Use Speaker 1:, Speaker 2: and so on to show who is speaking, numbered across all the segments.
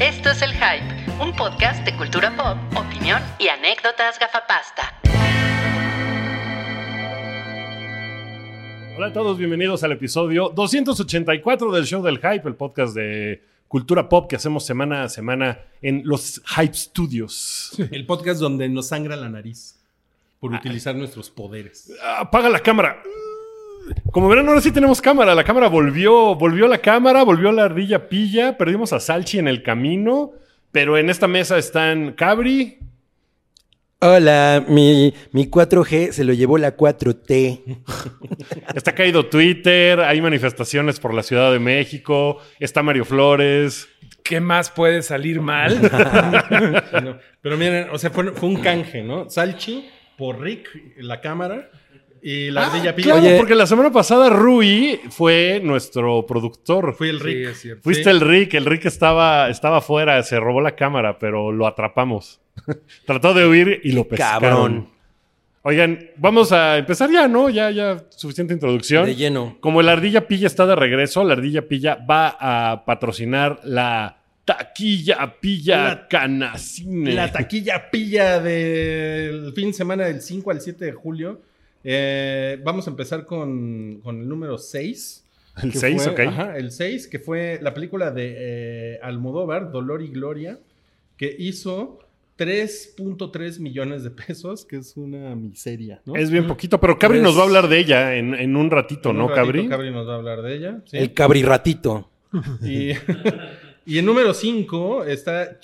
Speaker 1: Esto es El Hype, un podcast de cultura pop, opinión y anécdotas gafapasta.
Speaker 2: Hola a todos, bienvenidos al episodio 284 del Show del Hype, el podcast de cultura pop que hacemos semana a semana en los Hype Studios.
Speaker 3: El podcast donde nos sangra la nariz por utilizar nuestros poderes.
Speaker 2: Apaga la cámara. Como verán, ahora sí tenemos cámara. La cámara volvió, volvió la cámara, volvió la ardilla pilla, perdimos a Salchi en el camino, pero en esta mesa están Cabri,
Speaker 4: Hola, mi, mi 4G se lo llevó la 4T.
Speaker 2: está caído Twitter, hay manifestaciones por la Ciudad de México, está Mario Flores.
Speaker 5: ¿Qué más puede salir mal?
Speaker 3: No, Pero miren, o sea, fue, fue un canje, ¿no? Salchi por Rick, la cámara, y la ardilla pilla.
Speaker 2: Ah, Claro,
Speaker 4: Oye.
Speaker 2: porque la semana pasada Rui fue nuestro productor.
Speaker 3: Fui el Rick.
Speaker 5: Sí, es cierto.
Speaker 2: Fuiste
Speaker 3: Sí.
Speaker 2: el Rick, el Rick estaba, estaba afuera, se robó la cámara, pero lo atrapamos. Trató de huir y lo pescaron.
Speaker 4: Cabrón.
Speaker 2: Oigan, vamos a empezar ya, ¿no? Ya, ya, suficiente introducción.
Speaker 4: De lleno.
Speaker 2: Como la Ardilla Pilla está de regreso, la Ardilla Pilla va a patrocinar la Taquilla Pilla
Speaker 3: La-
Speaker 2: Canacine.
Speaker 3: La taquilla pilla del fin de semana del 5 al 7 de julio. Eh, vamos a empezar con, con el número 6.
Speaker 2: El 6, ok.
Speaker 3: el 6, que fue la película de eh, Almodóvar, Dolor y Gloria, que hizo 3.3 millones de pesos, que es una miseria, ¿no?
Speaker 2: Es bien poquito, pero Cabri
Speaker 4: Es-
Speaker 2: nos va a hablar de ella en, en un ratito,
Speaker 3: En un
Speaker 2: ¿no,
Speaker 3: ratito
Speaker 2: Cabri?
Speaker 3: Cabri nos va a hablar de ella. ¿sí?
Speaker 4: El cabrirratito.
Speaker 3: Y, y en número 5 está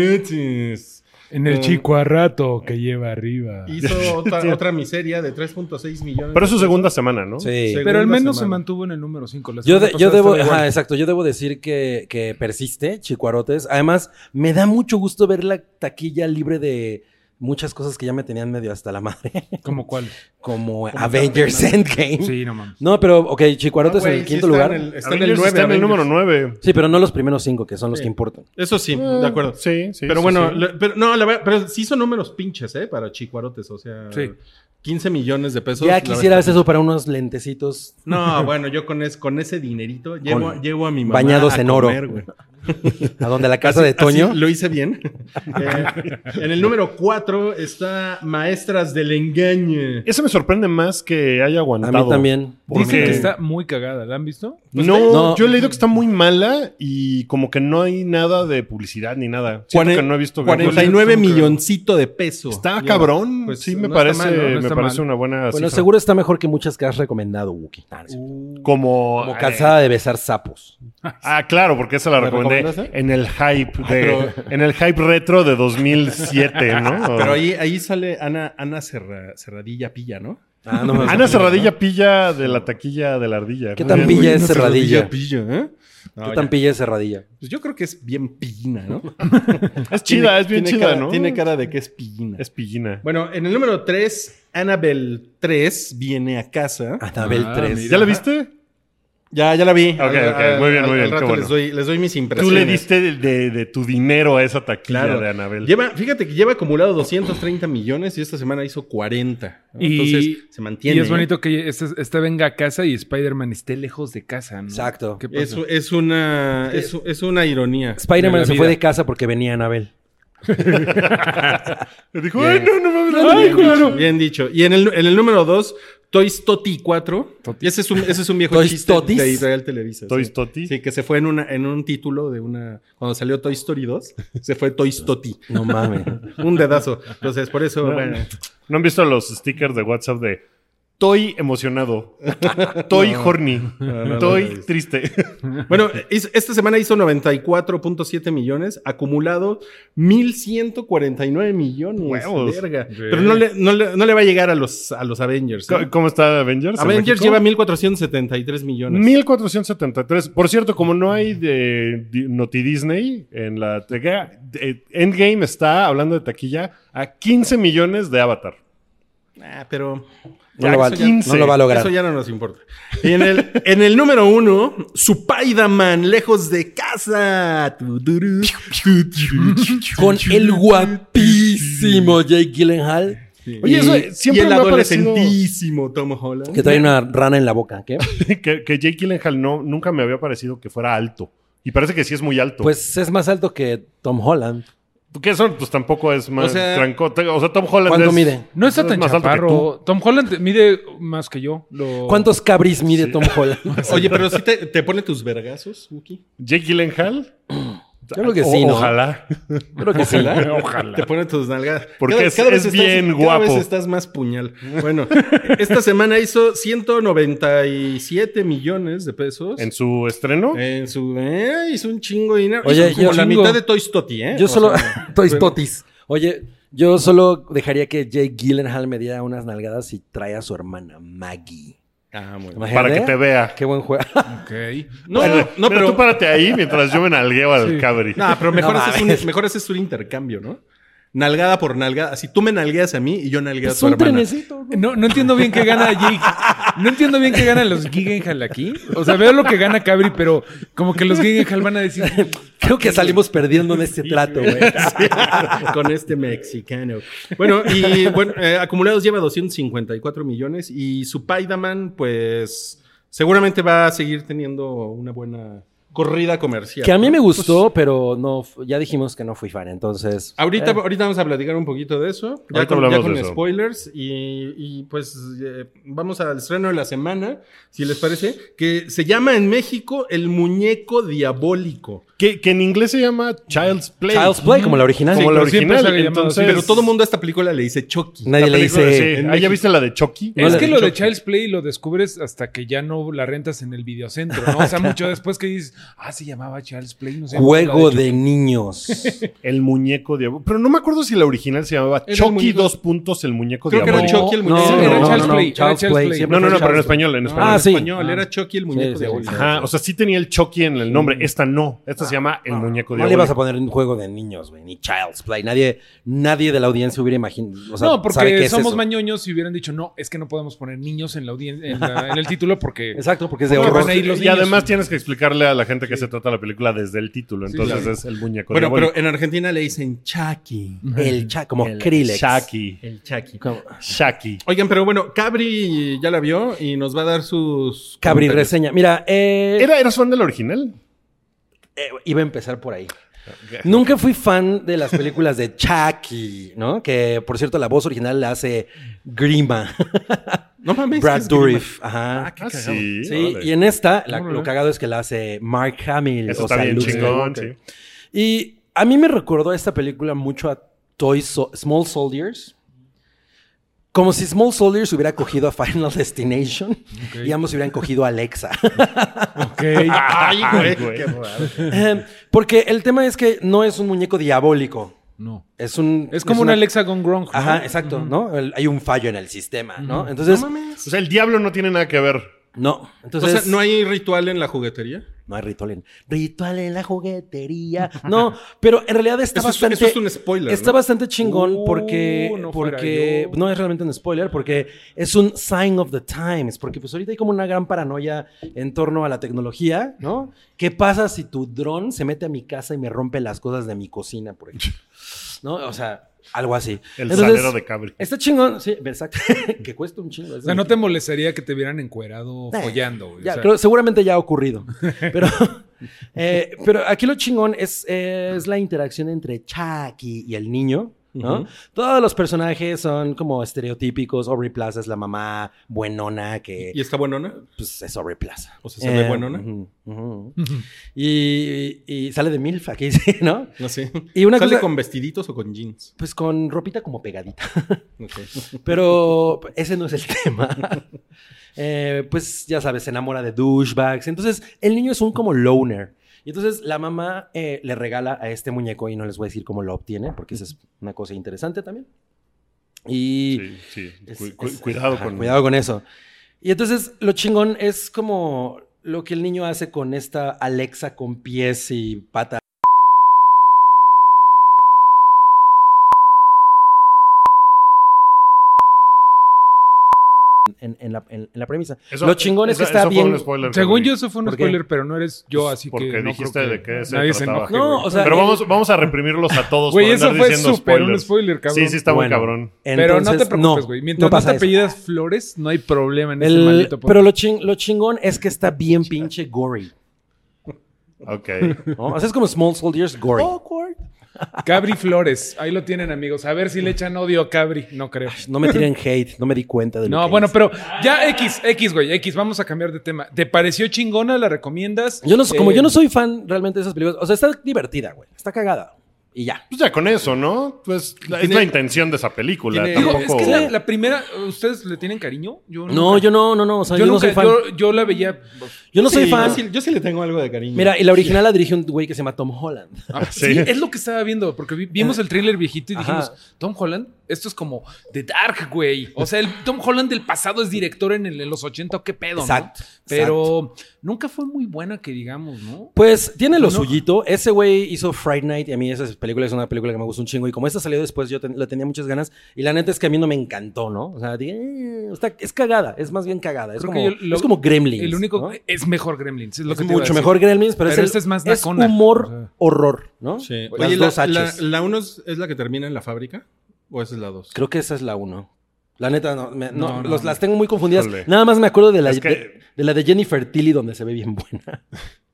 Speaker 3: Chicuanetes.
Speaker 5: En
Speaker 4: Eh,
Speaker 5: el
Speaker 3: Mm.
Speaker 5: chico a rato que lleva arriba.
Speaker 3: Hizo otra, otra miseria de 3.6 millones.
Speaker 2: Pero es su
Speaker 3: de
Speaker 2: segunda semana, ¿no?
Speaker 4: Sí.
Speaker 3: Sí.
Speaker 5: Pero al
Speaker 3: Segunda
Speaker 5: menos se
Speaker 3: semana.
Speaker 5: mantuvo en el número 5.
Speaker 4: Yo, de- yo debo, ajá, exacto, yo debo decir que, que persiste, Chicuarotes. Además, me da mucho gusto ver la taquilla libre de muchas cosas que ya me tenían medio hasta la madre,
Speaker 5: ¿Como cuál?
Speaker 4: como Avengers Endgame.
Speaker 5: Sí, no mames.
Speaker 4: No, pero, ok, Chicuarotes
Speaker 3: Ah,
Speaker 4: en
Speaker 3: güey,
Speaker 4: el
Speaker 3: sí
Speaker 4: quinto
Speaker 3: está
Speaker 4: lugar.
Speaker 3: en el- está en el
Speaker 2: Avengers
Speaker 3: nueve,
Speaker 2: está en el
Speaker 3: Avengers.
Speaker 2: número 9.
Speaker 4: Sí, pero no los primeros cinco, que son los
Speaker 3: Sí.
Speaker 4: que importan.
Speaker 3: Eso sí,
Speaker 2: Ah.
Speaker 3: de acuerdo.
Speaker 2: Sí, sí.
Speaker 3: pero
Speaker 2: sí,
Speaker 3: bueno,
Speaker 2: sí.
Speaker 3: le- pero, no, la verdad, pero sí son números pinches, ¿eh? Para chicuarotes, o sea,
Speaker 5: Sí.
Speaker 3: 15 millones de pesos.
Speaker 4: ya
Speaker 3: la
Speaker 4: quisiera
Speaker 3: verdad.
Speaker 4: hacer eso para unos lentecitos.
Speaker 3: No, bueno, yo con, es, con ese dinerito llevo,
Speaker 4: Con-
Speaker 3: llevo a mi mamá.
Speaker 4: bañados
Speaker 3: a
Speaker 4: en oro.
Speaker 3: comer, güey.
Speaker 4: A donde la casa de
Speaker 3: Así- así
Speaker 4: Toño.
Speaker 3: lo hice bien. Eh, en el número 4 está Maestras del Engaño.
Speaker 2: Ese me sorprende más que haya
Speaker 4: A
Speaker 2: aguantado.
Speaker 4: mí también.
Speaker 5: Dicen
Speaker 2: Porque-
Speaker 5: que está muy cagada. ¿La han visto?
Speaker 2: No,
Speaker 4: No.
Speaker 2: yo he leído que está muy mala y como que no hay nada de publicidad ni nada. Siento
Speaker 3: Cuare-
Speaker 2: que no he visto...
Speaker 3: 49 milloncito de pesos.
Speaker 2: Está
Speaker 3: Lleva.
Speaker 2: cabrón.
Speaker 3: Pues,
Speaker 2: sí, me
Speaker 3: no está
Speaker 2: parece,
Speaker 3: mal, ¿no? No
Speaker 2: me
Speaker 5: está
Speaker 2: parece
Speaker 5: mal.
Speaker 2: una buena
Speaker 4: Bueno,
Speaker 2: cifra.
Speaker 4: seguro está mejor que muchas que has recomendado, Wookie. Ah, no es cierto.
Speaker 2: Como...
Speaker 4: Como
Speaker 2: eh,
Speaker 4: cansada de besar sapos.
Speaker 2: ah, claro, porque esa la
Speaker 3: ¿La
Speaker 2: recomendé
Speaker 3: recomendaste?
Speaker 2: en el hype de...
Speaker 3: pero-
Speaker 2: en el hype retro de 2007, ¿no?
Speaker 3: Pero ahí, ahí sale Ana, Ana Cerra- Cerradilla Pilla, ¿no?
Speaker 4: Ah, no, no,
Speaker 2: Ana
Speaker 4: no.
Speaker 2: Cerradilla pilla de la taquilla de la ardilla.
Speaker 4: ¿Qué
Speaker 2: Muy
Speaker 4: tan
Speaker 2: bien.
Speaker 4: pilla
Speaker 3: Ana
Speaker 4: es Cerradilla?
Speaker 3: Pilla, ¿eh? No,
Speaker 4: ¿Qué
Speaker 3: ya.
Speaker 4: tan pilla es cerradilla?
Speaker 3: Pues yo creo que es bien pillina, ¿no?
Speaker 2: Es chida, es bien
Speaker 3: Tiene
Speaker 2: chida,
Speaker 3: cara-
Speaker 2: ¿no?
Speaker 3: Tiene cara de que es pillina.
Speaker 2: Es pillina.
Speaker 3: Bueno, en el número 3, Annabelle 3 viene a casa.
Speaker 4: Anabel
Speaker 5: Ah,
Speaker 4: 3.
Speaker 5: mira.
Speaker 2: ¿Ya la viste?
Speaker 3: Ya, ya la vi.
Speaker 2: Ok, ok, muy bien, muy bien, qué
Speaker 3: rato
Speaker 2: bueno.
Speaker 3: les, doy, les doy mis
Speaker 2: Tú
Speaker 3: impresiones.
Speaker 2: le diste de, de- de tu dinero a esa taquilla
Speaker 3: Claro.
Speaker 2: de Anabel.
Speaker 3: Lleva, fíjate que lleva acumulado 230 millones y esta semana hizo 40. ¿no?
Speaker 5: Y-
Speaker 3: Entonces se mantiene.
Speaker 5: Y es
Speaker 3: ¿eh?
Speaker 5: bonito que este, este venga a casa y Spider-Man esté lejos de casa, ¿no?
Speaker 4: Exacto.
Speaker 5: ¿Qué pasa?
Speaker 3: Es, es una, es, es una ironía.
Speaker 4: Spider-Man
Speaker 5: De la
Speaker 4: se fue
Speaker 5: vida.
Speaker 4: de casa porque venía Anabel.
Speaker 2: Le dijo, ay, no, no mames.
Speaker 3: Bien
Speaker 2: ay,
Speaker 3: dicho,
Speaker 2: claro.
Speaker 3: Bien dicho. Y en el, en el número 2, Toy Stoty 4.
Speaker 5: Totis.
Speaker 3: Ese es un, ese es un viejo
Speaker 4: Toy
Speaker 3: chiste
Speaker 4: Stotis.
Speaker 3: de Israel Televisa.
Speaker 2: Toy
Speaker 3: sí.
Speaker 2: Stoty.
Speaker 3: Sí, que se fue en, una, en un título de una... Cuando salió Toy Story 2, se fue Toy Stoty.
Speaker 4: No mames.
Speaker 3: Un dedazo. Entonces, por eso,
Speaker 2: No,
Speaker 3: bueno...
Speaker 2: ¿No han visto los stickers de WhatsApp de Toy emocionado? Toy horny.
Speaker 3: no, no lo he
Speaker 2: Toy
Speaker 3: visto.
Speaker 2: triste.
Speaker 3: Bueno, hizo- esta semana hizo 94.7 millones, acumulado 1.149 millones.
Speaker 2: Huevos.
Speaker 3: Verga.
Speaker 5: Sí.
Speaker 3: Pero no le, no, le, no le va a llegar a los, a los Avengers. ¿no?
Speaker 2: ¿Cómo- ¿Cómo está Avengers? en
Speaker 3: Avengers
Speaker 2: México?
Speaker 3: lleva 1.473 millones.
Speaker 2: 1473. Por cierto, como no hay de, de Noti Disney en la taquilla, de- Endgame está hablando de taquilla a 15 millones de Avatar.
Speaker 3: Ah, pero
Speaker 4: No, lo va,
Speaker 3: eso ya-
Speaker 4: no lo va a lograr.
Speaker 3: Eso ya no nos importa. Y en el, en el número uno, Supaidaman, lejos de casa. Tu, tu, ru, tu, tu, tu, tu.
Speaker 4: Con el guapísimo Jake Gyllenhaal
Speaker 2: Oye, eso
Speaker 4: Y-
Speaker 2: siempre
Speaker 3: y el
Speaker 2: me ha parecido
Speaker 3: adolescentísimo Tom Holland.
Speaker 4: que trae una rana en la boca. ¿Qué?
Speaker 2: que, que Jake Gyllenhaal no, nunca me había parecido que fuera alto. Y parece que sí es muy alto.
Speaker 4: Pues es más alto que Tom Holland.
Speaker 2: ¿Qué son? Pues tampoco es más
Speaker 3: O sea,
Speaker 2: trancote. O sea, Tom Holland
Speaker 4: ¿cuánto
Speaker 2: es-
Speaker 4: mide?
Speaker 5: No está
Speaker 2: es
Speaker 5: tan
Speaker 2: más alto que tú.
Speaker 5: chaparro. Tom Holland mide más que yo. Lo-
Speaker 4: ¿Cuántos cabris mide
Speaker 2: Sí.
Speaker 4: Tom Holland?
Speaker 3: Oye, pero si te, te pone tus vergazos, Wookie.
Speaker 2: Jake Gyllenhaal. Yo
Speaker 4: creo que sí, ¿no?
Speaker 2: Ojalá.
Speaker 4: Creo que sí.
Speaker 3: Te pone tus nalgadas.
Speaker 2: Porque es-
Speaker 3: vez
Speaker 2: es bien
Speaker 3: Cada vez
Speaker 2: guapo.
Speaker 3: estás más puñal. Bueno, esta semana hizo 197 millones de pesos.
Speaker 2: En su estreno.
Speaker 3: En su. eh, hizo un chingo de dinero.
Speaker 4: Oye,
Speaker 3: Hizo como
Speaker 4: yo-
Speaker 3: la
Speaker 5: chingo.
Speaker 3: mitad de Toy Story, ¿eh?
Speaker 4: Yo
Speaker 3: O
Speaker 4: solo.
Speaker 3: sea,
Speaker 4: Toy
Speaker 3: pero-
Speaker 4: Stotis. Oye, yo solo dejaría que Jake Gyllenhaal me diera unas nalgadas y trae a su hermana Maggie.
Speaker 3: Ah, muy bien.
Speaker 4: Imagínate.
Speaker 2: Para que te vea.
Speaker 4: Qué buen juego.
Speaker 5: Ok.
Speaker 3: No,
Speaker 2: Bueno,
Speaker 3: no,
Speaker 2: pero,
Speaker 3: no, pero.
Speaker 2: tú párate ahí mientras yo me nalgueo al
Speaker 5: Sí.
Speaker 2: cabri.
Speaker 3: No, pero mejor,
Speaker 4: No
Speaker 3: haces
Speaker 4: mames.
Speaker 3: un, mejor haces un intercambio, ¿no? Nalgada por nalgada. Así tú me nalgueas a mí y yo nalgueo
Speaker 2: Pues
Speaker 4: Es
Speaker 3: a tu
Speaker 4: un
Speaker 3: hermana.
Speaker 4: trenecito.
Speaker 5: No, no entiendo bien qué gana Jake. No entiendo bien qué ganan los Giggenhall aquí. O sea, veo lo que gana Cabri, pero como que los Giggenhall van a decir.
Speaker 4: Creo que salimos perdiendo en este trato, güey.
Speaker 3: con este mexicano. Bueno, y bueno, eh, acumulados lleva 254 millones y su Paidaman, pues seguramente va a seguir teniendo una buena corrida comercial.
Speaker 4: Que a mí
Speaker 3: ¿no?
Speaker 4: me gustó, pero no, fu- ya dijimos que no fui fan, entonces.
Speaker 3: Ahorita, ahorita vamos a platicar un poquito de eso. Ya
Speaker 2: Ahorita
Speaker 3: con, ya
Speaker 2: hablamos
Speaker 3: con
Speaker 2: de eso.
Speaker 3: spoilers. Y, y, pues eh, vamos al estreno de la semana, si les parece, que se llama en México El Muñeco Diabólico.
Speaker 2: Que, que en inglés se llama Child's Play.
Speaker 4: Child's Play, como la original.
Speaker 2: Como
Speaker 5: Sí,
Speaker 2: la
Speaker 5: pero siempre
Speaker 2: original.
Speaker 5: se había llamado así.
Speaker 2: Entonces,
Speaker 3: Pero todo el mundo a esta película le dice Chucky.
Speaker 4: Nadie le
Speaker 2: película- sí.
Speaker 4: dice.
Speaker 2: Ah, ¿ya viste la de Chucky?
Speaker 4: No
Speaker 5: es
Speaker 4: le-
Speaker 5: que lo de Child's Play lo descubres hasta que ya no la rentas en el videocentro, ¿no? O sea, mucho después que dices, ah, se llamaba Child's Play, no sé.
Speaker 4: Juego de niños.
Speaker 2: El muñeco diabólico. Pero no me acuerdo si la original se llamaba
Speaker 5: Es el
Speaker 2: Chucky
Speaker 5: muñeco-
Speaker 2: dos puntos el muñeco
Speaker 3: Creo que era
Speaker 2: diabólico.
Speaker 3: Chucky el muñeco.
Speaker 5: Sí, era Child's Play, era
Speaker 4: Child's
Speaker 5: Child's
Speaker 4: Play,
Speaker 5: Play.
Speaker 4: siempre
Speaker 2: No, no,
Speaker 4: fue
Speaker 2: no, pero en
Speaker 4: Child's Play.
Speaker 2: español, en
Speaker 3: No,
Speaker 2: español.
Speaker 4: Ah,
Speaker 3: en
Speaker 4: sí.
Speaker 3: español,
Speaker 5: Ah.
Speaker 3: era Chucky el muñeco
Speaker 4: sí,
Speaker 3: diabólico.
Speaker 4: sí.
Speaker 2: Ajá, o sea, sí tenía el Chucky en el nombre. Esta no. Esta se llama El Muñeco
Speaker 4: Mm. Ah, No le ibas
Speaker 2: Diabólico.
Speaker 4: a poner un juego de niños, güey, ni Child's Play. Nadie, nadie de la audiencia hubiera imaginado. O sea,
Speaker 5: no,
Speaker 4: sabe qué
Speaker 5: porque
Speaker 4: es
Speaker 5: somos
Speaker 4: eso.
Speaker 5: mañoños y hubieran dicho, no, es que no podemos poner niños en la audiencia, en, la- en el título porque.
Speaker 4: Exacto, porque es de
Speaker 5: No,
Speaker 4: horror.
Speaker 5: van a ir los
Speaker 2: y
Speaker 5: niños.
Speaker 2: además tienes que explicarle a la gente que se trata la película desde el título. Entonces
Speaker 3: claro.
Speaker 2: es el muñeco
Speaker 3: Bueno,
Speaker 2: diabólico.
Speaker 3: pero en Argentina le dicen Chucky.
Speaker 4: El cha, como Krillex.
Speaker 2: Chucky.
Speaker 3: El Chucky.
Speaker 4: Como-
Speaker 2: Chucky.
Speaker 3: Oigan, pero bueno, Cabri ya la vio y nos va a dar sus.
Speaker 4: Cabri
Speaker 3: comentarios.
Speaker 4: reseña. Mira, eh,
Speaker 2: ¿Era, ¿Eras fan del original?
Speaker 4: eh, iba a empezar por ahí. Nunca fui fan de las películas de Chucky, ¿no? Que, por cierto, la voz original la hace Grima,
Speaker 3: No mames.
Speaker 4: Brad
Speaker 3: es que-
Speaker 4: Dourif. Ajá.
Speaker 2: Ah, sí.
Speaker 4: Sí,
Speaker 2: órale.
Speaker 4: y en esta, la-
Speaker 5: Órale.
Speaker 4: lo cagado es que la hace Mark Hamill.
Speaker 2: Eso
Speaker 4: o
Speaker 2: está
Speaker 4: sea,
Speaker 2: bien
Speaker 4: Luke
Speaker 2: chingón,
Speaker 4: Skywalker.
Speaker 2: sí.
Speaker 4: Y a mí me recordó esta película mucho a Toy So- Small Soldiers. Como si Small Soldiers hubiera cogido a Final Destination y ambos hubieran cogido a Alexa.
Speaker 5: Ok.
Speaker 3: Ay, güey.
Speaker 2: Ay, güey.
Speaker 3: qué raro.
Speaker 4: Em, Porque el tema es que no es un muñeco diabólico.
Speaker 5: No.
Speaker 4: Es un.
Speaker 5: Es como
Speaker 4: una-
Speaker 5: una Alexa Gone Wrong. ¿no?
Speaker 4: Ajá, exacto, ¿no? El- hay un fallo en el sistema, ¿no? Entonces. No.
Speaker 2: O sea, el diablo no tiene nada que ver.
Speaker 4: Entonces.
Speaker 3: o sea, ¿no hay ritual en la juguetería?
Speaker 4: No hay ritual en. Ritual en la juguetería. No, pero en realidad está
Speaker 3: Eso es,
Speaker 4: bastante.
Speaker 3: eso es un spoiler.
Speaker 4: Está
Speaker 3: ¿no?
Speaker 4: bastante chingón
Speaker 5: Uh,
Speaker 4: porque,
Speaker 5: no fuera
Speaker 4: porque
Speaker 5: yo.
Speaker 4: no es realmente un spoiler, porque es un sign of the times, porque pues ahorita hay como una gran paranoia en torno a la tecnología, ¿no? ¿Qué pasa si tu dron se mete a mi casa y me rompe las cosas de mi cocina, por ejemplo? ¿No? O sea, algo así.
Speaker 2: El
Speaker 4: Entonces, eh,
Speaker 2: salero de cabri.
Speaker 4: Está chingón, sí, exacto, que cuesta un chingo.
Speaker 5: O sea, no te molestaría que te vieran encuerado
Speaker 4: Eh,
Speaker 5: follando. güey. O
Speaker 4: Ya,
Speaker 5: sea,
Speaker 4: creo- seguramente ya ha ocurrido. Pero, eh, pero aquí lo chingón es, es la interacción entre Chucky y el niño. ¿no?
Speaker 3: Ujú.
Speaker 4: Todos los personajes son como estereotípicos. Aubrey Plaza es la mamá buenona que
Speaker 3: ¿Y está buenona?
Speaker 4: pues, es Aubrey Plaza.
Speaker 3: O sea, se ve
Speaker 4: Eh,
Speaker 3: buenona.
Speaker 4: ujú, ujú. Y, y- y sale de MILF aquí, sí, ¿no?
Speaker 3: No sé.
Speaker 4: Y una
Speaker 3: ¿Sale
Speaker 4: cosa-
Speaker 3: con vestiditos o con jeans?
Speaker 4: Pues con ropita como pegadita.
Speaker 3: Ok.
Speaker 4: Pero ese no es el tema. Eh, pues ya sabes, se enamora de douchebags. Entonces el niño es un como loner. Y entonces la mamá eh, le regala a este muñeco y no les voy a decir cómo lo obtiene, porque esa es una cosa interesante también. Y
Speaker 2: Sí, sí.
Speaker 4: es-
Speaker 2: Cu- cu-
Speaker 4: es-
Speaker 2: cuidado
Speaker 4: ajá,
Speaker 2: con...
Speaker 4: cuidado con eso. Y entonces lo chingón es como lo que el niño hace con esta Alexa con pies y pata. En, en la, en- en la premisa.
Speaker 2: Eso-
Speaker 4: lo chingón es que
Speaker 2: eso-
Speaker 4: está
Speaker 2: eso fue un
Speaker 4: bien-
Speaker 2: spoiler,
Speaker 5: Según
Speaker 2: cabri.
Speaker 5: yo, eso fue un
Speaker 4: ¿Por qué?
Speaker 5: spoiler, pero no eres yo, así
Speaker 2: Porque
Speaker 5: que. no
Speaker 2: dijiste
Speaker 5: creo
Speaker 2: de qué se
Speaker 5: nadie se
Speaker 2: trataba.
Speaker 5: enoje.
Speaker 4: No,
Speaker 5: güey.
Speaker 4: o sea,
Speaker 2: Pero
Speaker 4: el-
Speaker 2: vamos, vamos a reprimirlos a todos
Speaker 5: Güey,
Speaker 2: por
Speaker 5: eso
Speaker 2: andar
Speaker 5: fue
Speaker 2: diciendo
Speaker 5: súper un
Speaker 2: spoilers.
Speaker 5: spoiler, cabrón.
Speaker 2: Sí, sí, está muy
Speaker 4: Bueno,
Speaker 2: cabrón.
Speaker 5: Pero no te
Speaker 4: entonces,
Speaker 5: preocupes, güey. Mientras
Speaker 4: no
Speaker 5: no,
Speaker 4: pasa
Speaker 5: te
Speaker 4: eso.
Speaker 5: apellidas Flores, no hay problema en
Speaker 4: El-
Speaker 5: este maldito
Speaker 4: pero
Speaker 5: podcast.
Speaker 4: lo, ching- lo chingón es que está bien pinche gory.
Speaker 2: Ok.
Speaker 4: ¿no? O sea, es como Small Soldiers Gory.
Speaker 2: Oh,
Speaker 5: Cabri Flores, ahí lo tienen amigos. A ver si le echan odio a Cabri, no creo.
Speaker 4: No me tiren hate, no me di cuenta de lo
Speaker 5: No,
Speaker 4: que
Speaker 5: bueno,
Speaker 4: hice.
Speaker 5: pero ya X, X, güey, X, vamos a cambiar de tema. ¿Te pareció chingona? ¿La recomiendas?
Speaker 4: Yo no, so- como
Speaker 5: Eh,
Speaker 4: yo no soy fan realmente de esas películas, o sea, está divertida, güey. Está cagada. Y ya.
Speaker 2: Pues ya con eso, ¿no? Pues la- es
Speaker 3: Tiene-
Speaker 2: la intención de esa película.
Speaker 3: tiene-
Speaker 5: digo,
Speaker 2: Tampoco.
Speaker 5: es que la, la primera, ¿ustedes le tienen cariño? Yo
Speaker 4: No,
Speaker 5: nunca-
Speaker 4: yo no, no, no. O sea,
Speaker 5: yo,
Speaker 4: yo, no
Speaker 5: nunca-
Speaker 4: soy fan. Yo,
Speaker 5: yo- yo la veía.
Speaker 4: no soy
Speaker 3: Sí,
Speaker 4: fan.
Speaker 3: Yo sí, yo sí le tengo algo de cariño.
Speaker 4: Mira, y la original la dirigió un güey que se llama Tom Holland.
Speaker 5: Ah,
Speaker 2: Sí.
Speaker 5: sí. es lo que estaba viendo, porque vi- vimos el tráiler viejito y dijimos,
Speaker 4: Ah. Ajá.
Speaker 5: Tom Holland, esto es como The Dark, güey. O sea, el Tom Holland del pasado es director en, el- en los 80, qué pedo, ¿no?
Speaker 4: Exacto,
Speaker 5: Pero nunca fue muy buena que digamos, ¿no?
Speaker 4: Pues tiene lo
Speaker 5: No.
Speaker 4: suyito. Ese güey hizo Fright Night y a mí esa película es una película que me gusta un chingo. Y como esta salió después, yo ten- le tenía muchas ganas. Y la neta es que a mí no me encantó, ¿no? O sea, dije, "Eh, está- es cagada, es más bien cagada. Es,
Speaker 5: Creo
Speaker 4: como,
Speaker 5: que yo lo-
Speaker 4: es como Gremlins.
Speaker 5: El único
Speaker 4: ¿no?
Speaker 5: es mejor Gremlins, es lo
Speaker 4: Es
Speaker 5: que te iba a
Speaker 4: mucho
Speaker 5: decir.
Speaker 4: mejor Gremlins, pero,
Speaker 5: Pero
Speaker 4: es,
Speaker 5: esta
Speaker 4: el,
Speaker 5: es más
Speaker 4: es
Speaker 5: nacona.
Speaker 4: humor
Speaker 5: O sea.
Speaker 4: horror, ¿no?
Speaker 3: Sí.
Speaker 4: Las
Speaker 3: Oye, la-
Speaker 4: dos
Speaker 3: la,
Speaker 4: Hs.
Speaker 3: la uno es, es la que termina en la fábrica o esa es la dos?
Speaker 4: Creo que esa es la uno. La neta, no, me- no,
Speaker 5: No, no,
Speaker 4: los-
Speaker 5: no.
Speaker 4: las tengo muy confundidas.
Speaker 2: Híjole.
Speaker 4: Nada más me acuerdo de la,
Speaker 2: Es que-
Speaker 4: de, de la de Jennifer Tilly, donde se ve bien buena.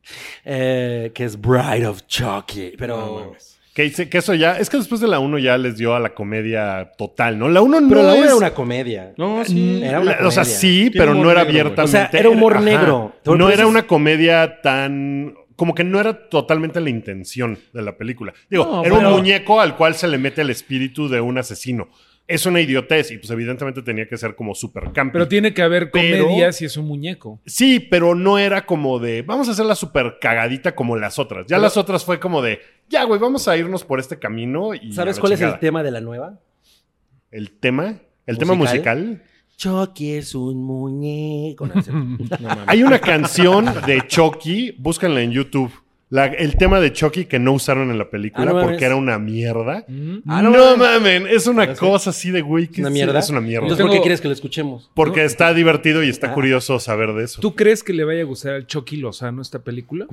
Speaker 4: Eh, que es Bride of Chucky. Pero.
Speaker 3: No mames.
Speaker 2: Que, dice- que eso ya. Es que después de la 1 ya les dio a la comedia total, ¿no? La 1 no.
Speaker 4: Pero la
Speaker 2: es-
Speaker 4: una era una comedia.
Speaker 3: No, sí.
Speaker 4: Era una
Speaker 2: la- O sea,
Speaker 4: comedia.
Speaker 2: sí,
Speaker 3: Tiene
Speaker 2: pero
Speaker 3: humor
Speaker 2: no era
Speaker 3: negro, güey.
Speaker 2: abiertamente.
Speaker 4: O sea, era humor negro. Pero
Speaker 2: No
Speaker 4: por
Speaker 2: era
Speaker 4: eso es-
Speaker 2: una comedia tan. Como que no era totalmente la intención de la película. Digo,
Speaker 5: No,
Speaker 2: era
Speaker 5: pero-
Speaker 2: un muñeco al cual se le mete el espíritu de un asesino. Es una idiotez y pues evidentemente tenía que ser como super camping.
Speaker 5: Pero tiene que haber
Speaker 2: Pero-
Speaker 5: comedia si es un muñeco.
Speaker 2: Sí, pero no era como de, vamos a hacerla súper cagadita como las otras. Ya las otras fue como de, ya, güey, vamos a irnos por este camino. Y
Speaker 4: ¿Sabes cuál es el tema de la nueva?
Speaker 2: el tema? ¿El tema? ¿El tema
Speaker 4: ¿Musical?
Speaker 2: musical?
Speaker 4: Chucky es un muñeco. No, es cierto.
Speaker 5: Mm.
Speaker 2: Hay una canción de Chucky, búscanla en YouTube. La- el tema de Chucky que no usaron en la película
Speaker 4: Ah, no mames.
Speaker 2: porque era una mierda.
Speaker 4: Ah,
Speaker 2: no
Speaker 4: no
Speaker 2: mamen, es una cosa así de güey
Speaker 4: ¿Es
Speaker 2: que
Speaker 4: una
Speaker 2: sí,
Speaker 4: mierda.
Speaker 2: es una mierda.
Speaker 4: Entonces, ¿por qué
Speaker 5: Tengo-
Speaker 4: quieres que lo escuchemos?
Speaker 2: porque está divertido y
Speaker 4: Ah.
Speaker 2: está curioso saber de eso.
Speaker 5: ¿Tú crees que le vaya a gustar al Chucky Lozano esta película?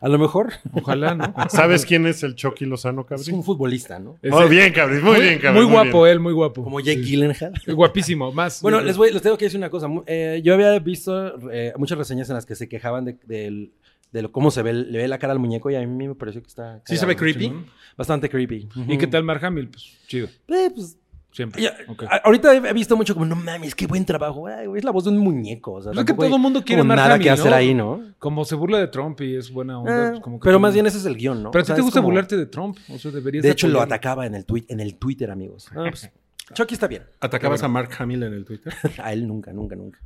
Speaker 4: A lo mejor
Speaker 5: Ojalá, ¿no?
Speaker 2: ¿Sabes quién es el Chucky Lozano,
Speaker 4: es un
Speaker 2: cabrón?
Speaker 4: futbolista, ¿no?
Speaker 5: Ese-
Speaker 2: Muy bien, cabrón, muy, bien, cabrón.
Speaker 5: Muy guapo
Speaker 4: eh.
Speaker 5: él, muy guapo.
Speaker 4: Como Jake
Speaker 5: Sí.
Speaker 4: Gyllenhaal.
Speaker 5: Guapísimo, más.
Speaker 4: Bueno, les, voy, les tengo que decir una cosa. Mu- eh, yo había visto eh, muchas reseñas en las que se quejaban de, del- de lo, cómo se ve, el- le ve la cara al muñeco y a mí me pareció que está...
Speaker 3: ¿Sí se
Speaker 4: cagado,
Speaker 3: ve creepy?
Speaker 4: ¿no? Bastante creepy.
Speaker 5: ¿Y qué tal Mark Hamill? Pues chido,
Speaker 4: Eh, pues,
Speaker 5: siempre.
Speaker 4: ya- ah,
Speaker 5: Ok.
Speaker 4: a- ahorita he he visto mucho como, no mames, qué buen trabajo. Ay, güey, es la voz de un muñeco. O sea,
Speaker 5: Pues es que
Speaker 4: tampoco hay
Speaker 5: todo mundo quiere
Speaker 4: como
Speaker 5: Mark
Speaker 4: nada que
Speaker 5: Hamill,
Speaker 4: hacer
Speaker 5: ¿no?
Speaker 4: ahí, ¿no?
Speaker 5: Como se burla de Trump y es buena onda.
Speaker 4: Ah,
Speaker 5: pues, como que
Speaker 4: pero
Speaker 5: todo-
Speaker 4: más bien ese es el guión, ¿no? O
Speaker 5: Pero a ti
Speaker 4: sea,
Speaker 5: te
Speaker 4: es
Speaker 5: gusta
Speaker 4: como-
Speaker 5: burlarte de Trump. O sea, deberías.
Speaker 4: De hecho, lo
Speaker 5: apoyarlo.
Speaker 4: atacaba en el, tui- en el Twitter, amigos. Ah, pues, Chucky está bien.
Speaker 3: ¿Atacabas a Mark Hamill en el Twitter?
Speaker 4: A él nunca, nunca, nunca.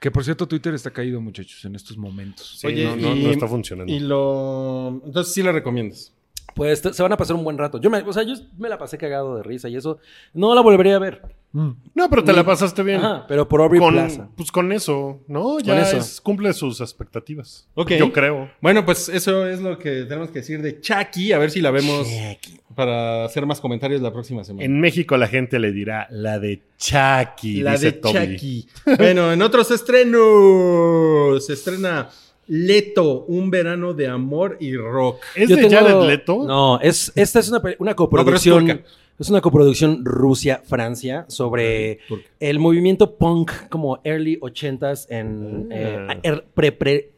Speaker 5: Que por cierto, Twitter está caído, muchachos, en estos momentos.
Speaker 2: Sí, no, no- no está funcionando.
Speaker 3: Y lo... Entonces sí la recomiendas.
Speaker 4: Pues te- se van a pasar un buen rato. Yo me, o sea, yo me la pasé cagado de risa y eso. No la volvería a ver.
Speaker 2: No, pero te la pasaste bien.
Speaker 4: Ajá, pero por Aubrey
Speaker 2: con,
Speaker 4: Plaza.
Speaker 2: Pues con eso, ¿no? Ya
Speaker 4: eso.
Speaker 2: es- cumple sus expectativas.
Speaker 3: Ok.
Speaker 2: Yo creo.
Speaker 3: Bueno, pues eso es lo que tenemos que decir de Chucky. A ver si la vemos
Speaker 4: Chucky.
Speaker 3: para hacer más comentarios la próxima semana.
Speaker 2: En México la gente le dirá la de Chucky,
Speaker 3: la
Speaker 2: dice
Speaker 3: de
Speaker 2: Toby.
Speaker 3: Chucky. Bueno, en otros estrenos. Se estrena Leto, un verano de amor y rock.
Speaker 2: ¿Es
Speaker 4: Yo
Speaker 2: de
Speaker 4: tengo-
Speaker 2: Jared Leto?
Speaker 4: No, es, esta es una, pe- una coproducción.
Speaker 3: turca.
Speaker 4: es una coproducción Rusia-Francia sobre
Speaker 3: turca.
Speaker 4: el movimiento punk como early 80s en eh,
Speaker 2: Ah.
Speaker 4: er- pre,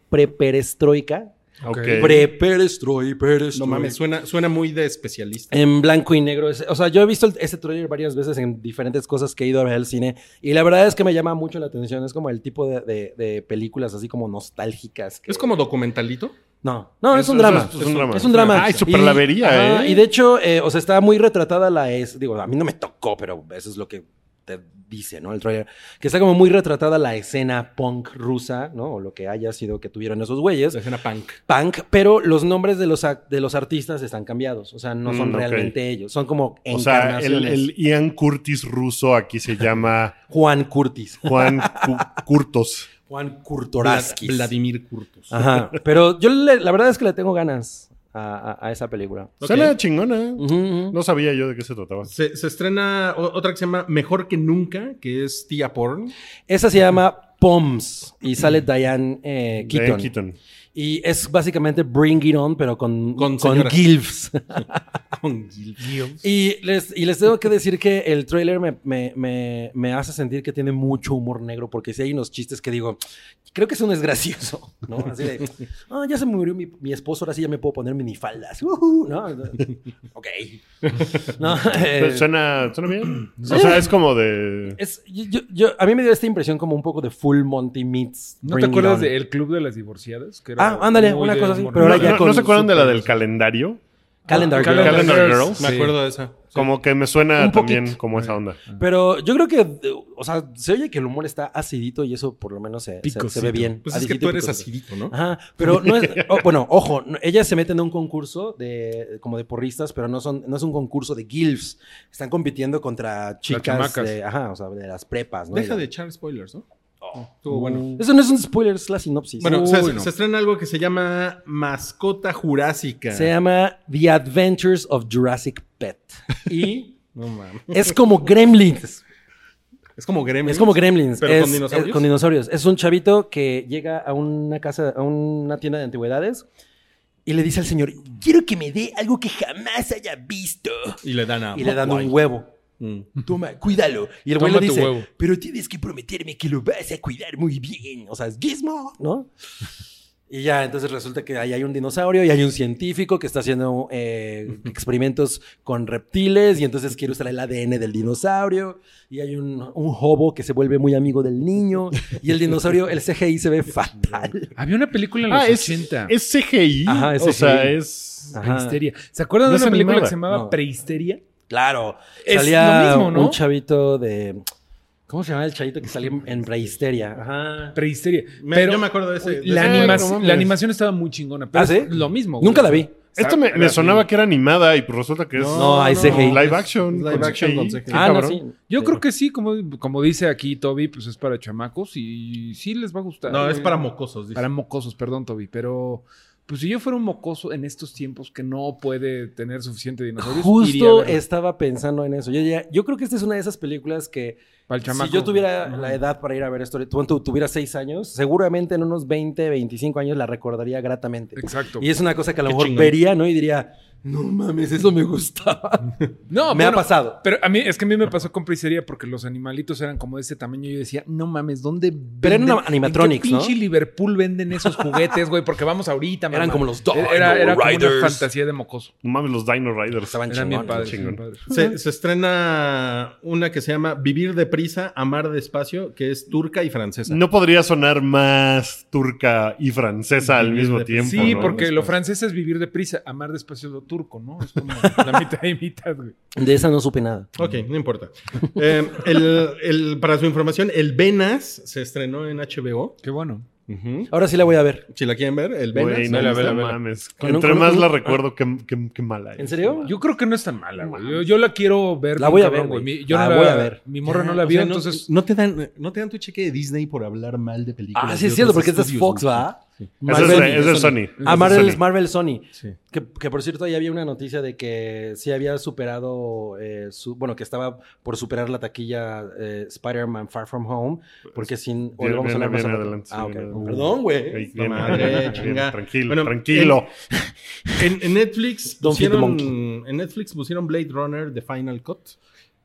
Speaker 4: pre, perestroika
Speaker 2: Ok.
Speaker 5: Ok.
Speaker 4: Pre-perestroi,
Speaker 3: No
Speaker 4: perestroi.
Speaker 3: mames, suena, suena muy de especialista.
Speaker 4: En blanco y negro. Es- O sea, yo he visto el- este trailer varias veces en diferentes cosas que he ido a ver al cine. Y la verdad es que me llama mucho la atención. Es como el tipo de, de- de películas así como nostálgicas. que-
Speaker 3: ¿Es como documentalito?
Speaker 4: No, no, es,
Speaker 2: Eso-
Speaker 4: un drama.
Speaker 2: eso es- es un drama.
Speaker 4: Es un drama.
Speaker 2: Ay, superlavería,
Speaker 4: y, ajá,
Speaker 2: ¿eh?
Speaker 4: Y de hecho, eh, o sea, está muy retratada la es. Digo, a mí no me tocó, pero eso es lo que te dice, ¿no? El trailer. Que está como muy retratada la escena punk rusa, ¿no? O lo que haya sido que tuvieron esos güeyes
Speaker 3: La escena punk.
Speaker 4: punk, pero los nombres de los, ac- de los artistas están cambiados. O sea, no son
Speaker 2: Mm, ok.
Speaker 4: realmente ellos. Son como
Speaker 2: O sea,
Speaker 4: encarnaciones.
Speaker 2: el, el Ian Curtis ruso aquí se llama
Speaker 4: Juan Curtis.
Speaker 2: Juan Cu- Curtos.
Speaker 4: Juan
Speaker 3: Vlad-
Speaker 4: Kurtoraskis.
Speaker 3: Vladimir Kurtos.
Speaker 4: Ajá. Pero yo le- la verdad es que le tengo ganas a, a- a esa película.
Speaker 3: Ok.
Speaker 2: Suena chingona.
Speaker 4: Ujú, ujú.
Speaker 2: No sabía yo de qué se trataba.
Speaker 3: Se, se estrena o- otra que se llama Mejor que Nunca, que es Tía Porn.
Speaker 4: Esa se llama Poms y sale Diane eh,
Speaker 2: De
Speaker 4: Keaton. Eh,
Speaker 2: Keaton.
Speaker 4: Y es básicamente Bring It On, pero con,
Speaker 3: Con
Speaker 4: con,
Speaker 3: señoras.
Speaker 4: gilfs.
Speaker 3: Ah, Con Gil-
Speaker 4: Y les, y les tengo que decir que el tráiler me, me- me- me hace sentir que tiene mucho humor negro, porque si hay unos chistes que digo, creo que eso no es gracioso, ¿no? Así de, "Ah, ya se murió mi, mi esposo, ahora sí ya me puedo poner minifaldas, ujú", ¿no? Ok. No,
Speaker 3: Pues
Speaker 4: eh,
Speaker 2: Suena, suena bien. O sea, es como de.
Speaker 4: es- yo- yo- yo- a mí me dio esta impresión como un poco de Full Monty Meets.
Speaker 5: ¿No
Speaker 4: Bring
Speaker 5: te
Speaker 4: It
Speaker 5: acuerdas
Speaker 4: On.
Speaker 5: del Club de las Divorciadas? Que
Speaker 4: Ah, ándale,
Speaker 5: muy
Speaker 4: una
Speaker 5: de
Speaker 4: cosa así,
Speaker 5: humor
Speaker 4: pero
Speaker 2: ¿No,
Speaker 4: ahora
Speaker 5: negro.
Speaker 4: ya
Speaker 2: no-
Speaker 4: con
Speaker 2: no se acuerdan de la
Speaker 4: super-
Speaker 2: del calendario?
Speaker 4: Calendar Girl.
Speaker 2: Calendar Girl.
Speaker 5: Girls,
Speaker 3: Me
Speaker 5: sí.
Speaker 3: acuerdo de esa.
Speaker 2: Como que me suena
Speaker 5: Un poquito.
Speaker 2: también como esa onda.
Speaker 4: Pero yo creo que, eh, o sea, se oye que el humor está acidito y eso por lo menos se, se- se
Speaker 5: Picosito.
Speaker 4: ve bien.
Speaker 3: Pues es que
Speaker 4: Acidito,
Speaker 3: tú eres
Speaker 4: picosito.
Speaker 3: acidito, Ah, ¿no?
Speaker 4: Ajá, pero no es, o- bueno, ojo, no- ellas se meten en un concurso de como de porristas, pero no son no es un concurso de gilfs. Están compitiendo contra chicas
Speaker 5: chamacas.
Speaker 4: de, ajá, o sea, de las prepas, ¿no?
Speaker 3: Deja
Speaker 4: Y-
Speaker 3: de echar spoilers, ¿no? Estuvo bueno.
Speaker 4: Eso no es un spoiler, es la sinopsis.
Speaker 3: Bueno,
Speaker 5: Uy,
Speaker 3: se,
Speaker 5: no.
Speaker 3: se estrena algo que se llama Mascota Jurásica.
Speaker 4: se llama The Adventures of Jurassic Pet y
Speaker 3: No mames.
Speaker 4: es como Gremlins.
Speaker 3: Es como Gremlins.
Speaker 4: Es como Gremlins.
Speaker 3: Pero
Speaker 4: es,
Speaker 3: con dinosaurios.
Speaker 4: es con dinosaurios. Es un chavito que llega a una casa, a una tienda de antigüedades y le dice al señor, quiero que me dé algo que jamás haya visto.
Speaker 3: Y le dan a.
Speaker 4: Y le dan
Speaker 3: Mogwai.
Speaker 4: un huevo.
Speaker 3: Mm.
Speaker 4: Toma, cuídalo. Y el güey le
Speaker 5: Toma tu
Speaker 4: dice,
Speaker 5: huevo.
Speaker 4: pero tienes que prometerme que lo vas a cuidar muy bien. O sea, es gizmo, ¿no? Y ya, entonces resulta que ahí hay un dinosaurio y hay un científico que está haciendo eh, experimentos con reptiles y entonces quiere usar el ADN del dinosaurio y hay un, un hobo que se vuelve muy amigo del niño y el dinosaurio, el CGI se ve fatal.
Speaker 5: Había una película en los
Speaker 2: Ah, es,
Speaker 5: 80.
Speaker 2: es CGI.
Speaker 4: Ajá, es
Speaker 2: O sea,
Speaker 4: CGI.
Speaker 2: es.
Speaker 4: Ajá.
Speaker 5: Prehisteria. ¿Se acuerdan
Speaker 2: No
Speaker 5: de
Speaker 2: es
Speaker 5: una película
Speaker 2: animada.
Speaker 5: que se llamaba
Speaker 4: No.
Speaker 5: Prehisteria?
Speaker 4: Claro,
Speaker 5: Es
Speaker 4: salía
Speaker 5: lo mismo, ¿no?
Speaker 4: un chavito de... ¿Cómo se llama el chavito que salía en prehisteria?
Speaker 5: Ah.
Speaker 4: Ajá.
Speaker 5: Prehisteria.
Speaker 3: Me-
Speaker 5: pero
Speaker 3: yo me acuerdo de ese. de
Speaker 5: la,
Speaker 3: ese-
Speaker 2: Ay,
Speaker 5: anima-
Speaker 2: no mames.
Speaker 5: la animación estaba muy chingona. Pero
Speaker 4: ¿Ah, sí?
Speaker 5: es lo mismo. güey.
Speaker 4: Nunca la vi.
Speaker 2: Esto me, me
Speaker 5: Era
Speaker 2: sonaba
Speaker 5: así.
Speaker 2: que era animada y pues resulta que es.
Speaker 4: No, hay CGI.
Speaker 2: Live action.
Speaker 3: Live
Speaker 2: con
Speaker 3: action con
Speaker 2: CGI.
Speaker 3: CGI.
Speaker 2: Qué
Speaker 4: Ah, no,
Speaker 2: cabrón.
Speaker 4: sí.
Speaker 5: Yo
Speaker 4: Sí.
Speaker 5: creo que sí, como, como dice aquí Toby, pues es para chamacos y sí les va a gustar.
Speaker 3: No,
Speaker 5: güey.
Speaker 3: es para mocosos. dice.
Speaker 5: Para mocosos, perdón, Toby. Pero, pues si yo fuera un mocoso en estos tiempos que no puede tener suficiente dinosaurios, iría a
Speaker 4: Justo
Speaker 5: verlo.
Speaker 4: estaba pensando en eso. Yo, ya- yo creo que esta es una de esas películas que
Speaker 5: Para el chamaco.
Speaker 4: si yo tuviera
Speaker 5: Ajá.
Speaker 4: la edad para ir a ver esto, cuando tuviera 6 años, seguramente en unos 20, 25 años la recordaría gratamente.
Speaker 5: Exacto.
Speaker 4: Y es una cosa que a lo
Speaker 3: Qué
Speaker 4: mejor
Speaker 3: chingón.
Speaker 4: vería, ¿no? Y diría, no mames, eso me gustaba.
Speaker 5: No,
Speaker 4: me ha
Speaker 5: bueno,
Speaker 4: pasado.
Speaker 5: Pero a mí, es que a mí me pasó con Prisería porque los animalitos eran como de ese tamaño. Y yo decía, no mames, ¿dónde
Speaker 4: Pero eran
Speaker 5: venden-
Speaker 4: una- animatronics,
Speaker 5: ¿en qué pinche
Speaker 4: ¿no?
Speaker 5: Liverpool venden esos juguetes, güey? Porque vamos ahorita,
Speaker 4: Eran como los
Speaker 5: dos. Era, era como una fantasía de mocoso.
Speaker 2: No mames, los Dino Riders.
Speaker 4: Estaban
Speaker 5: Eran bien
Speaker 4: chingones.
Speaker 5: padres.
Speaker 2: chingón.
Speaker 5: bien
Speaker 3: Se,
Speaker 5: padres.
Speaker 3: se estrena una que se llama Vivir deprisa, amar despacio, que es turca y francesa.
Speaker 2: No podría sonar más turca y francesa al
Speaker 3: Vivir
Speaker 2: mismo
Speaker 3: de-
Speaker 2: tiempo.
Speaker 5: Sí,
Speaker 2: ¿no?
Speaker 5: porque
Speaker 3: Después.
Speaker 5: lo francés es vivir deprisa, amar despacio es lo turco, ¿no? Es como la mitad y mitad, güey.
Speaker 4: De esa no supe nada.
Speaker 3: Ok, no importa. Eh, el- el- para su información, el Venas se estrenó en HBO.
Speaker 5: Qué bueno.
Speaker 4: Ahora sí la voy a ver.
Speaker 3: Si la quieren ver, el Venas.
Speaker 2: Güey, no,
Speaker 3: Vela,
Speaker 2: no
Speaker 3: vela, vela.
Speaker 2: mames.
Speaker 4: Con un-
Speaker 2: Entre
Speaker 4: con
Speaker 2: más
Speaker 4: un-
Speaker 2: la recuerdo, qué, qué- qué mala es.
Speaker 4: ¿En serio?
Speaker 5: Yo creo que no es tan mala, güey. Yo, yo la quiero ver.
Speaker 4: La
Speaker 5: bien
Speaker 4: voy a
Speaker 5: cabrón,
Speaker 4: ver, güey.
Speaker 5: Mi- Yo
Speaker 4: La
Speaker 5: no
Speaker 4: voy a ver.
Speaker 5: Mi morra
Speaker 3: Ya,
Speaker 5: no la
Speaker 3: o
Speaker 5: vio,
Speaker 3: sea, no-
Speaker 5: entonces...
Speaker 3: No, te dan, no te dan tu cheque de Disney por hablar mal de películas.
Speaker 4: Ah, sí,
Speaker 3: de
Speaker 4: es cierto,
Speaker 3: otros
Speaker 4: porque esta es
Speaker 3: estudios,
Speaker 4: Fox,
Speaker 3: güey.
Speaker 4: ¿va?
Speaker 2: Eso es, eso es Sony. Eso
Speaker 4: Ah,
Speaker 2: es
Speaker 4: Marvel,
Speaker 2: Sony.
Speaker 4: Marvel Sony.
Speaker 3: Sí.
Speaker 4: Que, que, por cierto, ahí había una noticia de que sí había superado, eh, su, bueno, que estaba por superar la taquilla eh, Spider-Man Far From Home, porque sin... o
Speaker 2: Viene-
Speaker 4: lo vamos a hablar
Speaker 2: viene-
Speaker 4: más
Speaker 2: viene
Speaker 4: al rato.
Speaker 2: adelante,
Speaker 4: Ah,
Speaker 2: viene
Speaker 4: ok.
Speaker 2: adelante.
Speaker 4: Perdón,
Speaker 2: Ey,
Speaker 4: güey.
Speaker 2: bien,
Speaker 3: No
Speaker 2: bien,
Speaker 3: madre,
Speaker 2: bien,
Speaker 3: chinga.
Speaker 2: tranquilo,
Speaker 3: Bueno,
Speaker 2: tranquilo.
Speaker 3: En, en Netflix
Speaker 4: Don't feed the
Speaker 3: pusieron,
Speaker 4: monkey.
Speaker 3: en Netflix pusieron Blade Runner The Final Cut.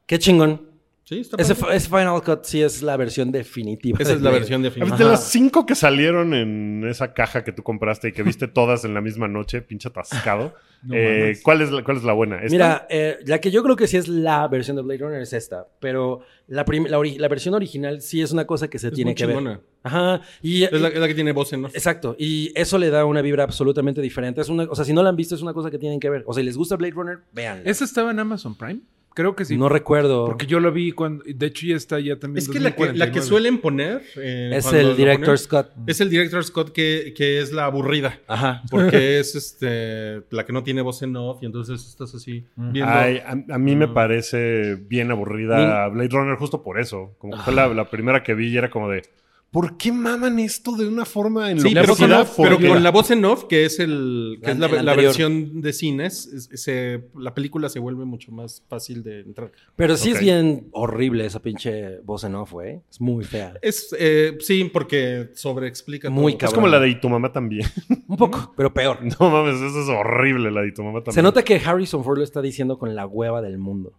Speaker 4: Qué chingón.
Speaker 3: Sí, está
Speaker 4: Ese,
Speaker 3: padre.
Speaker 4: fi- ese Final Cut sí es la versión definitiva.
Speaker 3: Esa es la versión
Speaker 2: A ver,
Speaker 3: definitiva.
Speaker 2: De
Speaker 4: Ajá.
Speaker 2: las cinco que salieron en esa caja que tú compraste y que viste todas en la misma noche, pinche atascado,
Speaker 5: No
Speaker 2: eh,
Speaker 5: mames.
Speaker 2: ¿cuál, es la, ¿cuál es la buena? ¿Esta?
Speaker 4: Mira, eh, la que yo creo que sí es la versión de Blade Runner es esta, pero la, prim- la, ori- la versión original sí es una cosa que se
Speaker 3: Es
Speaker 4: tiene
Speaker 3: muy
Speaker 4: que ver.
Speaker 3: chingona.
Speaker 4: Ajá. Y,
Speaker 3: Es la, es la que tiene voz en off.
Speaker 4: Exacto, y eso le da una vibra absolutamente diferente. Es una, o sea, si no la han visto, es una cosa que tienen que ver. O sea, si les gusta Blade Runner, vean.
Speaker 5: ¿Esa estaba en Amazon Prime? Creo que sí.
Speaker 4: No recuerdo.
Speaker 5: Porque yo la vi cuando... De hecho, ya está ya también
Speaker 3: Es que la que, la que
Speaker 5: 2049.
Speaker 3: suelen poner. eh,
Speaker 4: es
Speaker 3: cuando lo
Speaker 4: el director
Speaker 3: ponen,
Speaker 4: Scott.
Speaker 3: Es el director Scott que, que es la aburrida.
Speaker 4: Ajá.
Speaker 3: Porque es este la que no tiene voz en off y entonces estás así viendo.
Speaker 2: Mm. Ay, a, a mí me parece bien aburrida Blade Runner justo por eso. Como que fue la, la primera que vi y era como de, ¿Por qué maman esto de una forma en
Speaker 3: Sí, pero, con,
Speaker 5: velocidad,
Speaker 3: la- pero
Speaker 5: porque-
Speaker 3: con la voz en off, que es el que
Speaker 4: La-
Speaker 3: es la,
Speaker 4: el
Speaker 3: la
Speaker 4: anterior.
Speaker 3: versión de cines, es- se- la película se vuelve mucho más fácil de entrar.
Speaker 4: Pero sí
Speaker 2: Ok.
Speaker 4: es bien horrible esa pinche voz en off, güey. Es muy fea.
Speaker 3: Es eh, sí, porque sobreexplica
Speaker 4: Muy
Speaker 2: Es
Speaker 3: todo.
Speaker 4: cabrón.
Speaker 2: como la de Y tu mamá también.
Speaker 4: Un poco, pero peor.
Speaker 2: No mames, eso es horrible, la de Y tu mamá también.
Speaker 4: Se nota que Harrison Ford lo está diciendo con la hueva del mundo.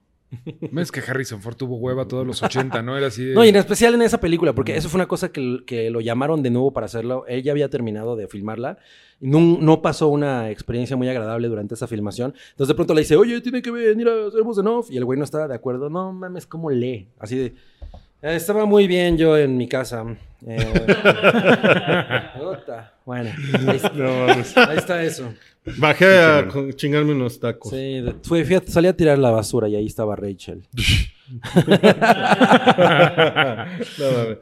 Speaker 5: No es que Harrison Ford tuvo hueva todos los 80, ¿no? Era así de...
Speaker 4: No, y en especial en esa película, porque eso fue una cosa que, que lo llamaron de nuevo para hacerlo. Él ya había terminado de filmarla. y No, no pasó una experiencia muy agradable durante esa filmación. Entonces de pronto le dice, oye, tiene que venir a hacer voz en off. Y el güey no estaba de acuerdo. No mames, ¿cómo lee? Así de... "Eh, Estaba muy bien yo en mi casa. Eh, puta. bueno, ahí, está-
Speaker 2: No mames.
Speaker 4: ahí está eso.
Speaker 3: Bajé a co- chingarme unos tacos.
Speaker 4: Sí, de- fue, fui a- salí a tirar la basura y ahí estaba Rachel.
Speaker 3: No,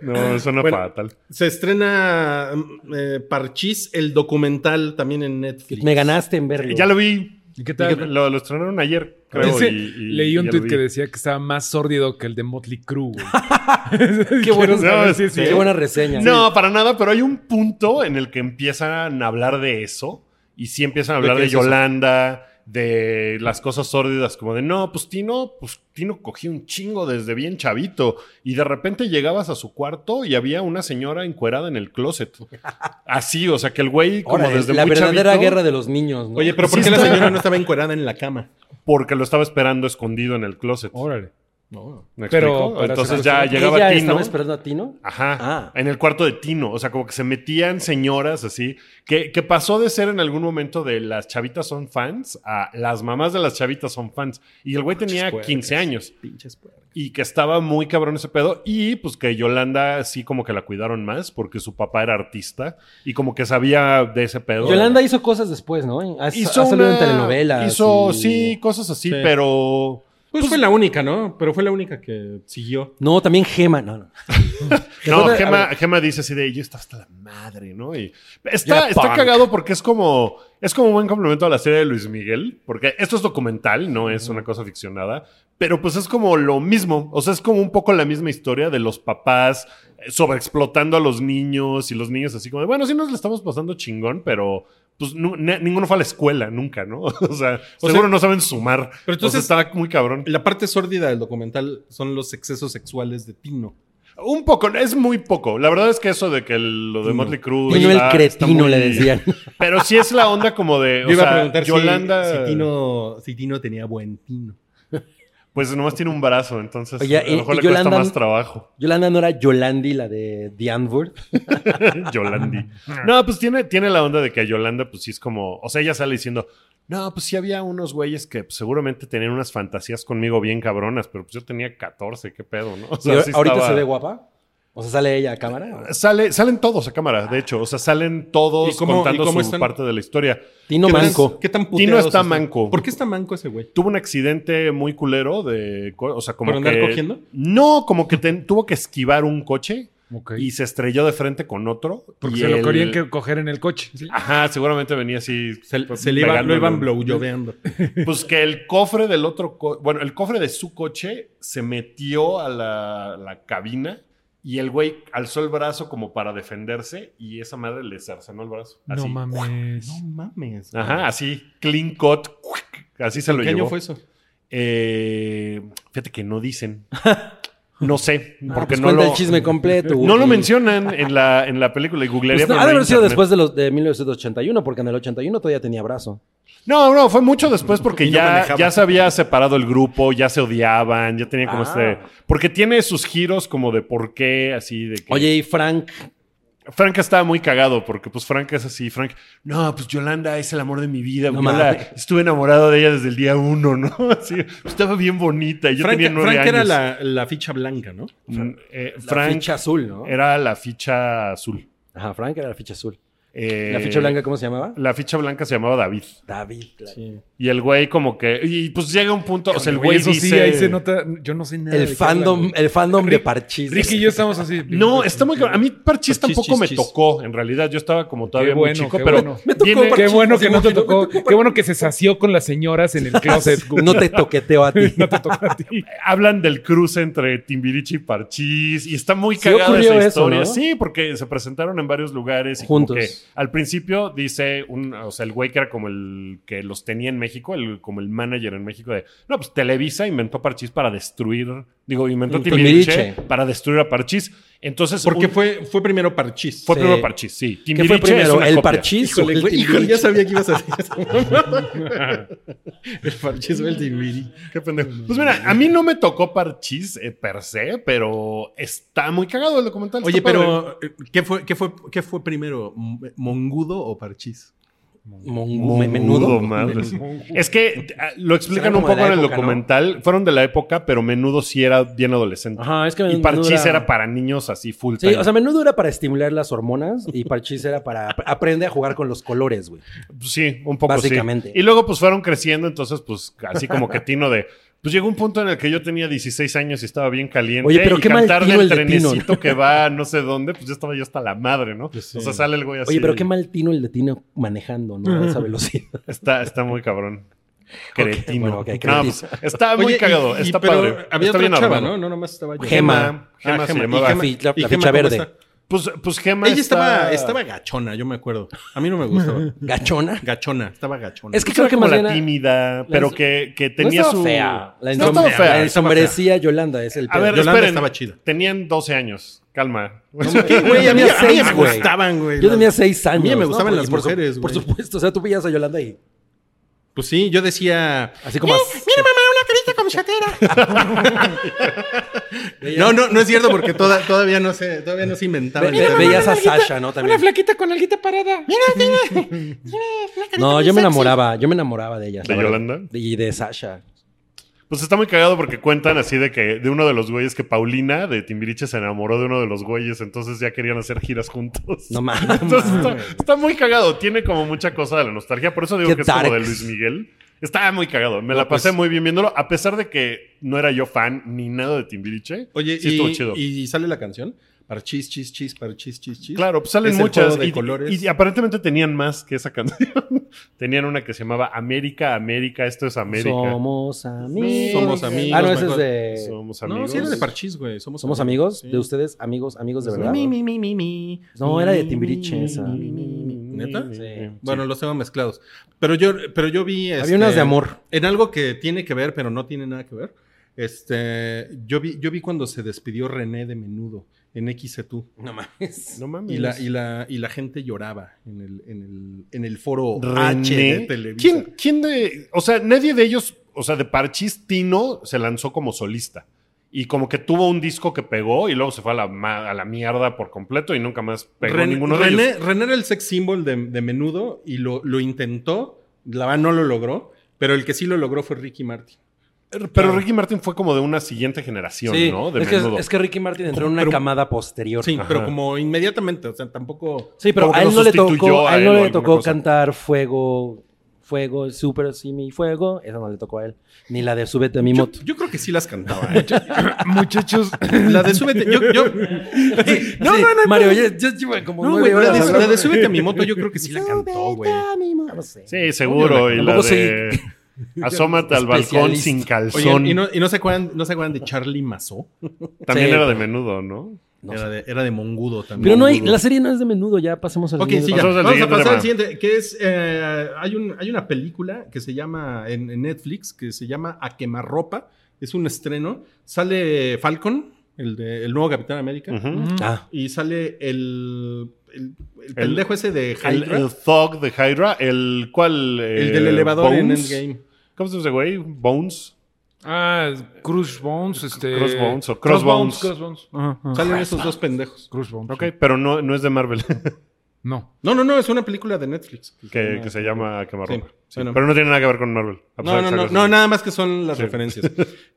Speaker 3: no, no.
Speaker 2: No, suena
Speaker 3: Bueno,
Speaker 2: fatal.
Speaker 3: Se estrena mm, eh, Parchís, el documental también en Netflix.
Speaker 4: Me ganaste en verlo.
Speaker 2: Ya lo vi.
Speaker 5: ¿Y qué
Speaker 2: Y que
Speaker 5: tal?
Speaker 2: Lo, lo estrenaron ayer, creo.
Speaker 5: Ese-
Speaker 2: y- y-
Speaker 5: leí un
Speaker 2: ya lo
Speaker 5: tuit
Speaker 2: vi.
Speaker 5: que decía que estaba más sórdido que el de Motley Crue. güey.
Speaker 4: Qué bueno.
Speaker 5: Quiero saber si es
Speaker 4: Qué
Speaker 5: cierto.
Speaker 4: buena reseña.
Speaker 2: No, para nada, pero hay un punto en el que empiezan a hablar de eso y sí empiezan a hablar
Speaker 3: qué
Speaker 2: de,
Speaker 3: es eso?
Speaker 2: Yolanda, de las cosas sórdidas, como de no, pues Tino, pues Tino cogía un chingo desde bien chavito y de repente llegabas a su cuarto y había una señora encuerada en el closet. Así, o sea, que el güey como
Speaker 4: Ahora,
Speaker 2: desde
Speaker 4: la
Speaker 2: muy
Speaker 4: verdadera
Speaker 2: chavito,
Speaker 4: guerra de los niños, ¿no?
Speaker 3: Oye, pero
Speaker 2: Sí
Speaker 3: ¿por qué la
Speaker 2: está-
Speaker 3: señora no estaba encuerada en la cama?
Speaker 2: porque lo estaba esperando escondido en el closet.
Speaker 5: Órale.
Speaker 2: ¿Me
Speaker 5: Pero
Speaker 2: explico?
Speaker 5: para
Speaker 2: entonces
Speaker 5: hacer-
Speaker 2: ya
Speaker 5: ¿Ella
Speaker 2: llegaba
Speaker 4: ¿Ella
Speaker 2: Tino.
Speaker 4: estaba esperando a Tino?
Speaker 2: Ajá.
Speaker 4: Ah.
Speaker 2: En el cuarto de Tino. O sea, como que se metían señoras así. Que, que pasó de ser en algún momento de las chavitas son fans a las mamás de las chavitas son fans. Y el güey tenía 15 años.
Speaker 3: Pinches puercas.
Speaker 2: Y que estaba muy cabrón ese pedo. Y pues que Yolanda sí como que la cuidaron más porque su papá era artista y como que sabía de ese pedo.
Speaker 4: Yolanda hizo cosas después, ¿no? Ha,
Speaker 2: eh, hizo
Speaker 4: ha salido en
Speaker 2: una-
Speaker 4: telenovelas.
Speaker 2: Hizo,
Speaker 4: y-
Speaker 2: sí, cosas así,
Speaker 3: Sí.
Speaker 2: pero...
Speaker 3: Pues, fue la única, ¿no? Pero fue la única que siguió.
Speaker 4: No, también Gema. No, no.
Speaker 2: No,
Speaker 4: Después de- a
Speaker 2: Gema,
Speaker 4: ver,
Speaker 2: Gema dice así de, yo estaba hasta la madre, ¿no? Y está,
Speaker 4: Era
Speaker 2: está
Speaker 4: punk.
Speaker 2: cagado porque es como, es como un buen complemento a la serie de Luis Miguel, porque esto es documental, no es una cosa ficcionada, pero pues es como lo mismo, o sea, es como un poco la misma historia de los papás eh, sobreexplotando a los niños y los niños así como, de, bueno, sí nos la estamos pasando chingón, pero... Pues nu- ne- ninguno fue a la escuela nunca, ¿no? O sea,
Speaker 3: O
Speaker 2: seguro
Speaker 3: sea-
Speaker 2: no saben sumar.
Speaker 3: Pero entonces-
Speaker 2: o sea, está muy cabrón.
Speaker 3: La parte sórdida del documental son los excesos sexuales de Tino.
Speaker 2: Un poco, es muy poco. La verdad es que eso de que el- lo de
Speaker 3: Tino.
Speaker 2: Motley Crue.
Speaker 4: Tino el
Speaker 2: está- está
Speaker 4: cretino,
Speaker 2: muy-
Speaker 4: le decían.
Speaker 2: Pero sí es la onda como de.
Speaker 3: Yo
Speaker 2: o
Speaker 3: iba
Speaker 2: sea,
Speaker 3: a preguntar si-
Speaker 2: Yolanda.
Speaker 3: si, Tino, si Tino tenía buen Tino.
Speaker 2: Pues nomás tiene un brazo, entonces
Speaker 4: Oye,
Speaker 2: a
Speaker 4: y-
Speaker 2: lo mejor
Speaker 4: y
Speaker 2: le
Speaker 4: Yolanda-
Speaker 2: cuesta más trabajo.
Speaker 4: Yolanda no era Yolandi, la de Dianford.
Speaker 2: Yolandi. No, pues tiene, tiene la onda de que Yolanda, pues sí es como. O sea, ella sale diciendo. No, pues sí había unos güeyes que pues, seguramente tenían unas fantasías conmigo bien cabronas, pero pues yo tenía 14, qué pedo, ¿no? O sea,
Speaker 4: Y
Speaker 2: sí
Speaker 4: ahorita
Speaker 2: estaba-
Speaker 4: se ve guapa. O sea, sale ella a cámara.
Speaker 2: Sale, salen todos a cámara, de hecho. O sea, salen todos
Speaker 3: ¿Y cómo-
Speaker 2: contando
Speaker 3: y cómo
Speaker 2: su
Speaker 3: están?
Speaker 2: parte de la historia.
Speaker 4: Tino
Speaker 3: ¿Qué tan-
Speaker 4: Manco.
Speaker 3: ¿Qué tan
Speaker 2: Tino
Speaker 3: puteados
Speaker 2: está
Speaker 3: están?
Speaker 2: manco.
Speaker 3: ¿Por qué está manco ese güey?
Speaker 2: tuvo un accidente muy culero de co- o sea como
Speaker 3: ¿Por andar
Speaker 2: que-
Speaker 3: cogiendo?
Speaker 2: no como que ten- tuvo que esquivar un coche
Speaker 5: Ok.
Speaker 2: y se estrelló de frente con otro
Speaker 5: Porque
Speaker 2: y
Speaker 5: se lo
Speaker 2: el-
Speaker 5: querían que coger en el coche. Ah, ¿sí?
Speaker 2: ajá seguramente venía así
Speaker 3: Se,
Speaker 2: pues,
Speaker 3: se le iba, lo
Speaker 2: pegándole.
Speaker 3: iban blowjobeando.
Speaker 2: pues que el cofre del otro co- bueno el cofre de su coche se metió a la, la cabina y el güey alzó el brazo como para defenderse y esa madre le cercenó el brazo así.
Speaker 5: No mames.
Speaker 3: No mames. güey.
Speaker 2: ajá así clean cut así se lo
Speaker 3: ¿Qué
Speaker 2: llevó
Speaker 3: año fue eso?
Speaker 2: Eh, fíjate que no dicen. No sé,
Speaker 4: Ah,
Speaker 2: porque
Speaker 4: pues
Speaker 2: no,
Speaker 4: cuenta
Speaker 2: lo,
Speaker 4: el chisme completo.
Speaker 2: no lo
Speaker 4: Guti.
Speaker 2: mencionan en la, en la película y
Speaker 4: Pues
Speaker 2: googlearía.
Speaker 4: no,
Speaker 2: pero
Speaker 4: ha de
Speaker 2: no hay
Speaker 4: haber sido
Speaker 2: internet.
Speaker 4: después de, los, de 1981, porque en el 81 todavía tenía brazo.
Speaker 2: No, no, fue mucho después porque
Speaker 3: Y no
Speaker 2: ya,
Speaker 3: manejaba.
Speaker 2: ya se había separado el grupo, ya se odiaban, ya tenía como
Speaker 4: Ah.
Speaker 2: este... Porque tiene sus giros como de por qué, así de que...
Speaker 4: Oye, y Frank,
Speaker 2: Frank estaba muy cagado porque pues Frank es así, Frank, no, pues Yolanda es el amor de mi vida,
Speaker 4: No
Speaker 2: yo la-
Speaker 4: mames.
Speaker 2: estuve enamorado de ella desde el día uno, ¿no? Así, pues, estaba bien bonita, y yo
Speaker 3: Frank,
Speaker 4: e-
Speaker 2: tenía nueve
Speaker 3: Frank
Speaker 2: años.
Speaker 3: era la, la ficha blanca, ¿no?
Speaker 2: Mm, eh,
Speaker 4: la
Speaker 2: Frank
Speaker 4: ficha azul, ¿no?
Speaker 2: era la ficha azul.
Speaker 4: Ajá, Frank era la ficha azul.
Speaker 2: eh,
Speaker 4: ¿La ficha blanca cómo se llamaba?
Speaker 2: La ficha blanca se llamaba David.
Speaker 4: David, claro.
Speaker 2: Y el güey como que... Y pues llega un punto... O sea, el güey
Speaker 5: eso
Speaker 2: dice...
Speaker 5: sí, ahí se nota. Yo no sé nada.
Speaker 4: El
Speaker 5: de qué
Speaker 4: fandom,
Speaker 5: hablan.
Speaker 4: el fandom de
Speaker 5: Rick-
Speaker 4: parchís.
Speaker 5: Ricky y yo estamos así.
Speaker 2: No, está muy... cabrón. A mí Parchís
Speaker 3: Parchís,
Speaker 2: tampoco
Speaker 3: chis,
Speaker 2: me
Speaker 3: chis.
Speaker 2: tocó, en realidad. Yo estaba como todavía
Speaker 5: bueno,
Speaker 2: muy chico,
Speaker 5: qué
Speaker 2: pero...
Speaker 5: bueno.
Speaker 4: Me tocó
Speaker 2: viene-
Speaker 5: Qué
Speaker 4: Parchís,
Speaker 5: bueno que
Speaker 4: así
Speaker 5: no te
Speaker 4: como que no
Speaker 5: tocó.
Speaker 4: me tocó
Speaker 5: Qué bueno que se sació con las señoras en el closet. Gu.
Speaker 4: No te toqueteo a ti.
Speaker 5: No te tocó a ti.
Speaker 2: Hablan del cruce entre Timbiriche y Parchís y está muy
Speaker 4: Sí,
Speaker 2: cagada
Speaker 4: ocurrió
Speaker 2: esa
Speaker 4: eso,
Speaker 2: historia.
Speaker 4: ¿no?
Speaker 2: Sí, porque se presentaron en varios lugares y como
Speaker 4: Juntos.
Speaker 2: que al principio dice un, o sea, el güey que era como el que los tenía en México, el, como el manager en México de, no, pues Televisa inventó Parchís para destruir, digo, inventó
Speaker 4: Mm,
Speaker 2: Timbiriche,
Speaker 4: Timbiriche.
Speaker 2: para destruir a Parchís. Entonces,
Speaker 3: Porque
Speaker 2: un-
Speaker 3: fue, fue primero Parchís.
Speaker 2: fue
Speaker 4: Sí.
Speaker 2: primero Parchís, sí.
Speaker 4: ¿Qué fue
Speaker 2: es
Speaker 4: primero?
Speaker 2: una
Speaker 4: ¿El
Speaker 2: copia.
Speaker 4: parchís o
Speaker 3: Híjole,
Speaker 4: el
Speaker 3: güey, híjole,
Speaker 4: timbiriche?
Speaker 3: ya sabía que ibas a decir esa mamada. El Parchís o el Timbiri.
Speaker 2: Qué pendejo. Pues mira, a mí no me tocó Parchís eh, per se, pero está muy cagado el documental. está
Speaker 3: Oye,
Speaker 2: padre.
Speaker 3: pero eh, ¿qué fue, qué fue, qué fue primero? M- ¿Mongudo o Parchís?
Speaker 4: Mongu- me-
Speaker 2: Menudo,
Speaker 4: menudo.
Speaker 2: madre. Es que ah, lo explican un
Speaker 4: como de
Speaker 2: poco en
Speaker 4: la
Speaker 2: el
Speaker 4: época, ¿no?
Speaker 2: documental. Fueron de la época, pero menudo sí era bien adolescente.
Speaker 4: Ajá, es que
Speaker 2: y
Speaker 4: menudo
Speaker 2: Parchís
Speaker 4: era-
Speaker 2: era... para niños así full
Speaker 4: Sí,
Speaker 2: time.
Speaker 4: o sea, menudo era para estimular las hormonas y parchís era para aprende a jugar con los colores, güey.
Speaker 2: Pues sí, un poco
Speaker 4: básicamente.
Speaker 2: sí. Y luego pues fueron creciendo, entonces pues así como que Tino de... Pues llegó un punto en el que yo tenía 16 años y estaba bien caliente.
Speaker 4: Oye, pero
Speaker 2: y
Speaker 4: qué mal
Speaker 2: cantar
Speaker 4: Tino
Speaker 2: del
Speaker 4: el de Tino, ¿no?
Speaker 2: trenecito que va a no sé dónde, pues yo estaba ya hasta la madre, ¿no?
Speaker 3: Pues
Speaker 2: O sea, sale el güey así.
Speaker 4: Oye, pero qué mal tino el de Tino manejando, ¿no? A esa velocidad.
Speaker 2: Está, está muy cabrón. Cretino.
Speaker 4: bueno, ok,
Speaker 2: No,
Speaker 4: cretino.
Speaker 2: pues, está muy
Speaker 3: Oye, y-
Speaker 2: cagado,
Speaker 3: y-
Speaker 2: está
Speaker 3: pero
Speaker 2: padre.
Speaker 3: Había
Speaker 2: está
Speaker 3: otra
Speaker 2: bien
Speaker 3: chava,
Speaker 2: armado.
Speaker 3: ¿no? No, nomás estaba yo.
Speaker 2: Gema.
Speaker 3: Ah,
Speaker 2: Gema se
Speaker 3: Gema.
Speaker 2: llamaba.
Speaker 3: ¿Y Gema-
Speaker 4: fi- la-
Speaker 3: y Gema
Speaker 4: la ficha
Speaker 3: cómo
Speaker 4: verde.
Speaker 3: está?
Speaker 2: Pues, pues Gema
Speaker 3: Ella
Speaker 2: está-
Speaker 3: estaba, estaba gachona, yo me acuerdo. A mí no me gustaba.
Speaker 4: ¿Gachona?
Speaker 3: Gachona, estaba gachona.
Speaker 4: Es que creo que
Speaker 2: como
Speaker 4: más
Speaker 2: la
Speaker 4: bien... era-
Speaker 2: tímida, pero
Speaker 4: ins-
Speaker 2: que, que tenía
Speaker 4: no estaba
Speaker 2: su...
Speaker 4: fea. La,
Speaker 2: no estaba
Speaker 4: ensom- la
Speaker 2: fea.
Speaker 4: ensombrecía Yolanda es el
Speaker 2: A
Speaker 4: pedo.
Speaker 2: ver,
Speaker 3: Yolanda
Speaker 2: esperen.
Speaker 3: estaba chida.
Speaker 2: Tenían 12 años. Calma.
Speaker 3: ¿Qué, güey? A mí,
Speaker 4: Tenía
Speaker 3: a mí
Speaker 4: seis,
Speaker 3: me
Speaker 4: güey.
Speaker 3: gustaban, güey.
Speaker 4: Yo
Speaker 3: las-
Speaker 4: tenía seis años.
Speaker 3: me
Speaker 4: ¿no?
Speaker 3: gustaban
Speaker 4: Por-
Speaker 3: las
Speaker 4: por su-
Speaker 3: mujeres,
Speaker 4: Por
Speaker 3: güey.
Speaker 4: supuesto, o sea, tú veías a Yolanda y
Speaker 3: Pues sí, yo decía...
Speaker 4: así como...
Speaker 3: Mira, mamá, una carita como chatera. no, no, no es cierto porque toda- todavía no se, todavía no se inventaba.
Speaker 4: Ve-
Speaker 3: el
Speaker 4: ve-
Speaker 3: internet.
Speaker 4: veías a Sasha, ¿no? También.
Speaker 5: flaquita con alguita parada.
Speaker 4: No, yo me enamoraba, yo me enamoraba de ella.
Speaker 2: ¿De Yolanda?
Speaker 4: Y de Sasha.
Speaker 2: Pues está muy cagado porque cuentan así de que de uno de los güeyes que Paulina de Timbiriche se enamoró de uno de los güeyes, entonces ya querían hacer giras juntos.
Speaker 4: No mames.
Speaker 2: Entonces está, está muy cagado, tiene como mucha cosa de la nostalgia, por eso digo
Speaker 4: Qué
Speaker 2: que es como de
Speaker 4: darks.
Speaker 2: Luis Miguel. Está muy cagado, me la
Speaker 3: pues.
Speaker 2: pasé muy bien viéndolo, a pesar de que no era yo fan ni nada de Timbiriche.
Speaker 3: Oye,
Speaker 2: sí estuvo chido.
Speaker 3: y, y sale la canción. Parchis, chis, chis, parchis, chis, chis.
Speaker 2: Claro, pues salen
Speaker 3: Es el
Speaker 2: muchas.
Speaker 3: juego de
Speaker 2: y,
Speaker 3: colores.
Speaker 2: y aparentemente tenían más que esa canción. tenían una que se llamaba América, América, esto es América. Somos,
Speaker 4: Somos amigos.
Speaker 3: Somos amigos,
Speaker 4: Ah, no,
Speaker 3: me
Speaker 4: ese es
Speaker 3: acuerdo.
Speaker 4: de...
Speaker 3: No,
Speaker 2: amigos.
Speaker 3: sí era de Parchis, güey. Somos,
Speaker 4: ¿Somos amigos?
Speaker 3: sí.
Speaker 4: ¿De ustedes? Amigos, amigos de verdad.
Speaker 3: Mi, mi, mi, mi, mi.
Speaker 4: No,
Speaker 3: Mi,
Speaker 4: era de
Speaker 3: mi,
Speaker 4: Timbiriche
Speaker 3: mi,
Speaker 4: esa.
Speaker 3: mi, mi, mi. ¿Neta?
Speaker 4: Sí.
Speaker 3: Bueno, los tengo mezclados. Pero yo, pero yo vi. este,
Speaker 4: unas de amor.
Speaker 3: En algo que tiene que ver, pero no tiene nada que ver. Este, yo vi, yo vi cuando se despidió René de menudo en XC2.
Speaker 4: No mames.
Speaker 2: No mames.
Speaker 3: Y la, y, la, y la gente lloraba en el, en el, en el foro H de
Speaker 2: René.
Speaker 3: Televisa.
Speaker 2: ¿Quién, ¿Quién de.? O sea, nadie de ellos, o sea, de Parchis Tino se lanzó como solista. Y como que tuvo un disco que pegó y luego se fue a la, ma- a la mierda por completo y nunca más pegó
Speaker 3: René,
Speaker 2: ninguno de
Speaker 3: René-
Speaker 2: ellos.
Speaker 3: René era el sex symbol de, de menudo y lo, lo intentó. La verdad no lo logró, pero el que sí lo logró fue Ricky Martin.
Speaker 2: Pero Ricky Martin fue como de una siguiente generación,
Speaker 4: Sí,
Speaker 2: ¿no? De
Speaker 4: es, que,
Speaker 2: menudo.
Speaker 4: es que Ricky Martin entró en una
Speaker 3: Pero-
Speaker 4: camada posterior.
Speaker 3: Sí,
Speaker 2: Ajá.
Speaker 3: pero como inmediatamente, o sea, tampoco.
Speaker 4: Sí, pero
Speaker 2: Como que
Speaker 4: a él,
Speaker 2: lo
Speaker 4: no le
Speaker 2: sustituyó
Speaker 4: tocó,
Speaker 2: a
Speaker 4: a él
Speaker 2: él
Speaker 4: no
Speaker 2: o
Speaker 4: le
Speaker 2: alguna
Speaker 4: tocó
Speaker 2: cosa.
Speaker 4: cantar Fuego, Fuego, Super Simi, Fuego. Esa no le tocó a él. Ni la de Súbete a mi
Speaker 3: Yo,
Speaker 4: moto.
Speaker 3: yo creo que sí las cantaba. ¿eh?
Speaker 5: Muchachos,
Speaker 3: La de súbete, yo, yo-
Speaker 4: No, no, no. Mario, yo, yo llevo como
Speaker 3: no,
Speaker 4: nueve
Speaker 3: güey, la,
Speaker 4: horas
Speaker 3: de, la
Speaker 4: hablando.
Speaker 3: de súbete a mi moto, yo creo que sí la cantó, güey.
Speaker 4: No sé.
Speaker 2: Sí, seguro. Y la
Speaker 4: Tampoco
Speaker 2: de. Asómate al balcón
Speaker 4: Especialista.
Speaker 2: sin
Speaker 3: Oye,
Speaker 2: calzón.
Speaker 3: ¿y, no, y no se acuerdan, no se acuerdan de Charlie Mazó?
Speaker 2: También
Speaker 4: Sí.
Speaker 2: era de menudo, ¿no?
Speaker 4: No
Speaker 3: era, de, era de Mongudo también.
Speaker 4: Pero no hay,
Speaker 3: Mongudo.
Speaker 4: la serie no es de menudo, ya pasemos al
Speaker 3: Ok,
Speaker 4: siguiente
Speaker 3: sí, ya.
Speaker 4: tema.
Speaker 2: Pasamos al
Speaker 3: Vamos a
Speaker 2: siguiente
Speaker 3: pasar al
Speaker 2: tema.
Speaker 3: siguiente, que es, eh, hay, un, hay una película que se llama, en, en Netflix, que se llama A Quemarropa, es un estreno, sale Falcon, el, de, el nuevo Capitán América,
Speaker 2: Ujú.
Speaker 5: Mm.
Speaker 4: Ah,
Speaker 3: y sale el, el, el pendejo ese de
Speaker 2: El,
Speaker 3: Hydra,
Speaker 2: el
Speaker 3: el,
Speaker 2: thug de Hydra, el cual. eh,
Speaker 3: del elevador en
Speaker 2: Bones.
Speaker 3: Endgame.
Speaker 2: ¿Cómo se llama ese güey? Bones.
Speaker 5: Ah, Crushbones, este.
Speaker 2: Crossbones o Crossbones.
Speaker 5: Crossbones. Crossbones. Ajá, ajá.
Speaker 3: Salen esos dos pendejos.
Speaker 5: Crossbones.
Speaker 2: Ok, pero no, no es de Marvel.
Speaker 5: No.
Speaker 3: No, no, no, es una película de Netflix.
Speaker 2: que,
Speaker 3: Una-
Speaker 2: que se llama Quemarropa.
Speaker 3: Sí,
Speaker 2: Sí,
Speaker 3: bueno.
Speaker 2: Pero no tiene nada que ver con Marvel.
Speaker 5: Ah,
Speaker 2: a
Speaker 5: pues
Speaker 2: pesar
Speaker 3: No,
Speaker 2: de
Speaker 3: no,
Speaker 2: que
Speaker 3: no,
Speaker 2: sea
Speaker 3: no,
Speaker 2: así.
Speaker 3: nada más que son las
Speaker 2: Sí.
Speaker 3: referencias.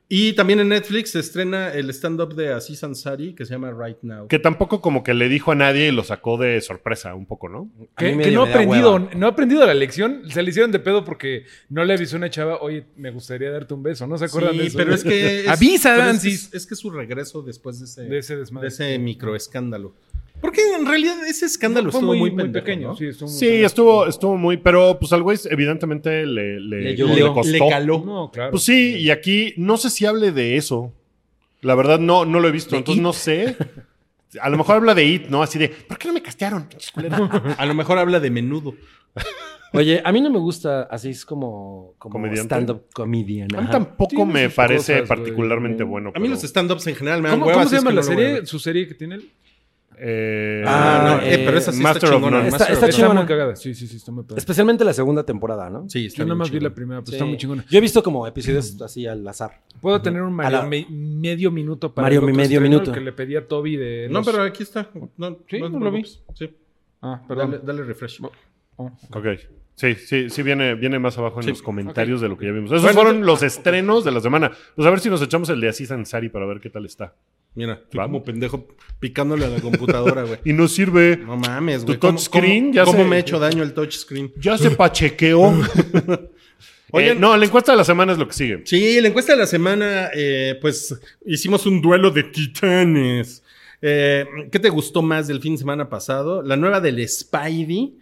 Speaker 3: Y también en Netflix se estrena el stand-up de Aziz Ansari que se llama Right Now.
Speaker 2: Que tampoco como que le dijo a nadie y lo sacó de sorpresa un poco, ¿no?
Speaker 4: A mí
Speaker 5: Que,
Speaker 4: me-
Speaker 5: que no ha
Speaker 4: me da
Speaker 5: aprendido,
Speaker 4: hueva.
Speaker 5: no ha aprendido la lección. Se le hicieron de pedo porque no le avisó una chava, oye, me gustaría darte un beso. ¿No se acuerdan
Speaker 3: Sí,
Speaker 5: de eso?
Speaker 3: pero es que... es- pero
Speaker 5: Avisa,
Speaker 3: es que
Speaker 5: Dancis.
Speaker 3: Es, es que es su regreso después de ese,
Speaker 5: De ese desmadre.
Speaker 3: microescándalo. Porque en realidad ese escándalo
Speaker 5: Fue
Speaker 3: estuvo muy, pendejo,
Speaker 5: pequeño.
Speaker 3: ¿no?
Speaker 5: Sí, estuvo muy
Speaker 2: Sí,
Speaker 5: pendejo.
Speaker 2: estuvo, estuvo muy. Pero pues al güey evidentemente le, le,
Speaker 4: Le
Speaker 2: le
Speaker 4: llovió.
Speaker 2: costó.
Speaker 3: Le caló.
Speaker 5: No, claro.
Speaker 2: Pues sí, y aquí no sé si hable de eso. La verdad, no, no lo he visto,
Speaker 4: ¿De
Speaker 2: entonces
Speaker 4: It?
Speaker 2: no sé. A lo mejor habla de It, ¿no? Así de, ¿por qué no me castearon? Pues, pinches culeros?"
Speaker 3: A lo mejor habla de menudo.
Speaker 4: Oye, a mí no me gusta así es como, como
Speaker 2: Comediante.
Speaker 4: stand-up comedian.
Speaker 2: A mí
Speaker 4: ajá.
Speaker 2: tampoco
Speaker 5: Tiene
Speaker 2: me
Speaker 5: sus
Speaker 2: parece
Speaker 5: cosas, güey.
Speaker 2: particularmente bueno.
Speaker 3: A mí
Speaker 2: pero-
Speaker 3: los stand-ups en general me dan
Speaker 5: ¿Cómo,
Speaker 3: hueva,
Speaker 5: cómo
Speaker 3: así
Speaker 5: se
Speaker 3: es
Speaker 5: llama
Speaker 3: que
Speaker 5: la
Speaker 3: no voy a
Speaker 5: serie?
Speaker 3: ver.
Speaker 5: ¿Su serie que tiene él?
Speaker 2: Eh,
Speaker 3: Ah, no,
Speaker 4: eh,
Speaker 3: eh, pero esa sí
Speaker 2: Master
Speaker 3: está
Speaker 2: of
Speaker 3: chingona.
Speaker 2: None.
Speaker 3: Master
Speaker 4: Está- está
Speaker 3: of None.
Speaker 5: Está muy
Speaker 4: chingona.
Speaker 5: cagada. Sí, sí, sí, está muy padre.
Speaker 4: Especialmente la segunda temporada, ¿no?
Speaker 3: Sí, está
Speaker 5: Yo nada
Speaker 3: bien
Speaker 5: más vi
Speaker 3: chingona.
Speaker 5: la primera, pero
Speaker 4: Sí.
Speaker 5: está muy chingona.
Speaker 4: Yo he visto como episodios así al azar.
Speaker 5: Puedo tener un
Speaker 4: A
Speaker 5: Mario
Speaker 4: la-
Speaker 5: me- medio minuto para
Speaker 4: Mario
Speaker 5: el otro
Speaker 4: medio
Speaker 5: estreno,
Speaker 4: minuto.
Speaker 5: el que le pedí a Toby de...
Speaker 3: No,
Speaker 5: los-
Speaker 3: pero aquí está. No,
Speaker 5: Sí,
Speaker 3: no,
Speaker 5: no lo vi.
Speaker 3: Sí.
Speaker 5: Ah, perdón.
Speaker 3: Dale, dale refresh.
Speaker 5: Oh.
Speaker 2: Ok. Sí, sí, sí viene, viene más abajo en
Speaker 3: Sí.
Speaker 2: los comentarios de lo que ya vimos. Esos
Speaker 3: Bueno,
Speaker 2: fueron
Speaker 3: te-
Speaker 2: los estrenos de la semana. Pues a ver si nos echamos el de Aziz Ansari para ver qué tal está.
Speaker 3: Mira, tú
Speaker 2: Va.
Speaker 3: como pendejo picándole a la computadora, güey.
Speaker 2: Y no sirve.
Speaker 3: No mames,
Speaker 2: Tu
Speaker 3: güey.
Speaker 2: touchscreen
Speaker 3: ¿Cómo,
Speaker 2: ya
Speaker 3: cómo
Speaker 2: se-
Speaker 3: me ha hecho daño el touchscreen?
Speaker 2: Ya se pachequeó. Oye,
Speaker 3: Oigan-
Speaker 2: no, la encuesta de la semana es lo que sigue.
Speaker 3: Sí, la encuesta de la semana, eh, pues hicimos un duelo de titanes. Eh, ¿Qué te gustó más del fin de semana pasado? ¿La nueva del Spidey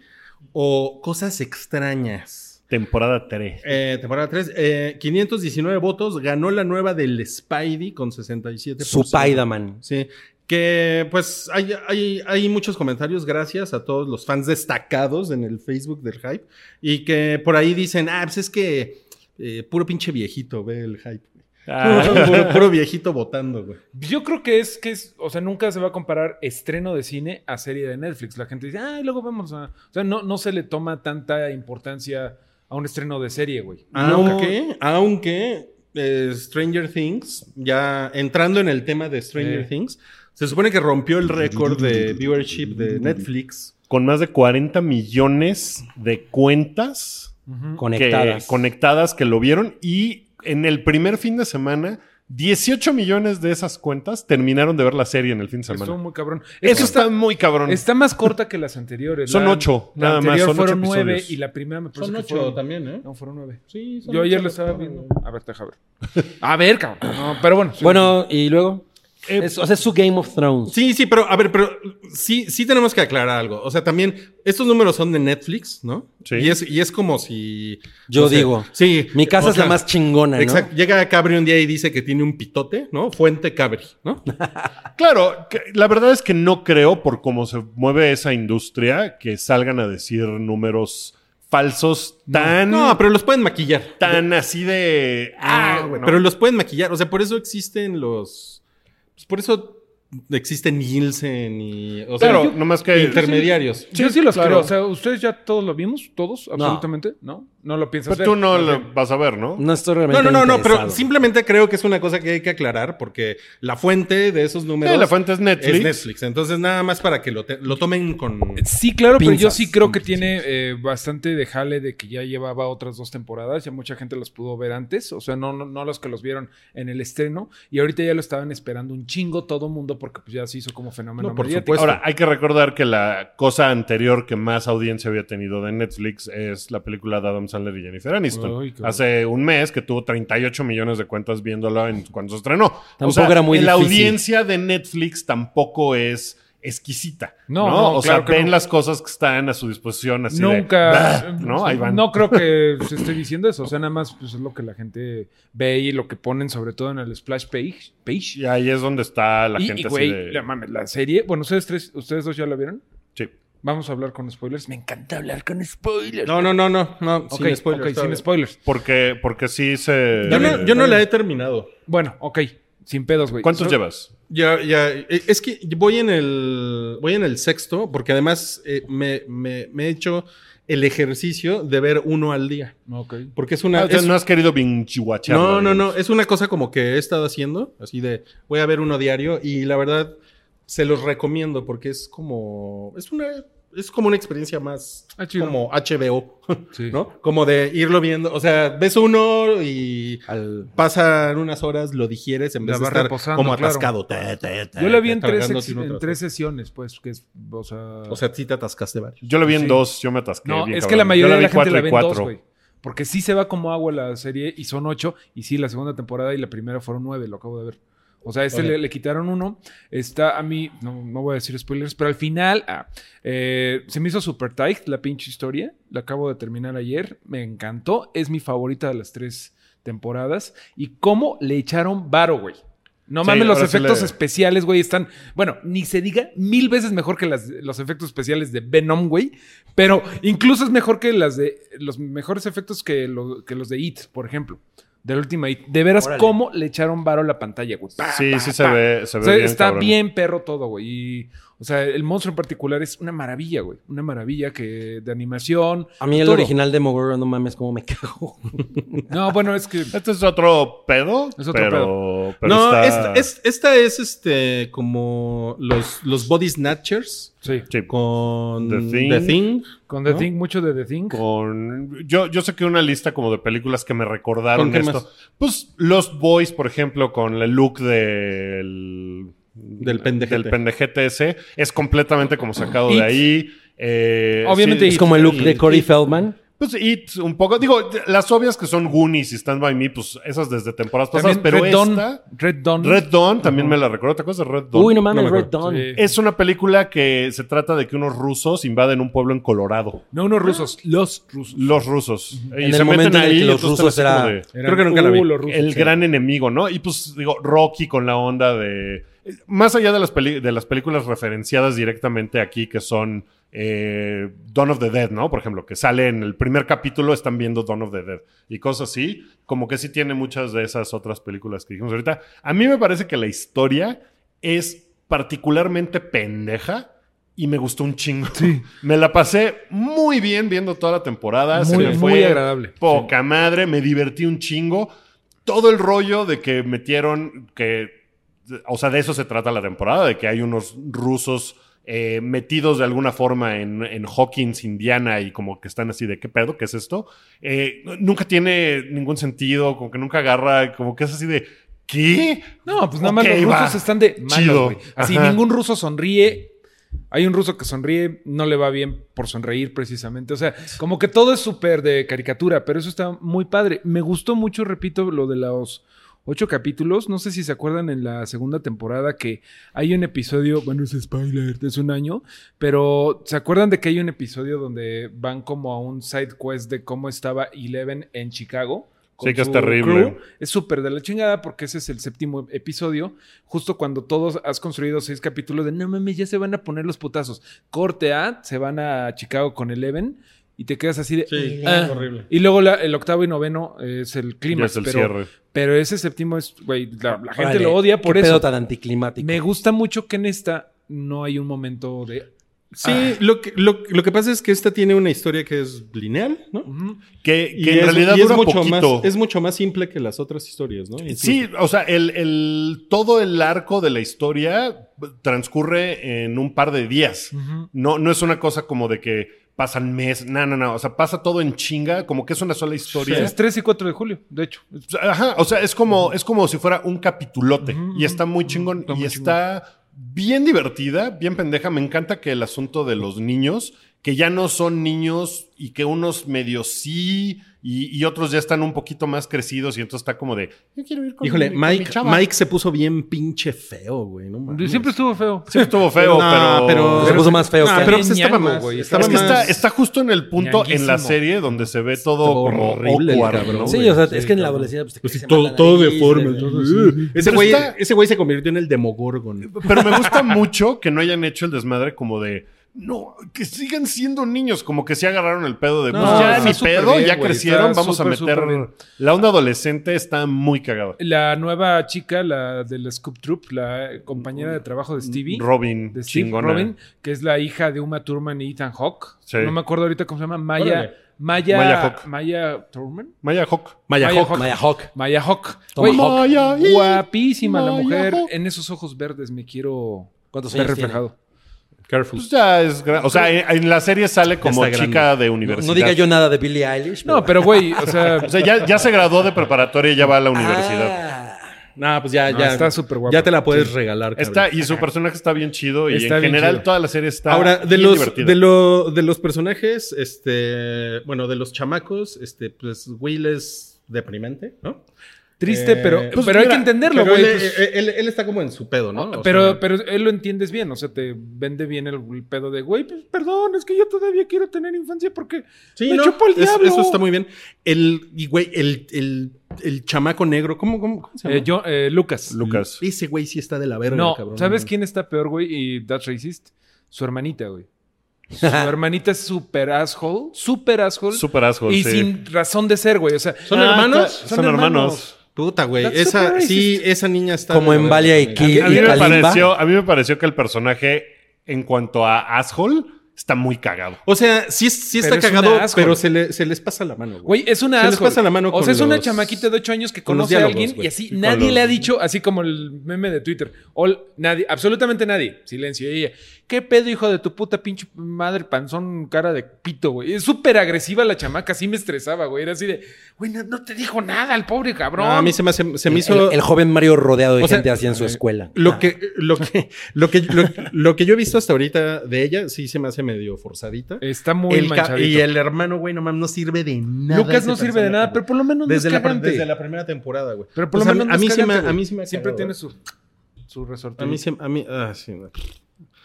Speaker 3: o cosas extrañas?
Speaker 2: Temporada 3.
Speaker 3: Eh, temporada 3, 519 votos, ganó la nueva del Spidey con 67%.
Speaker 4: Su Spider-Man.
Speaker 3: Sí, que pues hay, hay, hay muchos comentarios, gracias a todos los fans destacados en el Facebook del hype, y que por ahí dicen, ah, pues es que eh, puro pinche viejito, ve el hype. puro, puro viejito votando, güey.
Speaker 5: Pues Yo creo que es que es, o sea, nunca se va a comparar estreno de cine a serie de Netflix. La gente dice, ah, luego vamos a. O sea, no, no se le toma tanta importancia a un estreno de serie, güey.
Speaker 3: Ah, Aunque, aunque eh, Stranger Things, ya entrando en el tema de Stranger
Speaker 5: Eh.
Speaker 3: Things, se supone que rompió el récord de viewership de Netflix.
Speaker 2: Con más de 40 millones de cuentas que-
Speaker 4: Conectadas.
Speaker 2: conectadas que lo vieron. Y en el primer fin de semana, 18 millones de esas cuentas terminaron de ver la serie en el fin de semana.
Speaker 5: Estuvo muy cabrón.
Speaker 2: Eso
Speaker 5: Eso
Speaker 2: está, muy cabrón.
Speaker 5: está más corta que las anteriores.
Speaker 2: Son
Speaker 5: La-
Speaker 2: ocho,
Speaker 5: la
Speaker 2: nada más,
Speaker 5: anterior
Speaker 2: son ocho
Speaker 5: fueron nueve
Speaker 2: episodios.
Speaker 5: y la primera me parece
Speaker 3: Son
Speaker 5: que
Speaker 3: ocho
Speaker 5: fueron-
Speaker 3: también, ¿eh?
Speaker 5: No, fueron nueve.
Speaker 3: Sí, son
Speaker 5: Yo ayer
Speaker 3: ocho
Speaker 5: lo estaba
Speaker 3: los-
Speaker 5: viendo. A ver, deja ver. A ver, cabrón. No, pero bueno. sí.
Speaker 4: Bueno, y luego.
Speaker 2: Eh,
Speaker 4: Es- o sea, es su Game of Thrones.
Speaker 3: Sí, sí, pero a ver, pero sí, sí tenemos que aclarar algo. O sea, también estos números son de Netflix, ¿no?
Speaker 2: Sí.
Speaker 3: Y es, y es como si.
Speaker 4: Yo
Speaker 3: o sea,
Speaker 4: digo,
Speaker 3: Sí.
Speaker 4: Mi casa
Speaker 3: o
Speaker 4: es la
Speaker 3: sea,
Speaker 4: más chingona, ¿no?
Speaker 3: Exacto. Llega Cabri un día y dice que tiene un pitote, ¿no? Fuente Cabri, ¿no?
Speaker 4: Mm.
Speaker 2: Claro, que- la verdad es que no creo, por cómo se mueve esa industria, que salgan a decir números falsos tan,
Speaker 3: No, pero los pueden maquillar.
Speaker 2: tan así de.
Speaker 3: Ah,
Speaker 2: ah,
Speaker 3: güey,
Speaker 2: ¿no?
Speaker 3: Pero los pueden maquillar. O sea, por eso existen los. pues, por eso existen Nielsen y. O sea,
Speaker 2: Claro,
Speaker 3: yo-
Speaker 2: nomás que-
Speaker 3: Intermediarios.
Speaker 5: Yo sí los
Speaker 2: claro.
Speaker 5: creo. O sea, ¿ustedes ya todos lo vimos? ¿Todos? Absolutamente. ¿No? No, lo piensas
Speaker 2: Pero Pues tú
Speaker 5: ver.
Speaker 2: no
Speaker 5: Más
Speaker 2: lo
Speaker 5: bien.
Speaker 2: vas a ver, ¿no?
Speaker 4: No estoy realmente.
Speaker 3: No, no, no, no, pero
Speaker 4: interesado.
Speaker 3: simplemente creo que es una cosa que hay que aclarar porque la fuente de esos números.
Speaker 2: Sí, la fuente es Netflix.
Speaker 3: Es Netflix. Entonces, nada más para que lo, te- lo tomen con.
Speaker 5: Sí, claro, pero yo
Speaker 4: Pinzas,
Speaker 5: sí creo
Speaker 4: con
Speaker 5: que tiene eh, bastante de jale de que ya llevaba otras dos temporadas, ya mucha gente las pudo ver antes, o sea, no, no, no los que los vieron en el estreno, y ahorita ya lo estaban esperando un chingo todo mundo porque pues ya se hizo como fenómeno
Speaker 3: No, por
Speaker 5: mediático.
Speaker 3: supuesto.
Speaker 2: Ahora, hay que recordar que la cosa anterior que más audiencia había tenido de Netflix es la película de Adam Sandler y Jennifer Aniston.
Speaker 5: Ay, qué
Speaker 2: Hace un mes que tuvo 38 millones de cuentas viéndola en, cuando se estrenó.
Speaker 4: Tampoco era muy
Speaker 2: La
Speaker 4: difícil.
Speaker 2: audiencia de Netflix tampoco es exquisita. No,
Speaker 5: No, no,
Speaker 2: O
Speaker 5: claro
Speaker 2: sea,
Speaker 5: que
Speaker 2: ven
Speaker 5: no.
Speaker 2: las cosas que están a su disposición así de,
Speaker 5: Nunca, eh,
Speaker 2: "Bah", ¿no? Ahí van.
Speaker 5: no creo que se esté diciendo eso, o sea, nada más pues, es lo que la gente ve y lo que ponen sobre todo en el splash page. page.
Speaker 2: Y ahí es donde está la
Speaker 5: y,
Speaker 2: gente
Speaker 5: y,
Speaker 2: así
Speaker 5: güey,
Speaker 2: de-
Speaker 5: la, mames, la serie, bueno, ustedes tres, ustedes dos ya la vieron,
Speaker 2: Sí.
Speaker 5: vamos a hablar con spoilers, me encanta hablar con spoilers.
Speaker 3: No, no, no, no. no
Speaker 5: Ok,
Speaker 3: sin spoilers.
Speaker 5: ok, sin
Speaker 3: todavía.
Speaker 5: spoilers.
Speaker 2: Porque, porque sí se...
Speaker 3: Yo no, yo no la he terminado.
Speaker 5: Bueno, ok, sin pedos, güey.
Speaker 2: ¿Cuántos
Speaker 5: So-
Speaker 2: llevas?
Speaker 3: Ya, ya. eh, Es que voy en el. Voy en el sexto, porque además eh, me, me- me he hecho el ejercicio de ver uno al día.
Speaker 5: Ok.
Speaker 3: Porque es una.
Speaker 2: Ah, o sea,
Speaker 3: es-
Speaker 2: no has querido binchihuachar.
Speaker 3: No, no, no. Es una cosa como que he estado haciendo, así de voy a ver uno diario y la verdad se los recomiendo porque es como. Es una. es como una experiencia más
Speaker 5: Ah, chido.
Speaker 3: como HBO,
Speaker 5: Sí.
Speaker 3: ¿no? Como de irlo viendo, o sea, ves uno y
Speaker 4: Al-
Speaker 3: pasan unas horas, lo digieres en
Speaker 5: La
Speaker 3: vez de
Speaker 5: vas
Speaker 3: estar
Speaker 5: reposando,
Speaker 3: como
Speaker 5: claro.
Speaker 3: atascado. Ta, ta, ta,
Speaker 5: Yo la vi en
Speaker 3: ta,
Speaker 5: tres,
Speaker 3: cargándote
Speaker 5: ex-
Speaker 3: uno
Speaker 5: en
Speaker 3: tras
Speaker 5: tres
Speaker 3: otro.
Speaker 5: sesiones, pues, que es, o sea...
Speaker 3: O sea, sí te atascaste varios.
Speaker 2: Yo la vi en
Speaker 5: Sí.
Speaker 2: dos, yo me atasqué.
Speaker 5: no,
Speaker 2: bien
Speaker 5: es que
Speaker 2: cabrón.
Speaker 5: la
Speaker 2: Yo
Speaker 5: mayoría de
Speaker 2: vi
Speaker 5: la gente
Speaker 2: cuatro
Speaker 5: la
Speaker 2: y
Speaker 5: ve en dos,
Speaker 2: cuatro.
Speaker 5: güey. Porque sí se va como agua la serie y son ocho. Y sí, la segunda temporada y la primera fueron nueve, lo acabo de ver. O sea, este
Speaker 3: Oye.
Speaker 5: le, le quitaron uno. Está a mí, no, no voy a decir spoilers, pero al final ah, eh, se me hizo super tight la pinche historia. La acabo de terminar ayer. Me encantó. Es mi favorita de las tres temporadas. Y cómo le echaron varo, güey. No
Speaker 2: Sí,
Speaker 5: mames, los
Speaker 2: ahora sí
Speaker 5: efectos
Speaker 2: le-
Speaker 5: especiales, güey, están. Bueno, ni se diga mil veces mejor que las, los efectos especiales de Venom, güey. Pero incluso es mejor que las de. Los mejores efectos que, lo- que los de It, por ejemplo. De la última It. De veras,
Speaker 4: Órale.
Speaker 5: cómo le echaron varo a la pantalla, güey. Pa,
Speaker 2: Sí,
Speaker 5: pa,
Speaker 2: sí se
Speaker 5: pa.
Speaker 2: ve, se
Speaker 5: O
Speaker 2: ve
Speaker 5: sea,
Speaker 2: bien
Speaker 5: está
Speaker 2: cabrón.
Speaker 5: bien perro todo, güey. Y, o sea, el monstruo en particular es una maravilla, güey. Una maravilla que de animación.
Speaker 4: A mí el
Speaker 5: todo.
Speaker 4: original de Mogoro, no mames, cómo me cago.
Speaker 5: No, bueno, es que.
Speaker 2: Este es otro pedo,
Speaker 5: Es otro
Speaker 2: pero, pero
Speaker 3: no,
Speaker 2: está-
Speaker 3: esta, es, esta es este como los, los body snatchers
Speaker 5: Sí.
Speaker 2: Sí,
Speaker 3: con
Speaker 2: The Thing.
Speaker 5: Con The
Speaker 3: ¿No?
Speaker 5: Thing, mucho de The Thing.
Speaker 2: con yo yo saqué una lista como de películas que me recordaron
Speaker 3: ¿Con qué
Speaker 2: esto.
Speaker 3: más?
Speaker 2: Pues Los Boys, por ejemplo, con el look del
Speaker 3: Del pendejete.
Speaker 2: del pendejete ese es completamente como sacado de
Speaker 5: It.
Speaker 2: ahí. Eh,
Speaker 5: Obviamente
Speaker 2: sí,
Speaker 5: It.
Speaker 4: Es como el look
Speaker 2: y-
Speaker 4: de Corey
Speaker 2: y-
Speaker 4: Feldman.
Speaker 2: Pues It un poco, digo, las obvias que son Goonies y Stand by Me, pues esas desde temporadas pasadas,
Speaker 5: También
Speaker 2: pero
Speaker 5: Red Dawn.
Speaker 2: esta
Speaker 5: Red Dawn.
Speaker 2: Red Dawn también me la recuerdo, ¿te acuerdas de Red Dawn?
Speaker 4: Uy, no mames,
Speaker 3: No me
Speaker 4: Red
Speaker 3: acuerdo.
Speaker 4: Dawn.
Speaker 5: Sí.
Speaker 2: Es una película que se trata de que unos rusos invaden un pueblo en Colorado.
Speaker 5: No unos rusos, los rusos.
Speaker 2: Los rusos. Y
Speaker 4: En
Speaker 2: se
Speaker 4: el momento
Speaker 2: meten
Speaker 4: en el
Speaker 2: ahí,
Speaker 4: que los
Speaker 2: entonces
Speaker 4: rusos
Speaker 2: están así
Speaker 4: era-
Speaker 2: como de-
Speaker 5: Eran,
Speaker 3: Creo que nunca la
Speaker 5: uh,
Speaker 3: vi.
Speaker 5: los rusos,
Speaker 2: el
Speaker 5: sí.
Speaker 2: gran enemigo, ¿no? Y pues digo, Rocky con la onda de... Más allá de las, peli- de las películas referenciadas directamente aquí, que son eh, Dawn of the Dead, ¿no? Por ejemplo, que sale en el primer capítulo, están viendo Dawn of the Dead y cosas así, como que sí tiene muchas de esas otras películas que dijimos ahorita. A mí me parece que la historia es particularmente pendeja. Y me gustó un chingo. Me la pasé muy bien viendo toda la temporada. Se
Speaker 5: Muy-
Speaker 2: me
Speaker 5: muy
Speaker 2: fue
Speaker 5: agradable.
Speaker 2: Poca madre, me divertí un chingo. Todo el rollo de que metieron que. O sea, de eso se trata la temporada, de que hay unos rusos eh, metidos de alguna forma en, en Hawkins, Indiana, y como que están así de qué pedo, qué es esto. Eh, nunca tiene ningún sentido, como que nunca agarra, como que es así de ¿qué?
Speaker 5: No, pues nada más
Speaker 2: Ok,
Speaker 5: los
Speaker 2: va.
Speaker 5: rusos están de malos,
Speaker 2: Chido.
Speaker 5: güey. Así
Speaker 2: Ajá.
Speaker 5: ningún ruso sonríe. Hay un ruso que sonríe, no le va bien por sonreír precisamente. O sea, como que todo es súper de caricatura, pero eso está muy padre. Me gustó mucho, repito, lo de los ocho capítulos. No sé si se acuerdan en la segunda temporada que hay un episodio, bueno, es spoiler, es un año, pero ¿se acuerdan de que hay un episodio donde van como a un side quest de cómo estaba Eleven en Chicago? con
Speaker 2: Sí, que es
Speaker 5: su
Speaker 2: terrible.
Speaker 5: Es súper de la chingada porque ese es el séptimo episodio, justo cuando todos has construido seis capítulos de no mames, ya se van a poner los putazos. Corte A, se van a Chicago con Eleven y te quedas así de...
Speaker 3: Sí,
Speaker 5: "Ah".
Speaker 3: horrible.
Speaker 5: Y luego la- el octavo y noveno es el
Speaker 2: Ya
Speaker 5: clima.
Speaker 2: es el
Speaker 5: pero,
Speaker 2: cierre.
Speaker 5: pero ese séptimo es, güey, la, la gente
Speaker 4: Órale,
Speaker 5: lo odia por
Speaker 4: qué
Speaker 5: eso.
Speaker 4: pedo tan anticlimático.
Speaker 5: Me gusta mucho que en esta no hay un momento de. ah,
Speaker 3: Sí, lo, que, lo, lo que pasa es que esta tiene una historia que es lineal, ¿no?
Speaker 5: Ujú.
Speaker 2: Que,
Speaker 3: Y
Speaker 2: que en
Speaker 3: es-
Speaker 2: realidad
Speaker 3: y es
Speaker 2: dura
Speaker 3: mucho
Speaker 2: poquito.
Speaker 3: más es mucho más simple que las otras historias, ¿no?
Speaker 2: Sí, o sea, el, el- todo el arco de la historia transcurre en un par de días.
Speaker 5: Ujú.
Speaker 2: No, no es una cosa como de que pasan meses. No, no, no. O sea, pasa todo en chinga, como que es una sola historia.
Speaker 5: Es 3 y 4 de julio, de hecho.
Speaker 2: O sea, Ajá, o sea, es como, es como si fuera un capitulote.
Speaker 5: Ujú,
Speaker 2: y está muy
Speaker 5: ujú,
Speaker 2: chingón.
Speaker 5: está
Speaker 2: y
Speaker 5: muy
Speaker 2: está bien divertida, bien pendeja. Me encanta que el asunto de los niños, que ya no son niños y que unos medio sí y, y otros ya están un poquito más crecidos. Y entonces está como de, yo quiero ir con
Speaker 3: Híjole,
Speaker 2: mi- con mi
Speaker 3: Mike,
Speaker 2: chava".
Speaker 3: Mike se puso bien pinche feo, güey.
Speaker 2: Ah,
Speaker 3: No mames.
Speaker 5: Siempre estuvo feo.
Speaker 2: Sí, estuvo feo,
Speaker 3: No,
Speaker 2: pero...
Speaker 4: Se puso más feo
Speaker 3: No,
Speaker 4: que
Speaker 3: pero
Speaker 5: alguien
Speaker 3: pues estaba
Speaker 5: ñango,
Speaker 3: más.
Speaker 5: güey.
Speaker 3: estaba
Speaker 2: es que está,
Speaker 3: más-
Speaker 2: está justo en el punto en la
Speaker 5: Ñanguísimo.
Speaker 2: serie donde se ve todo como
Speaker 3: horrible el
Speaker 2: awkward,
Speaker 3: cabrón,
Speaker 2: ¿no?
Speaker 4: Sí,
Speaker 3: güey,
Speaker 4: o sea,
Speaker 3: sí,
Speaker 4: es que en la
Speaker 3: cabrón.
Speaker 4: adolescencia pues, te
Speaker 3: Pues sí,
Speaker 4: crece más
Speaker 3: todo,
Speaker 4: la
Speaker 3: todo
Speaker 4: nariz,
Speaker 3: deforme.
Speaker 4: de-
Speaker 3: todo así. Ese
Speaker 2: Pero
Speaker 3: güey,
Speaker 2: está-
Speaker 3: ese güey se convirtió en el Demogorgon.
Speaker 2: Pero me gusta mucho que no hayan hecho el desmadre como de. No, que sigan siendo niños, como que se agarraron el pedo de.
Speaker 5: No,
Speaker 2: pues ya
Speaker 5: está
Speaker 2: ni
Speaker 5: súper
Speaker 2: pedo,
Speaker 5: bien,
Speaker 2: ya
Speaker 5: güey,
Speaker 2: crecieron,
Speaker 5: está
Speaker 2: vamos
Speaker 5: súper,
Speaker 2: a meter.
Speaker 5: súper bien.
Speaker 2: La onda adolescente está muy cagada.
Speaker 5: La nueva chica, la de la Scoop Troop, la compañera de trabajo de Stevie.
Speaker 2: Mm, Robin,
Speaker 5: de Steve
Speaker 2: chingona.
Speaker 5: Robin, que es la hija de Uma Thurman y Ethan Hawke.
Speaker 2: Sí.
Speaker 5: No me acuerdo ahorita cómo se llama. Maya.
Speaker 3: Órale.
Speaker 5: Maya.
Speaker 2: Maya Hawke.
Speaker 5: Maya Thurman.
Speaker 2: Maya Hawk.
Speaker 3: Maya
Speaker 5: Maya
Speaker 3: Hawk.
Speaker 5: Hawk.
Speaker 4: Maya Hawk.
Speaker 5: Maya Hawke.
Speaker 4: Toma
Speaker 5: Güey,
Speaker 4: Hawk.
Speaker 2: Maya. y-
Speaker 5: Guapísima la
Speaker 2: Maya
Speaker 5: mujer.
Speaker 2: Hawke.
Speaker 5: En esos ojos verdes me quiero
Speaker 4: ¿Cuántos
Speaker 5: ver
Speaker 4: años tiene?
Speaker 5: reflejado.
Speaker 3: Careful.
Speaker 2: Pues ya es gran- O sea, en, en la serie sale como
Speaker 3: está
Speaker 2: chica
Speaker 3: grande.
Speaker 2: de
Speaker 4: No,
Speaker 2: universidad.
Speaker 4: no diga yo nada de Billie Eilish.
Speaker 5: No, pero güey, o sea,
Speaker 2: O sea, ya, ya se graduó de preparatoria y ya va a la universidad.
Speaker 4: Ah,
Speaker 3: No, pues ya,
Speaker 5: No,
Speaker 3: ya.
Speaker 5: está súper guapa.
Speaker 3: Ya te la puedes regalar. cabrón.
Speaker 2: Está, y su personaje está bien chido y
Speaker 5: Está
Speaker 2: en
Speaker 5: bien
Speaker 2: general
Speaker 5: chido.
Speaker 2: toda la serie está
Speaker 3: Ahora, de
Speaker 2: bien
Speaker 3: los,
Speaker 2: divertida.
Speaker 3: de, lo- de los personajes, este, bueno, de los chamacos, este, pues Will es deprimente, ¿no?
Speaker 5: triste,
Speaker 3: Eh,
Speaker 5: pero,
Speaker 3: pues,
Speaker 5: pero hay
Speaker 2: mira,
Speaker 5: que entenderlo,
Speaker 3: Pero
Speaker 5: güey.
Speaker 3: él,
Speaker 5: pues.
Speaker 3: él- él- él está como en su pedo, ¿no? eh, O
Speaker 5: pero,
Speaker 3: sea,
Speaker 5: pero él lo entiendes bien, o sea, te vende bien el, el pedo de, güey, pues, perdón, es que yo todavía quiero tener infancia porque
Speaker 3: sí,
Speaker 5: me
Speaker 3: ¿no?
Speaker 5: chupó el
Speaker 3: Es-
Speaker 5: diablo.
Speaker 3: Eso está muy bien. El, y güey, el, el, el chamaco negro, ¿cómo, cómo, cómo se llama?
Speaker 5: Eh, yo, eh, Lucas.
Speaker 2: Lucas.
Speaker 3: Ese güey sí está de la verga,
Speaker 5: no,
Speaker 3: cabrón.
Speaker 5: ¿sabes quién está peor, güey? Y That's Racist. Su hermanita, güey. Su hermanita es super asshole, super asshole.
Speaker 2: Super asshole,
Speaker 5: Y
Speaker 2: sí.
Speaker 5: sin razón de ser, güey. O sea,
Speaker 3: ¿Son
Speaker 2: Ah,
Speaker 3: hermanos?
Speaker 2: claro, Son hermanos.
Speaker 3: Puta, güey.
Speaker 5: That's
Speaker 3: Esa,
Speaker 5: super
Speaker 3: sí,
Speaker 5: racist.
Speaker 3: esa niña está.
Speaker 4: Como
Speaker 3: de la
Speaker 4: en
Speaker 3: verga,
Speaker 4: Valle y
Speaker 3: güey.
Speaker 4: Kill.
Speaker 2: A mí, me
Speaker 4: Kalimba?
Speaker 2: pareció, a mí me pareció que el personaje, en cuanto a asshole, está muy cagado.
Speaker 3: O sea, sí, sí está
Speaker 5: Pero es
Speaker 3: cagado,
Speaker 5: una asshole.
Speaker 3: pero se, le- se les pasa la mano, güey.
Speaker 5: Güey, es una
Speaker 3: Se les
Speaker 5: asshole.
Speaker 3: pasa la mano
Speaker 5: O sea,
Speaker 3: con
Speaker 5: es una
Speaker 3: los-
Speaker 5: chamaquita de 8 años que
Speaker 3: con los
Speaker 5: conoce a
Speaker 3: diálogos,
Speaker 5: alguien
Speaker 3: güey.
Speaker 5: y así
Speaker 2: Y con
Speaker 5: nadie
Speaker 2: los-
Speaker 5: le ha dicho, así como el meme de Twitter. Ol- nadie, absolutamente nadie. Silencio. Y ella, ¿qué pedo, hijo de tu puta pinche madre panzón, cara de pito, güey? Es súper agresiva la chamaca, así me estresaba, güey. Era así de, güey, no, no te dijo nada el pobre
Speaker 3: No,
Speaker 5: cabrón.
Speaker 3: a mí se me, hace- se me
Speaker 4: el-
Speaker 3: hizo.
Speaker 4: el, el joven Mario rodeado de
Speaker 3: O sea,
Speaker 4: gente así en su escuela.
Speaker 3: Lo que, lo que, lo que, lo, lo que yo he visto hasta ahorita de ella, sí se me hace medio forzadita.
Speaker 5: Está Eh, muy
Speaker 3: El ca-
Speaker 5: manchadito.
Speaker 3: y el hermano, güey, no mames, no sirve de nada.
Speaker 5: Lucas
Speaker 3: ese
Speaker 5: no sirve de
Speaker 3: personaje,
Speaker 5: nada,
Speaker 3: güey.
Speaker 5: pero por lo menos no
Speaker 3: desde
Speaker 5: es
Speaker 3: la, prim-
Speaker 5: cagante.
Speaker 3: desde la primera temporada, güey.
Speaker 5: Pero por
Speaker 3: O
Speaker 5: lo
Speaker 3: sea,
Speaker 5: menos
Speaker 3: a
Speaker 5: no
Speaker 3: mí
Speaker 5: es
Speaker 3: sí me- a
Speaker 5: cagante, güey.
Speaker 3: mí sí me ha
Speaker 5: Siempre
Speaker 3: cagado,
Speaker 5: tiene
Speaker 3: güey.
Speaker 5: su, su resorte.
Speaker 3: A mí se, a mí, ah, sí, no.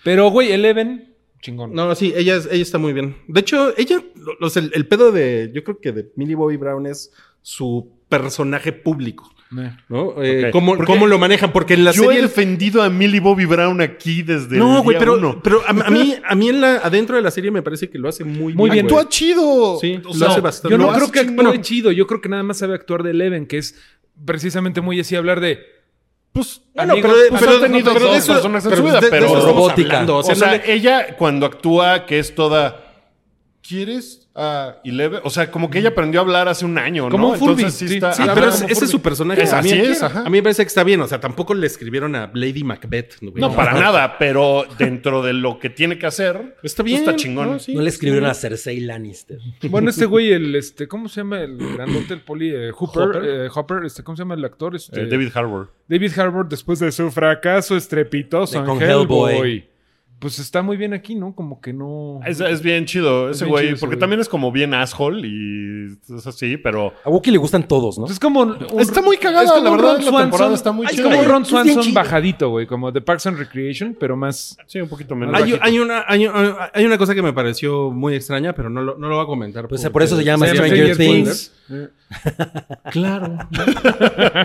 Speaker 5: Pero, güey, Eleven, chingón.
Speaker 3: No, sí, ella, es- ella está muy bien. De hecho, ella, lo- o sea, el, el pedo de, yo creo que de Millie Bobby Brown es su personaje público,
Speaker 5: Eh.
Speaker 3: ¿no? Eh,
Speaker 2: Ok.
Speaker 3: ¿cómo,
Speaker 2: Porque
Speaker 3: cómo lo manejan? Porque en la
Speaker 2: Yo he
Speaker 3: serie...
Speaker 2: defendido a Millie Bobby Brown aquí desde
Speaker 3: no,
Speaker 2: el
Speaker 3: güey,
Speaker 2: día
Speaker 3: pero,
Speaker 2: uno.
Speaker 3: pero a, a mí, a mí en la, adentro de la serie me parece que lo hace muy,
Speaker 5: Muy bien.
Speaker 3: güey.
Speaker 2: Actúa chido.
Speaker 3: Sí,
Speaker 2: O
Speaker 3: lo
Speaker 2: sea,
Speaker 3: hace bastante.
Speaker 5: Yo no
Speaker 3: Lo
Speaker 5: creo
Speaker 3: hace
Speaker 5: que actúe
Speaker 3: chingón.
Speaker 5: chido, yo creo que nada más sabe actuar de Eleven, que es precisamente muy así hablar de.
Speaker 2: Pues,
Speaker 3: Ah,
Speaker 5: Bueno,
Speaker 2: amigos,
Speaker 5: pero-
Speaker 2: pues
Speaker 5: pero-
Speaker 2: ha tenido
Speaker 5: pero de
Speaker 2: dos
Speaker 5: eso-
Speaker 2: personajes en
Speaker 3: pero
Speaker 2: su vida,
Speaker 3: de- de
Speaker 2: pero
Speaker 3: eso estamos
Speaker 4: robótica.
Speaker 3: hablando,
Speaker 2: O
Speaker 3: O sea,
Speaker 2: sea,
Speaker 3: no le-
Speaker 2: ella cuando actúa, que es toda. ¿Quieres a Eleven? O sea, como que ella aprendió a hablar hace un año, ¿no?
Speaker 5: Como un Furby,
Speaker 2: Entonces
Speaker 5: sí,
Speaker 2: está.
Speaker 5: sí,
Speaker 3: Sí,
Speaker 2: Ajá,
Speaker 3: Ah, pero
Speaker 5: como
Speaker 3: ese, ese es su personaje.
Speaker 2: Es
Speaker 3: a, mí,
Speaker 2: así es, ajá.
Speaker 3: a mí me parece que está bien. O sea, tampoco le escribieron a Lady Macbeth. güey.
Speaker 2: No, para nada, pero dentro de lo que tiene que hacer,
Speaker 3: Está bien.
Speaker 2: Está chingón. Eh,
Speaker 3: ¿no? Sí.
Speaker 4: no le escribieron a Cersei Lannister.
Speaker 5: Bueno, este güey, el este, ¿cómo se llama? El grandote, el poli, eh, Hooper,
Speaker 3: Hopper.
Speaker 5: eh, Hopper, este, ¿cómo se llama el actor? Este,
Speaker 2: eh, David Harbour.
Speaker 5: David Harbour, después de su fracaso
Speaker 4: De-
Speaker 5: estrepitoso en
Speaker 4: con
Speaker 5: Hellboy.
Speaker 4: Hellboy.
Speaker 5: Pues está muy bien aquí, ¿no? Como que no.
Speaker 2: Es, es bien chido
Speaker 5: Es
Speaker 2: ese
Speaker 5: bien
Speaker 2: güey,
Speaker 5: chido ese
Speaker 2: porque
Speaker 5: güey.
Speaker 2: también es como bien asshole y es así, pero.
Speaker 4: A Wookiee le gustan todos, ¿no?
Speaker 5: Pues es como. un-
Speaker 2: Está muy cagada,
Speaker 5: es como
Speaker 2: la
Speaker 5: un
Speaker 2: verdad,
Speaker 5: Ron
Speaker 2: la temporada está muy
Speaker 5: es
Speaker 2: chida.
Speaker 5: como un Ron
Speaker 4: Es bien
Speaker 5: Swanson
Speaker 4: chido.
Speaker 5: bajadito, güey, como de Parks and Recreation, pero más.
Speaker 2: Sí, un poquito menos.
Speaker 3: Hay,
Speaker 2: bajito.
Speaker 3: hay una, hay, hay una cosa que me pareció muy extraña, pero no lo, no lo voy a comentar.
Speaker 4: Pues,
Speaker 3: porque-
Speaker 4: por eso se llama
Speaker 5: se llama
Speaker 4: Stranger
Speaker 5: Stranger
Speaker 4: Things.
Speaker 3: Claro.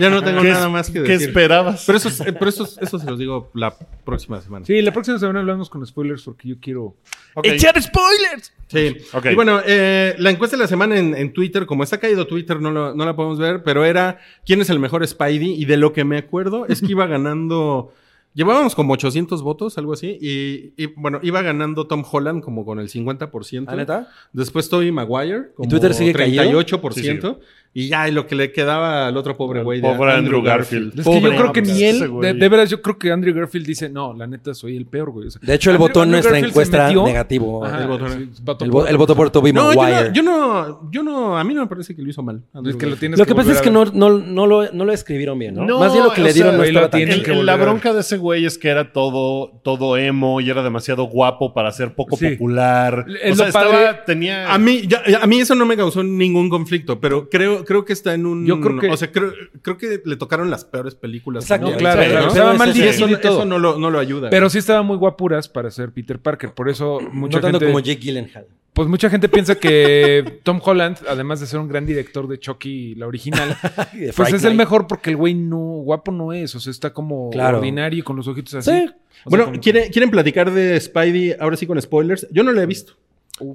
Speaker 3: ya no tengo
Speaker 2: ¿Qué
Speaker 3: nada
Speaker 2: es-
Speaker 3: más que
Speaker 2: ¿Qué
Speaker 3: decir.
Speaker 2: esperabas?
Speaker 3: Pero, eso, es- eh, pero eso, es- eso se los digo la próxima semana.
Speaker 5: Sí, la próxima semana hablamos con spoilers porque yo quiero.
Speaker 2: Ok.
Speaker 5: spoilers!
Speaker 3: Sí.
Speaker 2: Ok.
Speaker 3: Y bueno, eh, la encuesta de la semana en, en Twitter, como está caído Twitter, no, lo- no la podemos ver, pero era quién es el mejor Spidey. Y de lo que me acuerdo es que iba ganando. Llevábamos como 800 votos, algo así. Y, y, bueno, iba ganando Tom Holland como con el 50%.
Speaker 4: ¿Ah, neta?
Speaker 3: Después Tobey Maguire, como
Speaker 4: Twitter sigue caído?
Speaker 3: 38%.
Speaker 2: Sí,
Speaker 3: Y ya y lo que le quedaba al otro pobre güey. de
Speaker 2: Pobre Andrew Garfield.
Speaker 5: Es que yo
Speaker 2: Pobre
Speaker 5: creo que
Speaker 2: hombre,
Speaker 5: ni
Speaker 2: ese
Speaker 5: él,
Speaker 2: güey.
Speaker 5: de, de veras, yo creo que Andrew Garfield dice, no, la neta soy el peor, güey. O sea,
Speaker 4: De hecho, el
Speaker 5: Andrew-
Speaker 4: botón en
Speaker 5: Andrew
Speaker 4: nuestra
Speaker 5: Garfield se
Speaker 4: encuesta
Speaker 5: metió-
Speaker 4: negativo.
Speaker 5: Ajá,
Speaker 3: El botón.
Speaker 5: sí, botón
Speaker 4: El, vo- el voto por Toby
Speaker 3: No, yo
Speaker 4: Maguire.
Speaker 3: no, yo no, yo no, a mí no me parece que lo hizo mal. Andrew
Speaker 5: Es que lo
Speaker 3: Garfield.
Speaker 5: tienes
Speaker 4: lo que pasa
Speaker 5: volver
Speaker 4: es
Speaker 5: a
Speaker 4: que
Speaker 5: ver.
Speaker 4: no, no, no, lo, no lo escribieron bien, ¿no?
Speaker 2: No,
Speaker 4: Más bien lo que
Speaker 2: o
Speaker 4: le dieron
Speaker 2: sea,
Speaker 4: no
Speaker 5: ahí lo
Speaker 4: estaba tan
Speaker 5: tienen
Speaker 2: El-
Speaker 4: bien.
Speaker 5: que
Speaker 2: el- la
Speaker 5: volver.
Speaker 2: bronca de ese güey es que era todo, todo emo y era demasiado guapo para ser poco
Speaker 5: Sí.
Speaker 2: popular.
Speaker 5: Es
Speaker 2: o sea,
Speaker 5: lo
Speaker 2: estaba,
Speaker 5: padre-
Speaker 2: tenía.
Speaker 3: A mí, ya- a mí eso no me causó ningún conflicto, pero creo, creo que está en un.
Speaker 5: Yo creo que-
Speaker 3: O sea, creo, creo que le tocaron las peores películas.
Speaker 4: Exacto.
Speaker 3: que
Speaker 5: No,
Speaker 3: hay.
Speaker 5: claro,
Speaker 2: Sí,
Speaker 5: claro.
Speaker 2: ¿no?
Speaker 5: Estaba
Speaker 4: Pero
Speaker 5: mal
Speaker 4: ese-
Speaker 3: Eso,
Speaker 5: dirigido y
Speaker 3: eso
Speaker 5: todo.
Speaker 3: no, lo, no lo ayuda.
Speaker 5: Pero sí estaba muy guapuras para ser Peter Parker. Por eso mucha
Speaker 4: No tanto
Speaker 5: gente...
Speaker 4: como Jake Gyllenhaal.
Speaker 5: Pues mucha gente piensa que Tom Holland, además de ser un gran director de Chucky, la original,
Speaker 4: Y de
Speaker 5: pues
Speaker 4: Fright
Speaker 5: es el
Speaker 4: Night.
Speaker 5: mejor porque el güey no... Guapo no es. O sea, está como
Speaker 4: Claro.
Speaker 5: ordinario y con los ojitos así.
Speaker 4: Sí.
Speaker 5: O sea,
Speaker 3: bueno,
Speaker 5: como que-
Speaker 3: ¿quieren, ¿quieren platicar de Spidey ahora sí con spoilers? Yo no lo he visto.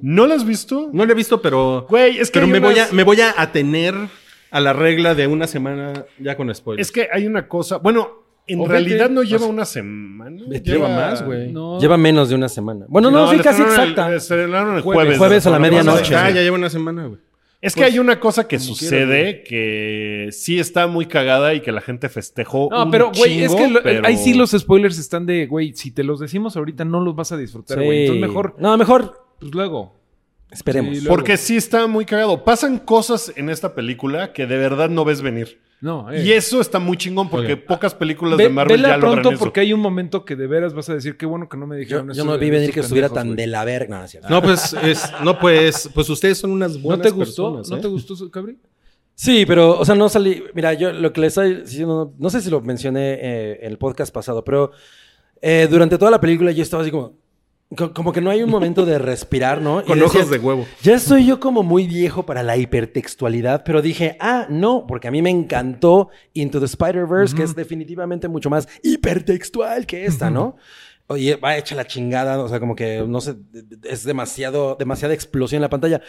Speaker 2: ¿No la has visto?
Speaker 3: No lo he visto, pero.
Speaker 2: Güey, es que.
Speaker 3: pero
Speaker 2: hay
Speaker 3: me, voy a,
Speaker 2: unas-
Speaker 3: me voy a atener a la regla de una semana ya con spoilers.
Speaker 2: Es que hay una cosa. Bueno, en
Speaker 5: O
Speaker 2: realidad
Speaker 5: vete.
Speaker 2: no lleva una semana.
Speaker 3: Lleva más, güey.
Speaker 5: Ah, No,
Speaker 4: Lleva menos de una semana. Bueno, no, sí,
Speaker 2: la
Speaker 4: casi
Speaker 2: estrenaron el-
Speaker 4: exacta.
Speaker 2: la estrenaron el
Speaker 5: Jueves.
Speaker 2: jueves.
Speaker 4: Jueves a la
Speaker 2: Bueno,
Speaker 4: medianoche.
Speaker 2: o
Speaker 3: Ah,
Speaker 2: sea,
Speaker 3: ya lleva una semana, güey.
Speaker 2: Es que
Speaker 5: Pues,
Speaker 2: hay una cosa que
Speaker 5: como
Speaker 2: sucede que sí está muy cagada y que la gente festejó.
Speaker 5: No,
Speaker 2: un
Speaker 5: pero, güey, es
Speaker 2: chingo,
Speaker 5: que lo-
Speaker 2: pero-
Speaker 5: ahí sí los spoilers están de, güey, si te los decimos ahorita no los vas a disfrutar, güey.
Speaker 4: Sí.
Speaker 5: Entonces mejor,
Speaker 4: No, mejor
Speaker 5: pues luego.
Speaker 4: esperemos.
Speaker 5: Sí, lo-
Speaker 2: Porque sí está muy cagado. Pasan cosas en esta película que de verdad no ves venir.
Speaker 5: No,
Speaker 2: Y eso está muy chingón porque
Speaker 5: Oye.
Speaker 2: pocas películas
Speaker 5: Ve-
Speaker 2: de Marvel
Speaker 5: vela
Speaker 2: ya logran
Speaker 5: pronto
Speaker 2: eso.
Speaker 5: porque hay un momento que de veras vas a decir qué bueno que no me dijeron
Speaker 4: yo,
Speaker 5: eso
Speaker 4: yo no
Speaker 5: de
Speaker 4: vi venir que
Speaker 5: estos
Speaker 4: estuviera
Speaker 5: pendejos,
Speaker 4: tan
Speaker 5: güey".
Speaker 4: de la verga. No, es cierto.
Speaker 3: No, pues, es, no, pues, pues ustedes son unas
Speaker 5: ¿No
Speaker 3: buenas
Speaker 5: te gustó?
Speaker 3: personas,
Speaker 5: ¿No
Speaker 3: ¿eh?
Speaker 5: te gustó, Cabri?
Speaker 4: Sí, pero, o sea, no salí. Mira, yo lo que les estoy diciendo, no, no sé si lo mencioné eh, en el podcast pasado, pero eh, durante toda la película yo estaba así como. co- Como que no hay un momento de respirar, ¿no? Y
Speaker 3: Con
Speaker 4: decía,
Speaker 3: ojos de huevo.
Speaker 4: Ya soy yo como muy viejo para la hipertextualidad, pero dije, ah, no, porque a mí me encantó Into the Spider-Verse, que es definitivamente mucho más hipertextual que esta, ¿no? Oye, va hecha la chingada, o sea, como que no sé, es demasiado, demasiada explosión en la pantalla.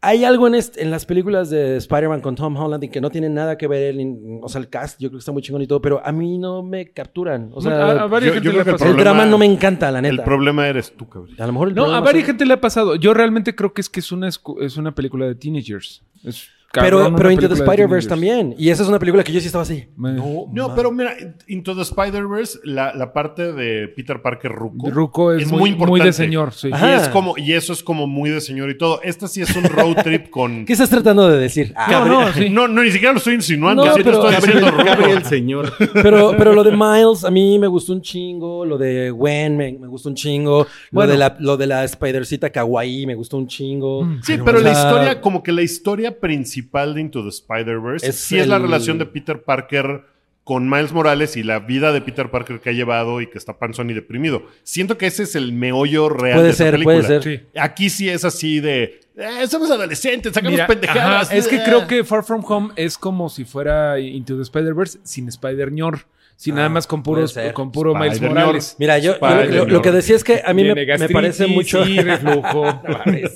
Speaker 4: Hay algo en, est- en las películas de Spider-Man con Tom Holland y que no tiene nada que ver, el, o sea, el cast, yo creo que está muy chingón y todo, pero a mí no me capturan. O sea,
Speaker 5: a, a
Speaker 2: yo-
Speaker 5: varias gente
Speaker 2: yo creo
Speaker 5: le
Speaker 2: que
Speaker 5: ha
Speaker 2: el
Speaker 5: pasado.
Speaker 4: el drama no me encanta, la
Speaker 2: El
Speaker 4: neta.
Speaker 2: problema eres tú, cabrón.
Speaker 4: a lo mejor el
Speaker 5: No, a
Speaker 4: problema
Speaker 5: varias
Speaker 4: soy-
Speaker 5: gente le ha pasado. Yo realmente creo que es que es una, escu- es una película de teenagers. Es, cabrón,
Speaker 4: Pero,
Speaker 5: una
Speaker 4: pero Into the
Speaker 5: película de
Speaker 4: Spider-Verse
Speaker 5: teenagers.
Speaker 4: también. Y esa es una película que yo sí estaba así.
Speaker 5: Me-
Speaker 2: No, pero mira, Into the Spider-Verse, la, la parte de Peter Parker Ruco.
Speaker 5: Ruco es, muy, muy, de señor, sí.
Speaker 4: Ajá.
Speaker 2: Y, es como, y eso es como muy de señor y todo. Esta sí es un road trip con...
Speaker 4: ¿Qué estás tratando de decir? Ah,
Speaker 5: No, no, sí.
Speaker 2: No, no, ni siquiera lo estoy insinuando.
Speaker 4: No,
Speaker 2: sí te
Speaker 4: pero-
Speaker 2: estoy
Speaker 3: Gabriel,
Speaker 2: diciendo ruco.
Speaker 3: Gabriel, señor.
Speaker 4: pero, pero lo de Miles a mí me gustó un chingo. Lo de Gwen me, me gustó un chingo.
Speaker 5: Bueno.
Speaker 4: Lo, de la, lo de la Spidercita Kawaii me gustó un chingo.
Speaker 5: Mm.
Speaker 2: Sí, pero
Speaker 4: O
Speaker 2: la
Speaker 4: sea,
Speaker 2: historia, como que la historia principal de Into the Spider-Verse,
Speaker 4: Es
Speaker 2: sí es la
Speaker 4: el-
Speaker 2: relación de Peter Parker con Miles Morales y la vida de Peter Parker que ha llevado y que está panzón y deprimido. Siento que ese es el meollo real
Speaker 4: Puede
Speaker 2: de esa
Speaker 4: ser,
Speaker 2: película.
Speaker 4: puede ser.
Speaker 5: Sí.
Speaker 2: Aquí sí es así de, eh, somos adolescentes, sacamos
Speaker 5: Mira,
Speaker 2: pendejadas.
Speaker 5: ajá, es que
Speaker 2: eh.
Speaker 5: creo que Far From Home es como si fuera Into the Spider-Verse sin Spider-Ñor. Sin
Speaker 4: Ah,
Speaker 5: nada más con,
Speaker 4: puede
Speaker 5: puros,
Speaker 4: ser.
Speaker 5: con puro Miles
Speaker 2: Spider-Ñor.
Speaker 5: Morales.
Speaker 4: Mira, yo, yo lo- lo, lo que decía es que a mí me,
Speaker 5: Tiene
Speaker 4: me
Speaker 5: gastritis
Speaker 4: parece mucho.
Speaker 5: y reflujo.
Speaker 4: No mames.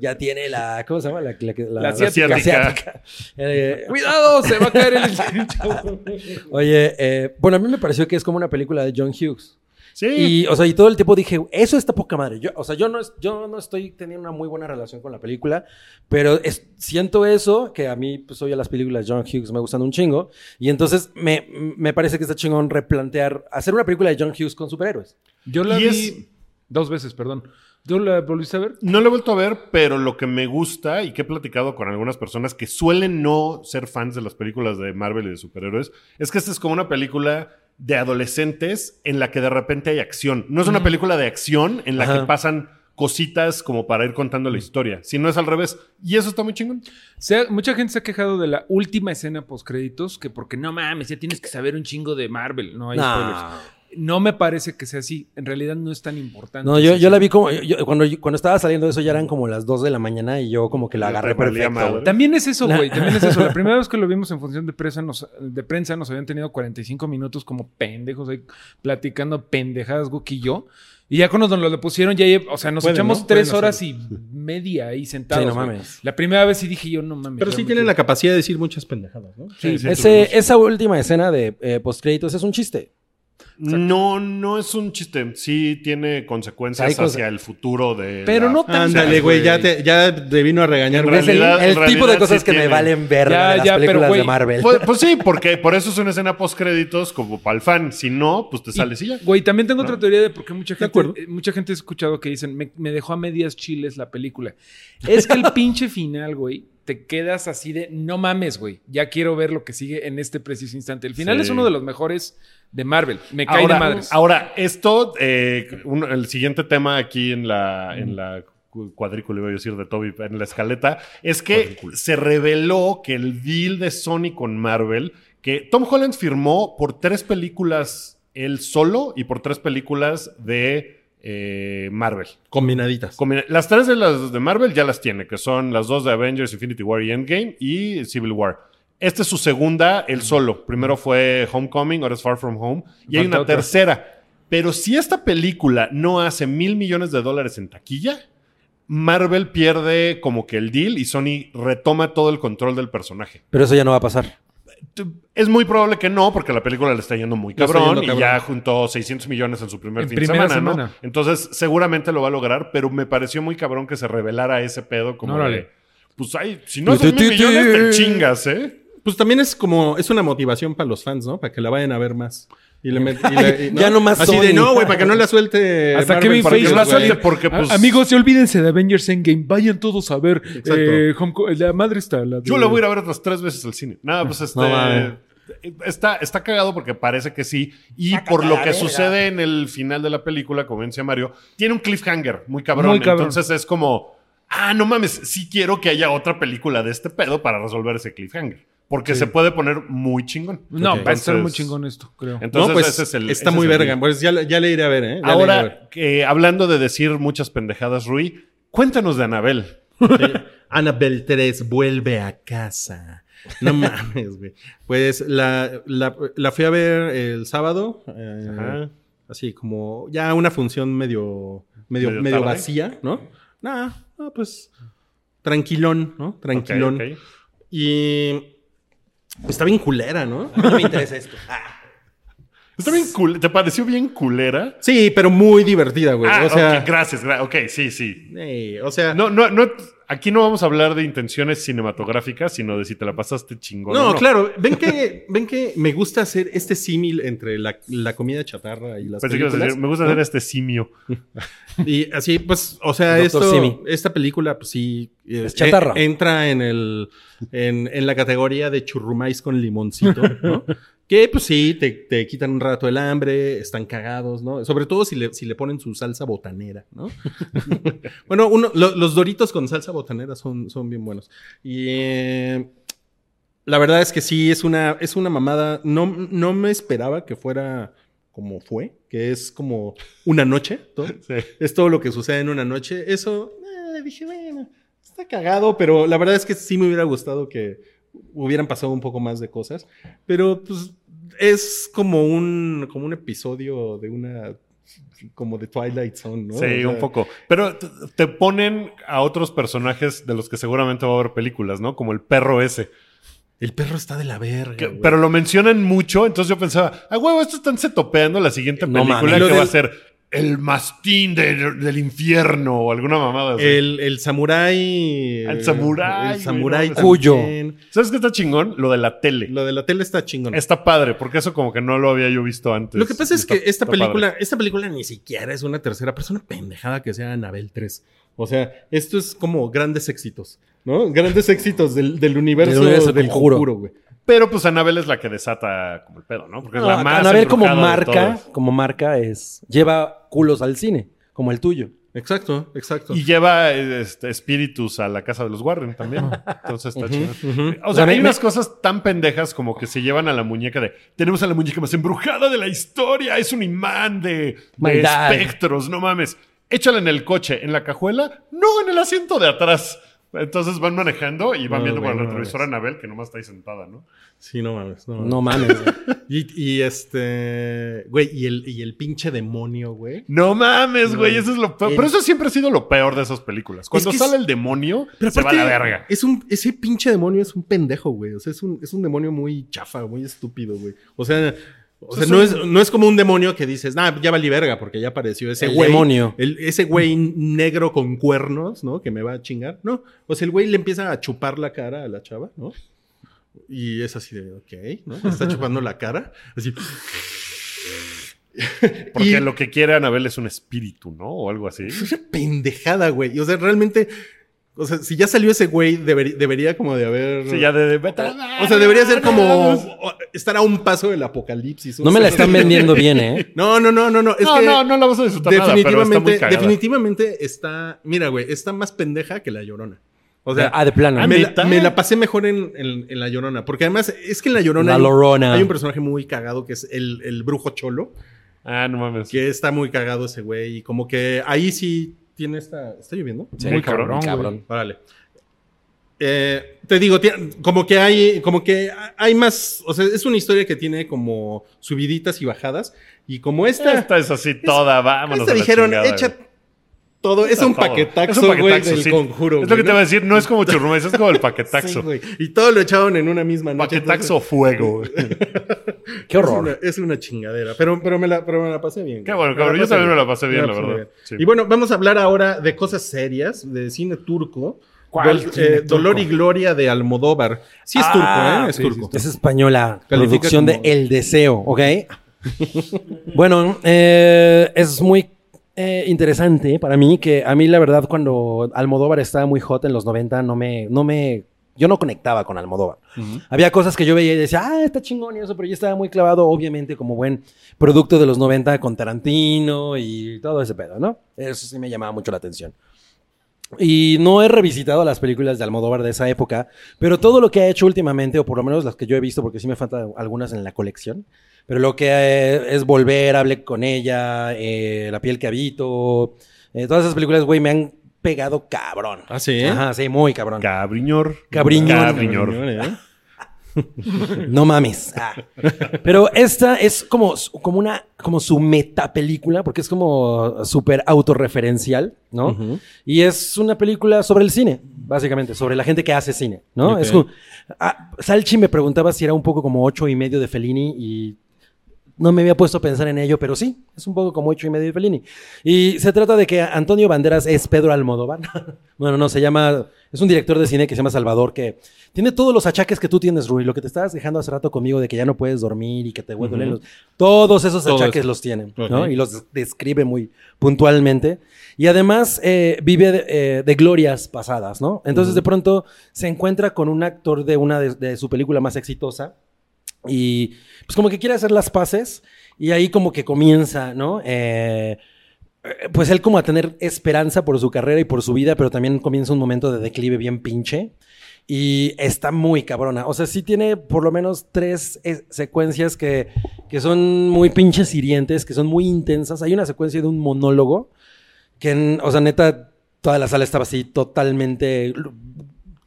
Speaker 4: ya tiene la. ¿Cómo se llama? La, la, la-
Speaker 5: La
Speaker 2: asiática.
Speaker 4: asiática. Eh,
Speaker 5: Cuidado, se va a caer el
Speaker 4: oye, eh, bueno, a mí me pareció que es como una película de John Hughes.
Speaker 2: Sí.
Speaker 4: Y, o sea, y todo el tiempo dije, eso está poca madre. Yo, o sea, yo no, es- yo no estoy teniendo una muy buena relación con la película, pero es- siento eso, que a mí, pues, oye, las películas de John Hughes me gustan un chingo. Y entonces me, me parece que está chingón replantear, hacer una película de John Hughes con superhéroes.
Speaker 5: Yo la
Speaker 2: Y
Speaker 5: vi
Speaker 2: es-
Speaker 5: dos veces, perdón. ¿Tú la volviste a ver?
Speaker 2: No lo he vuelto a ver, pero lo que me gusta y que he platicado con algunas personas que suelen no ser fans de las películas de Marvel y de superhéroes, es que esta es como una película de adolescentes en la que de repente hay acción. No es una película de acción en la
Speaker 4: Ajá.
Speaker 2: que pasan cositas como para ir contando la historia, sino es al revés. Y eso está muy chingón.
Speaker 5: Se ha- mucha gente se ha quejado de la última escena post créditos que porque no mames, ya tienes que saber un chingo de Marvel, no hay spoilers.
Speaker 4: No,
Speaker 5: No me parece que sea así, en realidad no es tan importante.
Speaker 4: no yo,
Speaker 5: Sí,
Speaker 4: yo
Speaker 5: sí.
Speaker 4: la vi como, yo- yo- cuando, yo- cuando estaba saliendo de eso ya eran como las 2 de la mañana y yo como que la
Speaker 2: Ya te
Speaker 4: agarré
Speaker 2: valía
Speaker 4: perfecto.
Speaker 2: madre.
Speaker 4: güey.
Speaker 5: También es eso,
Speaker 4: La-
Speaker 5: güey. También es eso. La primera vez que lo vimos en función de prensa, nos, de prensa nos habían tenido 45 minutos como pendejos ahí platicando pendejadas, Guki y yo. Y ya cuando nos lo pusieron, ya, lle- o sea, nos
Speaker 3: Pueden,
Speaker 5: echamos
Speaker 3: ¿no?
Speaker 5: tres
Speaker 3: Pueden
Speaker 5: horas y media ahí sentados.
Speaker 4: Sí, no
Speaker 5: güey.
Speaker 4: mames.
Speaker 5: La primera vez sí dije yo, no mames.
Speaker 3: Pero sí
Speaker 5: realmente.
Speaker 3: tienen la capacidad de decir muchas pendejadas, ¿no?
Speaker 5: Sí, sí.
Speaker 4: Ese, esa última escena de eh, postcréditos es un chiste.
Speaker 2: No, no es un chiste. Sí tiene consecuencias
Speaker 4: Hay cosas-
Speaker 2: hacia el futuro de...
Speaker 5: Pero
Speaker 2: la-
Speaker 5: no tan
Speaker 3: Ándale, güey, ya te, ya te vino a regañar.
Speaker 2: En
Speaker 3: güey.
Speaker 4: Es el,
Speaker 2: realidad-
Speaker 4: el
Speaker 2: en
Speaker 4: tipo de
Speaker 2: realidad
Speaker 4: cosas
Speaker 2: sí
Speaker 4: que
Speaker 2: tiene.
Speaker 4: me valen ver
Speaker 5: Ya,
Speaker 4: de las
Speaker 5: ya, pero,
Speaker 4: películas
Speaker 5: güey,
Speaker 4: de Marvel.
Speaker 2: Pues, pues sí, porque por eso es una escena post créditos como para el fan. Si no, pues te sales y ya.
Speaker 5: Güey, también tengo
Speaker 2: Ah.
Speaker 5: otra teoría de por qué mucha
Speaker 3: acuerdo.
Speaker 5: gente, eh, mucha gente ha escuchado que dicen, me, me dejó a medias chiles la película. Es que el pinche final, güey, te quedas así de, no mames, güey, ya quiero ver lo que sigue en este preciso instante. El final
Speaker 2: Sí.
Speaker 5: es uno de los mejores de Marvel. Me cae
Speaker 2: Ahora,
Speaker 5: de madres.
Speaker 2: ahora, esto, eh, un- el siguiente tema aquí en la, en la cu- cuadrícula, iba a decir, de Toby, en la escaleta, es que se reveló que el deal de Sony con Marvel, que Tom Holland firmó por tres películas él solo y por tres películas de eh, Marvel.
Speaker 3: Combinaditas.
Speaker 2: Combina- Las tres de las de Marvel ya las tiene, que son las dos de Avengers, Infinity War y Endgame y Civil War. Esta es su segunda, el solo. Primero fue Homecoming, ahora es Far From Home. Y hay
Speaker 5: Falta
Speaker 2: una
Speaker 5: otra.
Speaker 2: tercera. Pero si esta película no hace mil millones de dólares en taquilla, Marvel pierde como que el deal y Sony retoma todo el control del personaje.
Speaker 4: Pero eso ya no va a pasar.
Speaker 2: T- Es muy probable que no, porque la película le está yendo muy
Speaker 3: Le está
Speaker 2: cabrón,
Speaker 3: yendo
Speaker 2: y
Speaker 3: cabrón.
Speaker 2: ya juntó 600 millones en su primer
Speaker 5: En
Speaker 2: fin
Speaker 5: primera
Speaker 2: de semana, ¿no?
Speaker 5: semana.
Speaker 2: Entonces, seguramente lo va a lograr, pero me pareció muy cabrón que se revelara ese pedo como
Speaker 5: Órale.
Speaker 2: de, pues hay, si no son mil millones, te chingas, ¿eh?
Speaker 3: Pues también es como, es una motivación para los fans, ¿no? Para que la vayan a ver más. Y le met- y le- y
Speaker 4: Ya nomás
Speaker 3: Así
Speaker 4: Sony.
Speaker 3: de, no, güey, para que no la suelte.
Speaker 5: Hasta
Speaker 3: Marvel,
Speaker 5: Kevin
Speaker 3: para
Speaker 5: Feige
Speaker 3: no
Speaker 5: la
Speaker 3: güey.
Speaker 5: suelte,
Speaker 2: porque, pues-
Speaker 5: A- amigos, y olvídense de Avengers Endgame. Vayan todos a ver.
Speaker 3: Exacto.
Speaker 5: eh, Homeco- la madre está. La de-
Speaker 2: Yo la voy a ir a ver otras tres veces al cine. Nada, pues este.
Speaker 4: No mames.
Speaker 2: Está, está cagado porque parece que sí. Y
Speaker 4: Sácate
Speaker 2: por
Speaker 4: la
Speaker 2: lo que
Speaker 4: verga.
Speaker 2: sucede en el final de la película, como decía Mario, tiene un cliffhanger muy cabrón.
Speaker 5: Muy cabrón.
Speaker 2: Entonces es como, ah, no mames, sí quiero que haya otra película de este pedo para resolver ese cliffhanger. Porque se puede poner muy chingón.
Speaker 5: No,
Speaker 3: Ok.
Speaker 5: va a estar
Speaker 2: Entonces-
Speaker 5: muy chingón esto, creo.
Speaker 2: Entonces
Speaker 3: no, pues
Speaker 2: ese es el.
Speaker 3: está
Speaker 2: ese
Speaker 3: muy
Speaker 2: es el-
Speaker 3: verga. Pues ya, la- ya le iré a ver, ¿eh? Ya le iré a ver.
Speaker 2: Ahora, eh, hablando de decir muchas pendejadas, Rui, cuéntanos de Anabel.
Speaker 3: Annabelle 3 vuelve a casa. No mames, güey. Pues la, la, la fui a ver el sábado. eh,
Speaker 2: Ajá.
Speaker 3: así como ya una función medio, medio,
Speaker 2: Medio
Speaker 3: medio,
Speaker 2: tarde.
Speaker 3: vacía, ¿no? Nada, ah, pues tranquilón, ¿no? Tranquilón.
Speaker 2: Ok, ok.
Speaker 3: Y está bien culera, ¿no?
Speaker 4: No me interesa esto.
Speaker 2: Está bien Pues cul- ¿Te pareció bien culera?
Speaker 3: Sí, pero muy divertida, güey.
Speaker 2: Ah,
Speaker 3: o sea,
Speaker 2: ok, gracias, gra- ok, sí, sí.
Speaker 3: ey, o sea,
Speaker 2: No, no, no, aquí no vamos a hablar de intenciones cinematográficas, sino de si te la pasaste chingón. o
Speaker 3: No, claro, ven que, ven que me gusta hacer este símil entre la, la comida chatarra y las
Speaker 2: Pensé que ibas a
Speaker 3: películas.
Speaker 2: decir, me gusta
Speaker 3: ¿no?
Speaker 2: hacer este simio.
Speaker 3: Y así, pues, o sea,
Speaker 4: Doctor
Speaker 3: esto,
Speaker 4: Simi.
Speaker 3: esta película, pues sí. eh,
Speaker 4: Es chatarra.
Speaker 3: eh, entra en, el, en, en la categoría de churrumais con limoncito, ¿no? que pues sí, te, te quitan un rato el hambre, están cagados, ¿no? Sobre todo si le, si le ponen su salsa botanera, ¿no? bueno, uno, lo- los doritos con salsa botanera son, son bien buenos. Y. eh, la verdad es que sí, es una, es una mamada. No, no me esperaba que fuera como fue, que es como una noche. ¿no? Es todo lo que sucede en una noche. Eso, eh, dije, bueno, está cagado, pero la verdad es que sí me hubiera gustado que hubieran pasado un poco más de cosas. Pero pues es como un, como un episodio de una, como de Twilight Zone, ¿no?
Speaker 2: sí,
Speaker 3: O sea,
Speaker 2: un poco. Pero t- te ponen a otros personajes de los que seguramente va a haber películas, ¿no? Como el perro ese.
Speaker 3: El perro está de la verga.
Speaker 2: Que-
Speaker 3: Ah, güey.
Speaker 2: pero lo mencionan mucho, entonces yo pensaba, ah, huevo, esto están setopeando la siguiente
Speaker 4: No
Speaker 2: película
Speaker 4: mames.
Speaker 2: que
Speaker 3: Lo
Speaker 2: va a
Speaker 3: del-
Speaker 2: ser el mastín de- del infierno o alguna mamada así.
Speaker 3: El, el samurái.
Speaker 2: El samurái,
Speaker 3: El samurái.
Speaker 2: güey, no,
Speaker 4: Cuyo.
Speaker 3: también.
Speaker 2: ¿Sabes qué está chingón? Lo de la tele.
Speaker 3: Lo de la tele está chingón.
Speaker 2: Está padre, porque eso como que no lo había yo visto antes.
Speaker 3: Lo que pasa es
Speaker 2: Está-
Speaker 3: que esta
Speaker 2: está padre.
Speaker 3: película, esta película ni siquiera es una tercera persona pendejada que sea Anabel 3. O sea, esto es como grandes éxitos, ¿no? Grandes éxitos del, del universo
Speaker 4: Del
Speaker 3: del,
Speaker 4: universo del conjuro.
Speaker 3: conjuro. güey.
Speaker 2: Pero pues Anabel es la que desata como el pedo, ¿no? Porque es la
Speaker 4: No,
Speaker 2: más
Speaker 4: Anabel como
Speaker 2: embrujada de
Speaker 4: marca,
Speaker 2: todas.
Speaker 4: como marca es lleva culos al cine, como el tuyo.
Speaker 3: Exacto, exacto.
Speaker 2: Y lleva eh, este, espíritus a la casa de los Warren también. Entonces está chido. O sea,
Speaker 4: O sea,
Speaker 2: hay
Speaker 4: me-
Speaker 2: unas cosas tan pendejas como que se llevan a la muñeca de tenemos a la muñeca más embrujada de la historia, es un imán de, de
Speaker 4: Maldad.
Speaker 2: espectros, no mames. Échala en el coche, en la cajuela, no en el asiento de atrás. Entonces van manejando y van
Speaker 3: No,
Speaker 2: viendo
Speaker 3: güey,
Speaker 2: por el
Speaker 3: no
Speaker 2: retrovisor a
Speaker 3: mames.
Speaker 2: Anabel, que nomás está ahí sentada, ¿no?
Speaker 3: Sí, no mames, no mames.
Speaker 4: No mames. güey.
Speaker 3: Y, y este, güey, y el, y el pinche demonio, güey.
Speaker 2: No mames, güey, eso es lo peor.
Speaker 3: El-
Speaker 2: Pero eso siempre ha sido lo peor de esas películas. Cuando
Speaker 3: que es-
Speaker 2: sale el demonio,
Speaker 3: Pero
Speaker 2: se va a
Speaker 3: aparte,
Speaker 2: la verga.
Speaker 3: Es un, ese pinche demonio es un pendejo, güey. O sea, es un, es un demonio muy chafa, muy estúpido, güey. O sea, o sea,
Speaker 2: Es
Speaker 3: no,
Speaker 2: un-
Speaker 3: es, no es como un demonio que dices, nah, ya valí verga porque ya apareció ese
Speaker 4: El
Speaker 3: güey.
Speaker 4: demonio.
Speaker 3: el- ese güey negro con cuernos, ¿no? Que me va a chingar. No. O sea, el güey le empieza a chupar la cara a la chava, ¿no? Y es así de, ok, ¿no? Le Está chupando la cara. Así.
Speaker 2: Porque
Speaker 3: eh, y-
Speaker 2: lo que quiere Anabel es un espíritu, ¿no? O algo así.
Speaker 3: Es una pendejada, güey. Y, o sea, realmente. O sea, si ya salió ese güey, deberi- debería como de haber.
Speaker 2: Sí, ya de, de- vete a la
Speaker 3: O sea, debería
Speaker 2: Ah,
Speaker 3: ser como
Speaker 2: verga.
Speaker 3: o- estar a un paso del apocalipsis.
Speaker 4: No me la están vendiendo bien, ¿eh?
Speaker 3: No, no, no, no, no. Es
Speaker 2: no,
Speaker 3: que
Speaker 2: no, no la vas a disfrutar nada, pero está muy
Speaker 3: definitivamente,
Speaker 2: cagada.
Speaker 3: definitivamente está. Mira, güey, está más pendeja que la llorona. O sea,
Speaker 4: ah, de plano.
Speaker 3: me, la,
Speaker 2: ¿neta?
Speaker 3: me la pasé mejor en, en- en la llorona. Porque además es que en la llorona
Speaker 4: La
Speaker 3: hay, un-
Speaker 4: Llorona.
Speaker 3: hay un personaje muy cagado que es el, el brujo cholo.
Speaker 2: Ah, no mames.
Speaker 3: Que está muy cagado ese güey. Y como que ahí sí tiene esta. ¿Está lloviendo?
Speaker 4: Sí,
Speaker 5: Muy cabrón,
Speaker 4: cabrón.
Speaker 3: Órale. Eh, te digo, tie- como que hay, como que hay más, o sea, es una historia que tiene como subiditas y bajadas. Y como esta,
Speaker 2: Esta es así toda, vámonos.
Speaker 3: esta
Speaker 2: a la
Speaker 3: dijeron,
Speaker 2: chingada,
Speaker 3: echa
Speaker 2: güey.
Speaker 3: todo, es un
Speaker 2: Todo. Es
Speaker 3: paquetaxo,
Speaker 2: un
Speaker 3: güey,
Speaker 2: paquetaxo,
Speaker 3: del
Speaker 2: sí. Es
Speaker 3: conjuro.
Speaker 2: lo
Speaker 3: güey,
Speaker 2: que te
Speaker 3: ¿no?
Speaker 2: iba a decir, no es como churrumés, es como el paquetaxo.
Speaker 3: Sí, güey. y todo lo echaron en una misma noche.
Speaker 2: paquetaxo
Speaker 3: entonces-
Speaker 2: fuego.
Speaker 4: Qué
Speaker 3: Es
Speaker 4: horror.
Speaker 3: una, es una chingadera, pero, pero, me la, pero me la pasé bien.
Speaker 2: Qué
Speaker 3: güey.
Speaker 2: bueno,
Speaker 3: Me la
Speaker 2: cabrón, yo
Speaker 3: pasé pues,
Speaker 2: también me la pasé bien, la
Speaker 3: pasé
Speaker 2: verdad. Sí.
Speaker 3: Y bueno, vamos a hablar ahora de cosas serias, de cine turco.
Speaker 5: ¿Cuál
Speaker 3: Dol-
Speaker 5: cine
Speaker 3: eh,
Speaker 5: turco?
Speaker 3: Dolor y Gloria de Almodóvar. Sí es
Speaker 4: Ah,
Speaker 3: turco, ¿eh? Es
Speaker 5: sí, sí,
Speaker 3: turco.
Speaker 5: sí.
Speaker 4: Es española.
Speaker 3: Califica
Speaker 4: producción
Speaker 3: como-
Speaker 4: de El Deseo, ¿ok? bueno, eh, es muy eh, interesante para mí que a mí la verdad cuando Almodóvar estaba muy hot en los 90 no me... No me yo no conectaba con Almodóvar. Había cosas que yo veía y decía, ah, está chingón y eso, pero yo estaba muy clavado, obviamente, como buen producto de los 90 con Tarantino y todo ese pedo, ¿no? Eso sí me llamaba mucho la atención. Y no he revisitado las películas de Almodóvar de esa época, pero todo lo que ha hecho últimamente, o por lo menos las que yo he visto, porque sí me faltan algunas en la colección, pero lo que eh, es Volver, Hable con ella, eh, La piel que habito, eh, todas esas películas, güey, me han pegado cabrón.
Speaker 3: ¿Ah, sí?
Speaker 4: Ajá, sí, muy cabrón.
Speaker 2: Cabriñor.
Speaker 4: Cabriñor.
Speaker 2: Cabriñor.
Speaker 3: ¿eh?
Speaker 4: No mames. Ah. Pero esta es como, como una, como su metapelícula, porque es como súper autorreferencial, ¿no?
Speaker 3: Ujú.
Speaker 4: Y es una película sobre el cine, básicamente, sobre la gente que hace cine, ¿no?
Speaker 3: Ok.
Speaker 4: Es como- ah, Salchi me preguntaba si era un poco como ocho y medio de Fellini y no me había puesto a pensar en ello, pero sí, es un poco como ocho y medio de Fellini. Y se trata de que Antonio Banderas es Pedro Almodóvar. bueno, no, se llama, es un director de cine que se llama Salvador, que tiene todos los achaques que tú tienes, Rui. Lo que te estabas dejando hace rato conmigo de que ya no puedes dormir y que te duelen los... Todos esos
Speaker 3: Todo
Speaker 4: achaques
Speaker 3: eso.
Speaker 4: los tienen, ¿no?
Speaker 3: Ok.
Speaker 4: Y los describe muy puntualmente. Y además eh, vive de, eh, de glorias pasadas, ¿no? Entonces de pronto se encuentra con un actor de una de, de su película más exitosa y pues como que quiere hacer las paces y ahí como que comienza, ¿no? Eh, eh, pues él como a tener esperanza por su carrera y por su vida, pero también comienza un momento de declive bien pinche. Y está muy cabrona. O sea, sí tiene por lo menos tres eh, secuencias que, que son muy pinches hirientes, que son muy intensas. Hay una secuencia de un monólogo que, en- o sea, neta, toda la sala estaba así totalmente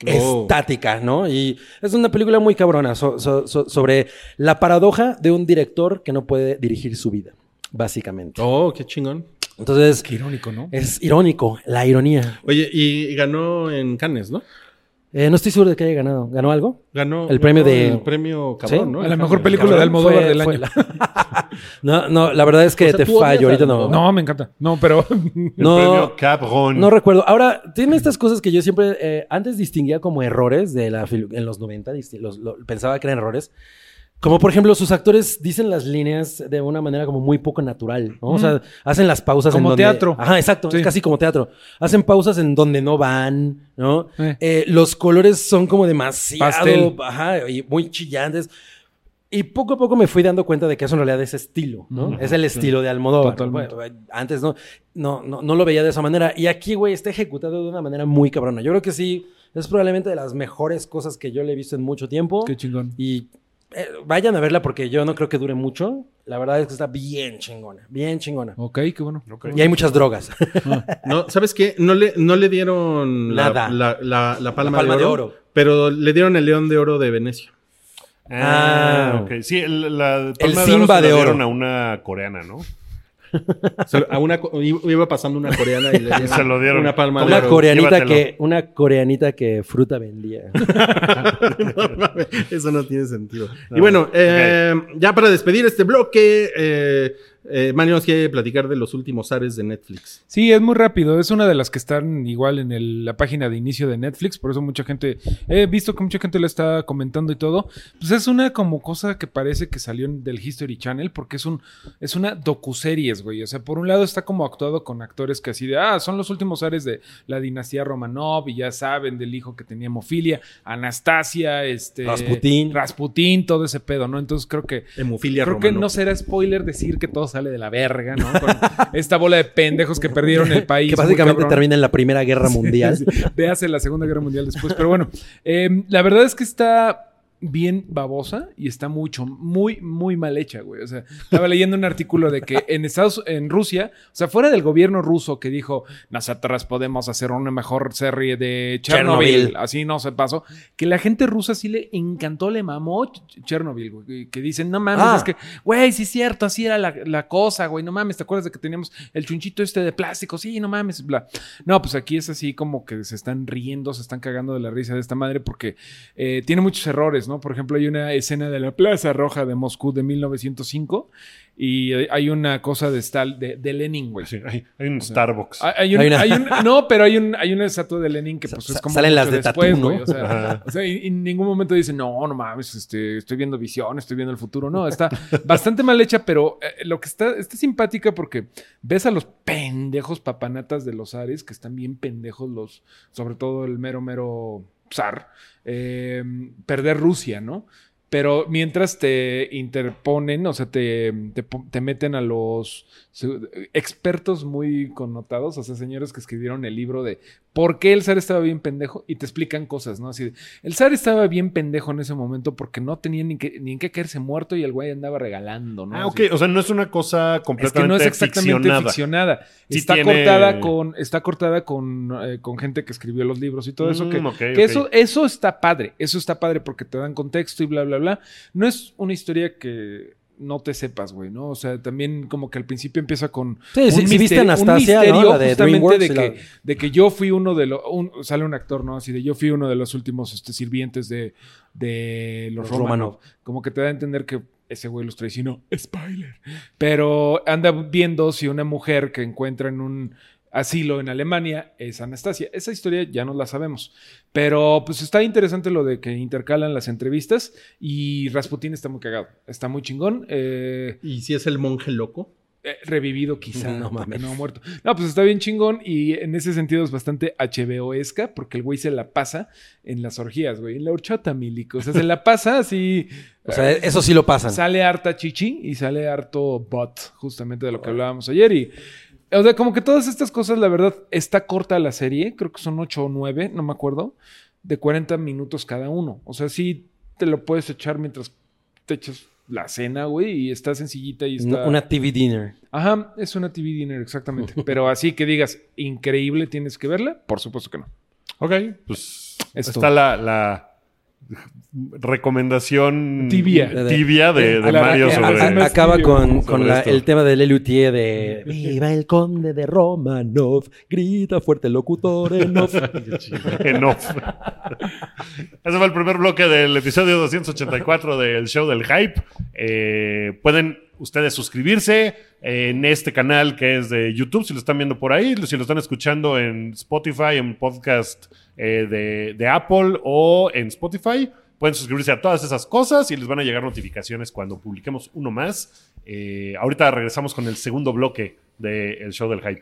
Speaker 3: Oh.
Speaker 4: estática, ¿no? Y es una película muy cabrona so- so- so- sobre la paradoja de un director que no puede dirigir su vida, básicamente.
Speaker 3: Oh, qué chingón.
Speaker 4: Entonces,
Speaker 5: Qué irónico, ¿no?
Speaker 4: es irónico, la ironía.
Speaker 3: Oye, y ganó en Cannes, ¿no?
Speaker 4: Eh, no estoy seguro de que haya ganado. ¿Ganó algo?
Speaker 3: Ganó
Speaker 4: El premio
Speaker 3: ganó
Speaker 4: de-
Speaker 3: El premio cabrón,
Speaker 4: Sí,
Speaker 3: ¿no?
Speaker 5: a
Speaker 3: El
Speaker 5: la
Speaker 3: Cannes.
Speaker 5: mejor película de Almodóvar
Speaker 4: Fue-
Speaker 5: del
Speaker 4: fue
Speaker 5: año.
Speaker 4: la- no, no, la verdad es que
Speaker 3: O sea,
Speaker 4: te
Speaker 3: tú odias
Speaker 4: fallo.
Speaker 3: a
Speaker 4: Ahorita no.
Speaker 3: Almodóvar.
Speaker 5: No, me encanta. No, pero
Speaker 2: El
Speaker 4: No.
Speaker 2: premio Cabrón.
Speaker 4: No recuerdo. Ahora, tiene estas cosas que yo siempre eh, antes distinguía como errores de la fil- en los 90, disti- los- lo- pensaba que eran errores. Como por ejemplo, sus actores dicen las líneas de una manera como muy poco natural, ¿no? O sea, hacen las pausas en
Speaker 5: Como
Speaker 4: donde-
Speaker 5: teatro.
Speaker 4: Ajá, exacto,
Speaker 5: Sí.
Speaker 4: es casi como teatro. Hacen pausas en donde no van, ¿no?
Speaker 5: Eh.
Speaker 4: Eh, los colores son como demasiado,
Speaker 5: Pastel.
Speaker 4: ajá, y muy chillantes. Y poco a poco me fui dando cuenta de que eso en realidad es estilo, ¿no? Es el estilo de Almodóvar.
Speaker 5: Totalmente.
Speaker 4: Bueno, eh, antes no, no, no, no lo veía de esa manera. Y aquí, güey, está ejecutado de una manera muy cabrona. Yo creo que sí, es probablemente de las mejores cosas que yo le he visto en mucho tiempo.
Speaker 5: qué chingón.
Speaker 4: Y eh, vayan a verla porque yo no creo que dure mucho. La verdad es que está bien chingona, bien chingona.
Speaker 5: Ok, qué bueno.
Speaker 4: Y hay muchas drogas.
Speaker 3: No, ¿sabes qué? No le, no le dieron la-
Speaker 4: Nada.
Speaker 3: La, la- la palma,
Speaker 4: palma
Speaker 3: de,
Speaker 4: de
Speaker 3: oro,
Speaker 4: oro.
Speaker 3: pero le dieron el León de Oro de Venecia.
Speaker 2: Ah,
Speaker 4: Ah.
Speaker 2: ok. Sí, el, la
Speaker 4: El
Speaker 2: Palma
Speaker 4: Simba
Speaker 2: se la
Speaker 4: de oro.
Speaker 2: dieron a una coreana, ¿no?
Speaker 3: Se lo- a una, co- iba pasando una coreana y le dieron,
Speaker 2: Se lo dieron.
Speaker 3: una palma de
Speaker 4: Una
Speaker 3: oro.
Speaker 4: coreanita,
Speaker 2: llévatelo.
Speaker 4: que, una coreanita que fruta vendía.
Speaker 3: No mames, Eso no tiene sentido. Y
Speaker 2: No.
Speaker 3: bueno, eh, ya para despedir este bloque, eh, eh, Mario nos quiere platicar de los últimos ares de Netflix.
Speaker 5: Sí, es muy rápido. Es una de las que están igual en el- la página de inicio de Netflix. Por eso mucha gente... He visto que mucha gente lo está comentando y todo. Pues es una como cosa que parece que salió en- del History Channel porque es un es una docuseries, güey. O sea, por un lado está como actuado con actores que así de... Ah, son los últimos ares de la dinastía Romanov y ya saben del hijo que tenía hemofilia. Anastasia, este...
Speaker 4: Rasputín.
Speaker 5: Rasputín, todo ese pedo, ¿no? Entonces creo que...
Speaker 3: Hemofilia
Speaker 5: Creo que
Speaker 3: Romano.
Speaker 5: no será spoiler decir que todo sale de la verga, ¿no? Con esta bola de pendejos que perdieron el país.
Speaker 4: que
Speaker 5: muy
Speaker 4: básicamente
Speaker 5: cabrón.
Speaker 4: termina en la Primera Guerra Mundial.
Speaker 5: Véase la Segunda Guerra Mundial después. Pero bueno, eh, la verdad es que está bien babosa y está mucho, muy, muy mal hecha, güey. O sea, estaba leyendo un artículo de que en Estados, en Rusia, o sea, fuera del gobierno ruso que dijo, nosotros podemos hacer una mejor serie de Chernobyl,
Speaker 4: Chernobyl.
Speaker 5: así no se pasó, que la gente rusa sí le encantó, le mamó Ch- Chernobyl, güey, que dicen, no mames,
Speaker 4: Ah.
Speaker 5: es que Güey, sí es cierto, así era la, la cosa, güey. No mames, ¿te acuerdas de que teníamos el chunchito este de plástico? Sí, no mames, bla. No, pues aquí es así como que se están riendo, se están cagando de la risa de esta madre porque eh, tiene muchos errores, ¿no? Por ejemplo, hay una escena de la Plaza Roja de Moscú de 1905 y eh, hay una cosa de, Stal, de, de Lenin, güey.
Speaker 2: Sí, hay, hay un Starbucks.
Speaker 5: Hay, hay un-
Speaker 4: Hay una-
Speaker 5: hay un- no, pero hay, un, hay una estatua de Lenin que
Speaker 4: Sa-
Speaker 5: pues
Speaker 4: sa-
Speaker 5: es como.
Speaker 4: salen
Speaker 5: mucho
Speaker 4: las de
Speaker 5: después,
Speaker 4: Tatú, ¿no?
Speaker 5: güey, O sea,
Speaker 2: Ajá.
Speaker 5: o sea, y- y en ningún momento dicen, no, no mames, este, estoy viendo visión, estoy viendo el futuro. No, está bastante mal hecha, pero eh, lo que está, está simpática porque ves a los pendejos papanatas de los Ares que están bien pendejos los, sobre todo el mero, mero zar, eh, perder Rusia, ¿no? Pero mientras te interponen, o sea, te, te, po- te meten a los su- expertos muy connotados, o sea, señores que escribieron el libro de por qué el zar estaba bien pendejo y te explican cosas, ¿no? Así, de, el zar estaba bien pendejo en ese momento porque no tenía ni, que- ni en qué caerse muerto y el güey andaba regalando, ¿no?
Speaker 2: Ah,
Speaker 5: Así,
Speaker 2: ok. O sea, no es una cosa
Speaker 5: es que no
Speaker 2: completamente
Speaker 5: es exactamente
Speaker 2: ficcionada.
Speaker 5: ficcionada.
Speaker 2: Sí
Speaker 5: está,
Speaker 2: tiene-
Speaker 5: cortada con, está cortada con, eh, con gente que escribió los libros y todo eso.
Speaker 2: Mm,
Speaker 5: que
Speaker 2: ok,
Speaker 5: que
Speaker 2: ok.
Speaker 5: Eso, eso está padre. Eso está padre porque te dan contexto y bla, bla, bla. No es una historia que no te sepas, güey, ¿no? O sea, también como que al principio empieza con
Speaker 4: Sí, sí, sí viste
Speaker 5: misterio-
Speaker 4: Anastasia,
Speaker 5: misterio
Speaker 4: ¿no? La de
Speaker 5: justamente
Speaker 4: DreamWorks.
Speaker 5: de
Speaker 4: y la-
Speaker 5: que, de que yo fui uno de los... Sale un actor, ¿no? Así de yo fui uno de los últimos este, sirvientes de, de los,
Speaker 4: Los
Speaker 5: Romanov.
Speaker 4: Romanov.
Speaker 5: Como que te da a entender que ese güey los traicionó. Spoiler. Pero anda viendo si una mujer que encuentra en un asilo en Alemania es Anastasia. Esa historia ya no la sabemos. Pero pues está interesante lo de que intercalan las entrevistas y Rasputín está muy cagado. Está muy chingón. Eh,
Speaker 3: ¿Y si es el monje loco?
Speaker 5: eh, revivido quizá,
Speaker 4: No
Speaker 5: no,
Speaker 4: mames.
Speaker 5: no muerto. No, pues está bien chingón y en ese sentido es bastante HBO-esca porque el güey se la pasa en las orgías, güey, en la horchata milico. O sea, se la pasa así,
Speaker 4: O sea,
Speaker 5: eh,
Speaker 4: eso sí lo pasan.
Speaker 5: sale harta chichi y sale harto bot, justamente de lo que hablábamos ayer y... O sea, como que todas estas cosas, la verdad, está corta la serie, creo que son 8 o 9, no me acuerdo, de 40 minutos cada uno. O sea, sí te lo puedes echar mientras te echas la cena, güey, y está sencillita y está...
Speaker 4: Una una TV dinner.
Speaker 5: Ajá, es una TV dinner, exactamente. Pero así que digas, increíble, tienes que verla, por supuesto que no.
Speaker 2: Ok, pues
Speaker 5: Es
Speaker 2: está
Speaker 5: todo.
Speaker 2: la, la recomendación
Speaker 5: Tibia.
Speaker 2: tibia de, de
Speaker 5: La-
Speaker 2: Mario
Speaker 5: eh,
Speaker 2: sobre... este
Speaker 5: al- al- al-
Speaker 4: Acaba con,
Speaker 2: sobre
Speaker 4: con la-
Speaker 2: esto.
Speaker 4: el tema del Elutier E de Viva el conde de Romanov, grita fuerte locutor en off.
Speaker 2: en off. Ese fue el primer bloque del episodio 284 del show del hype. Eh, pueden ustedes suscribirse en este canal que es de YouTube, si lo están viendo por ahí, si lo están escuchando en Spotify, en podcast eh, de, de Apple o en Spotify. Pueden suscribirse a todas esas cosas y les van a llegar notificaciones cuando publiquemos uno más. Eh, ahorita regresamos con el segundo bloque del show del hype.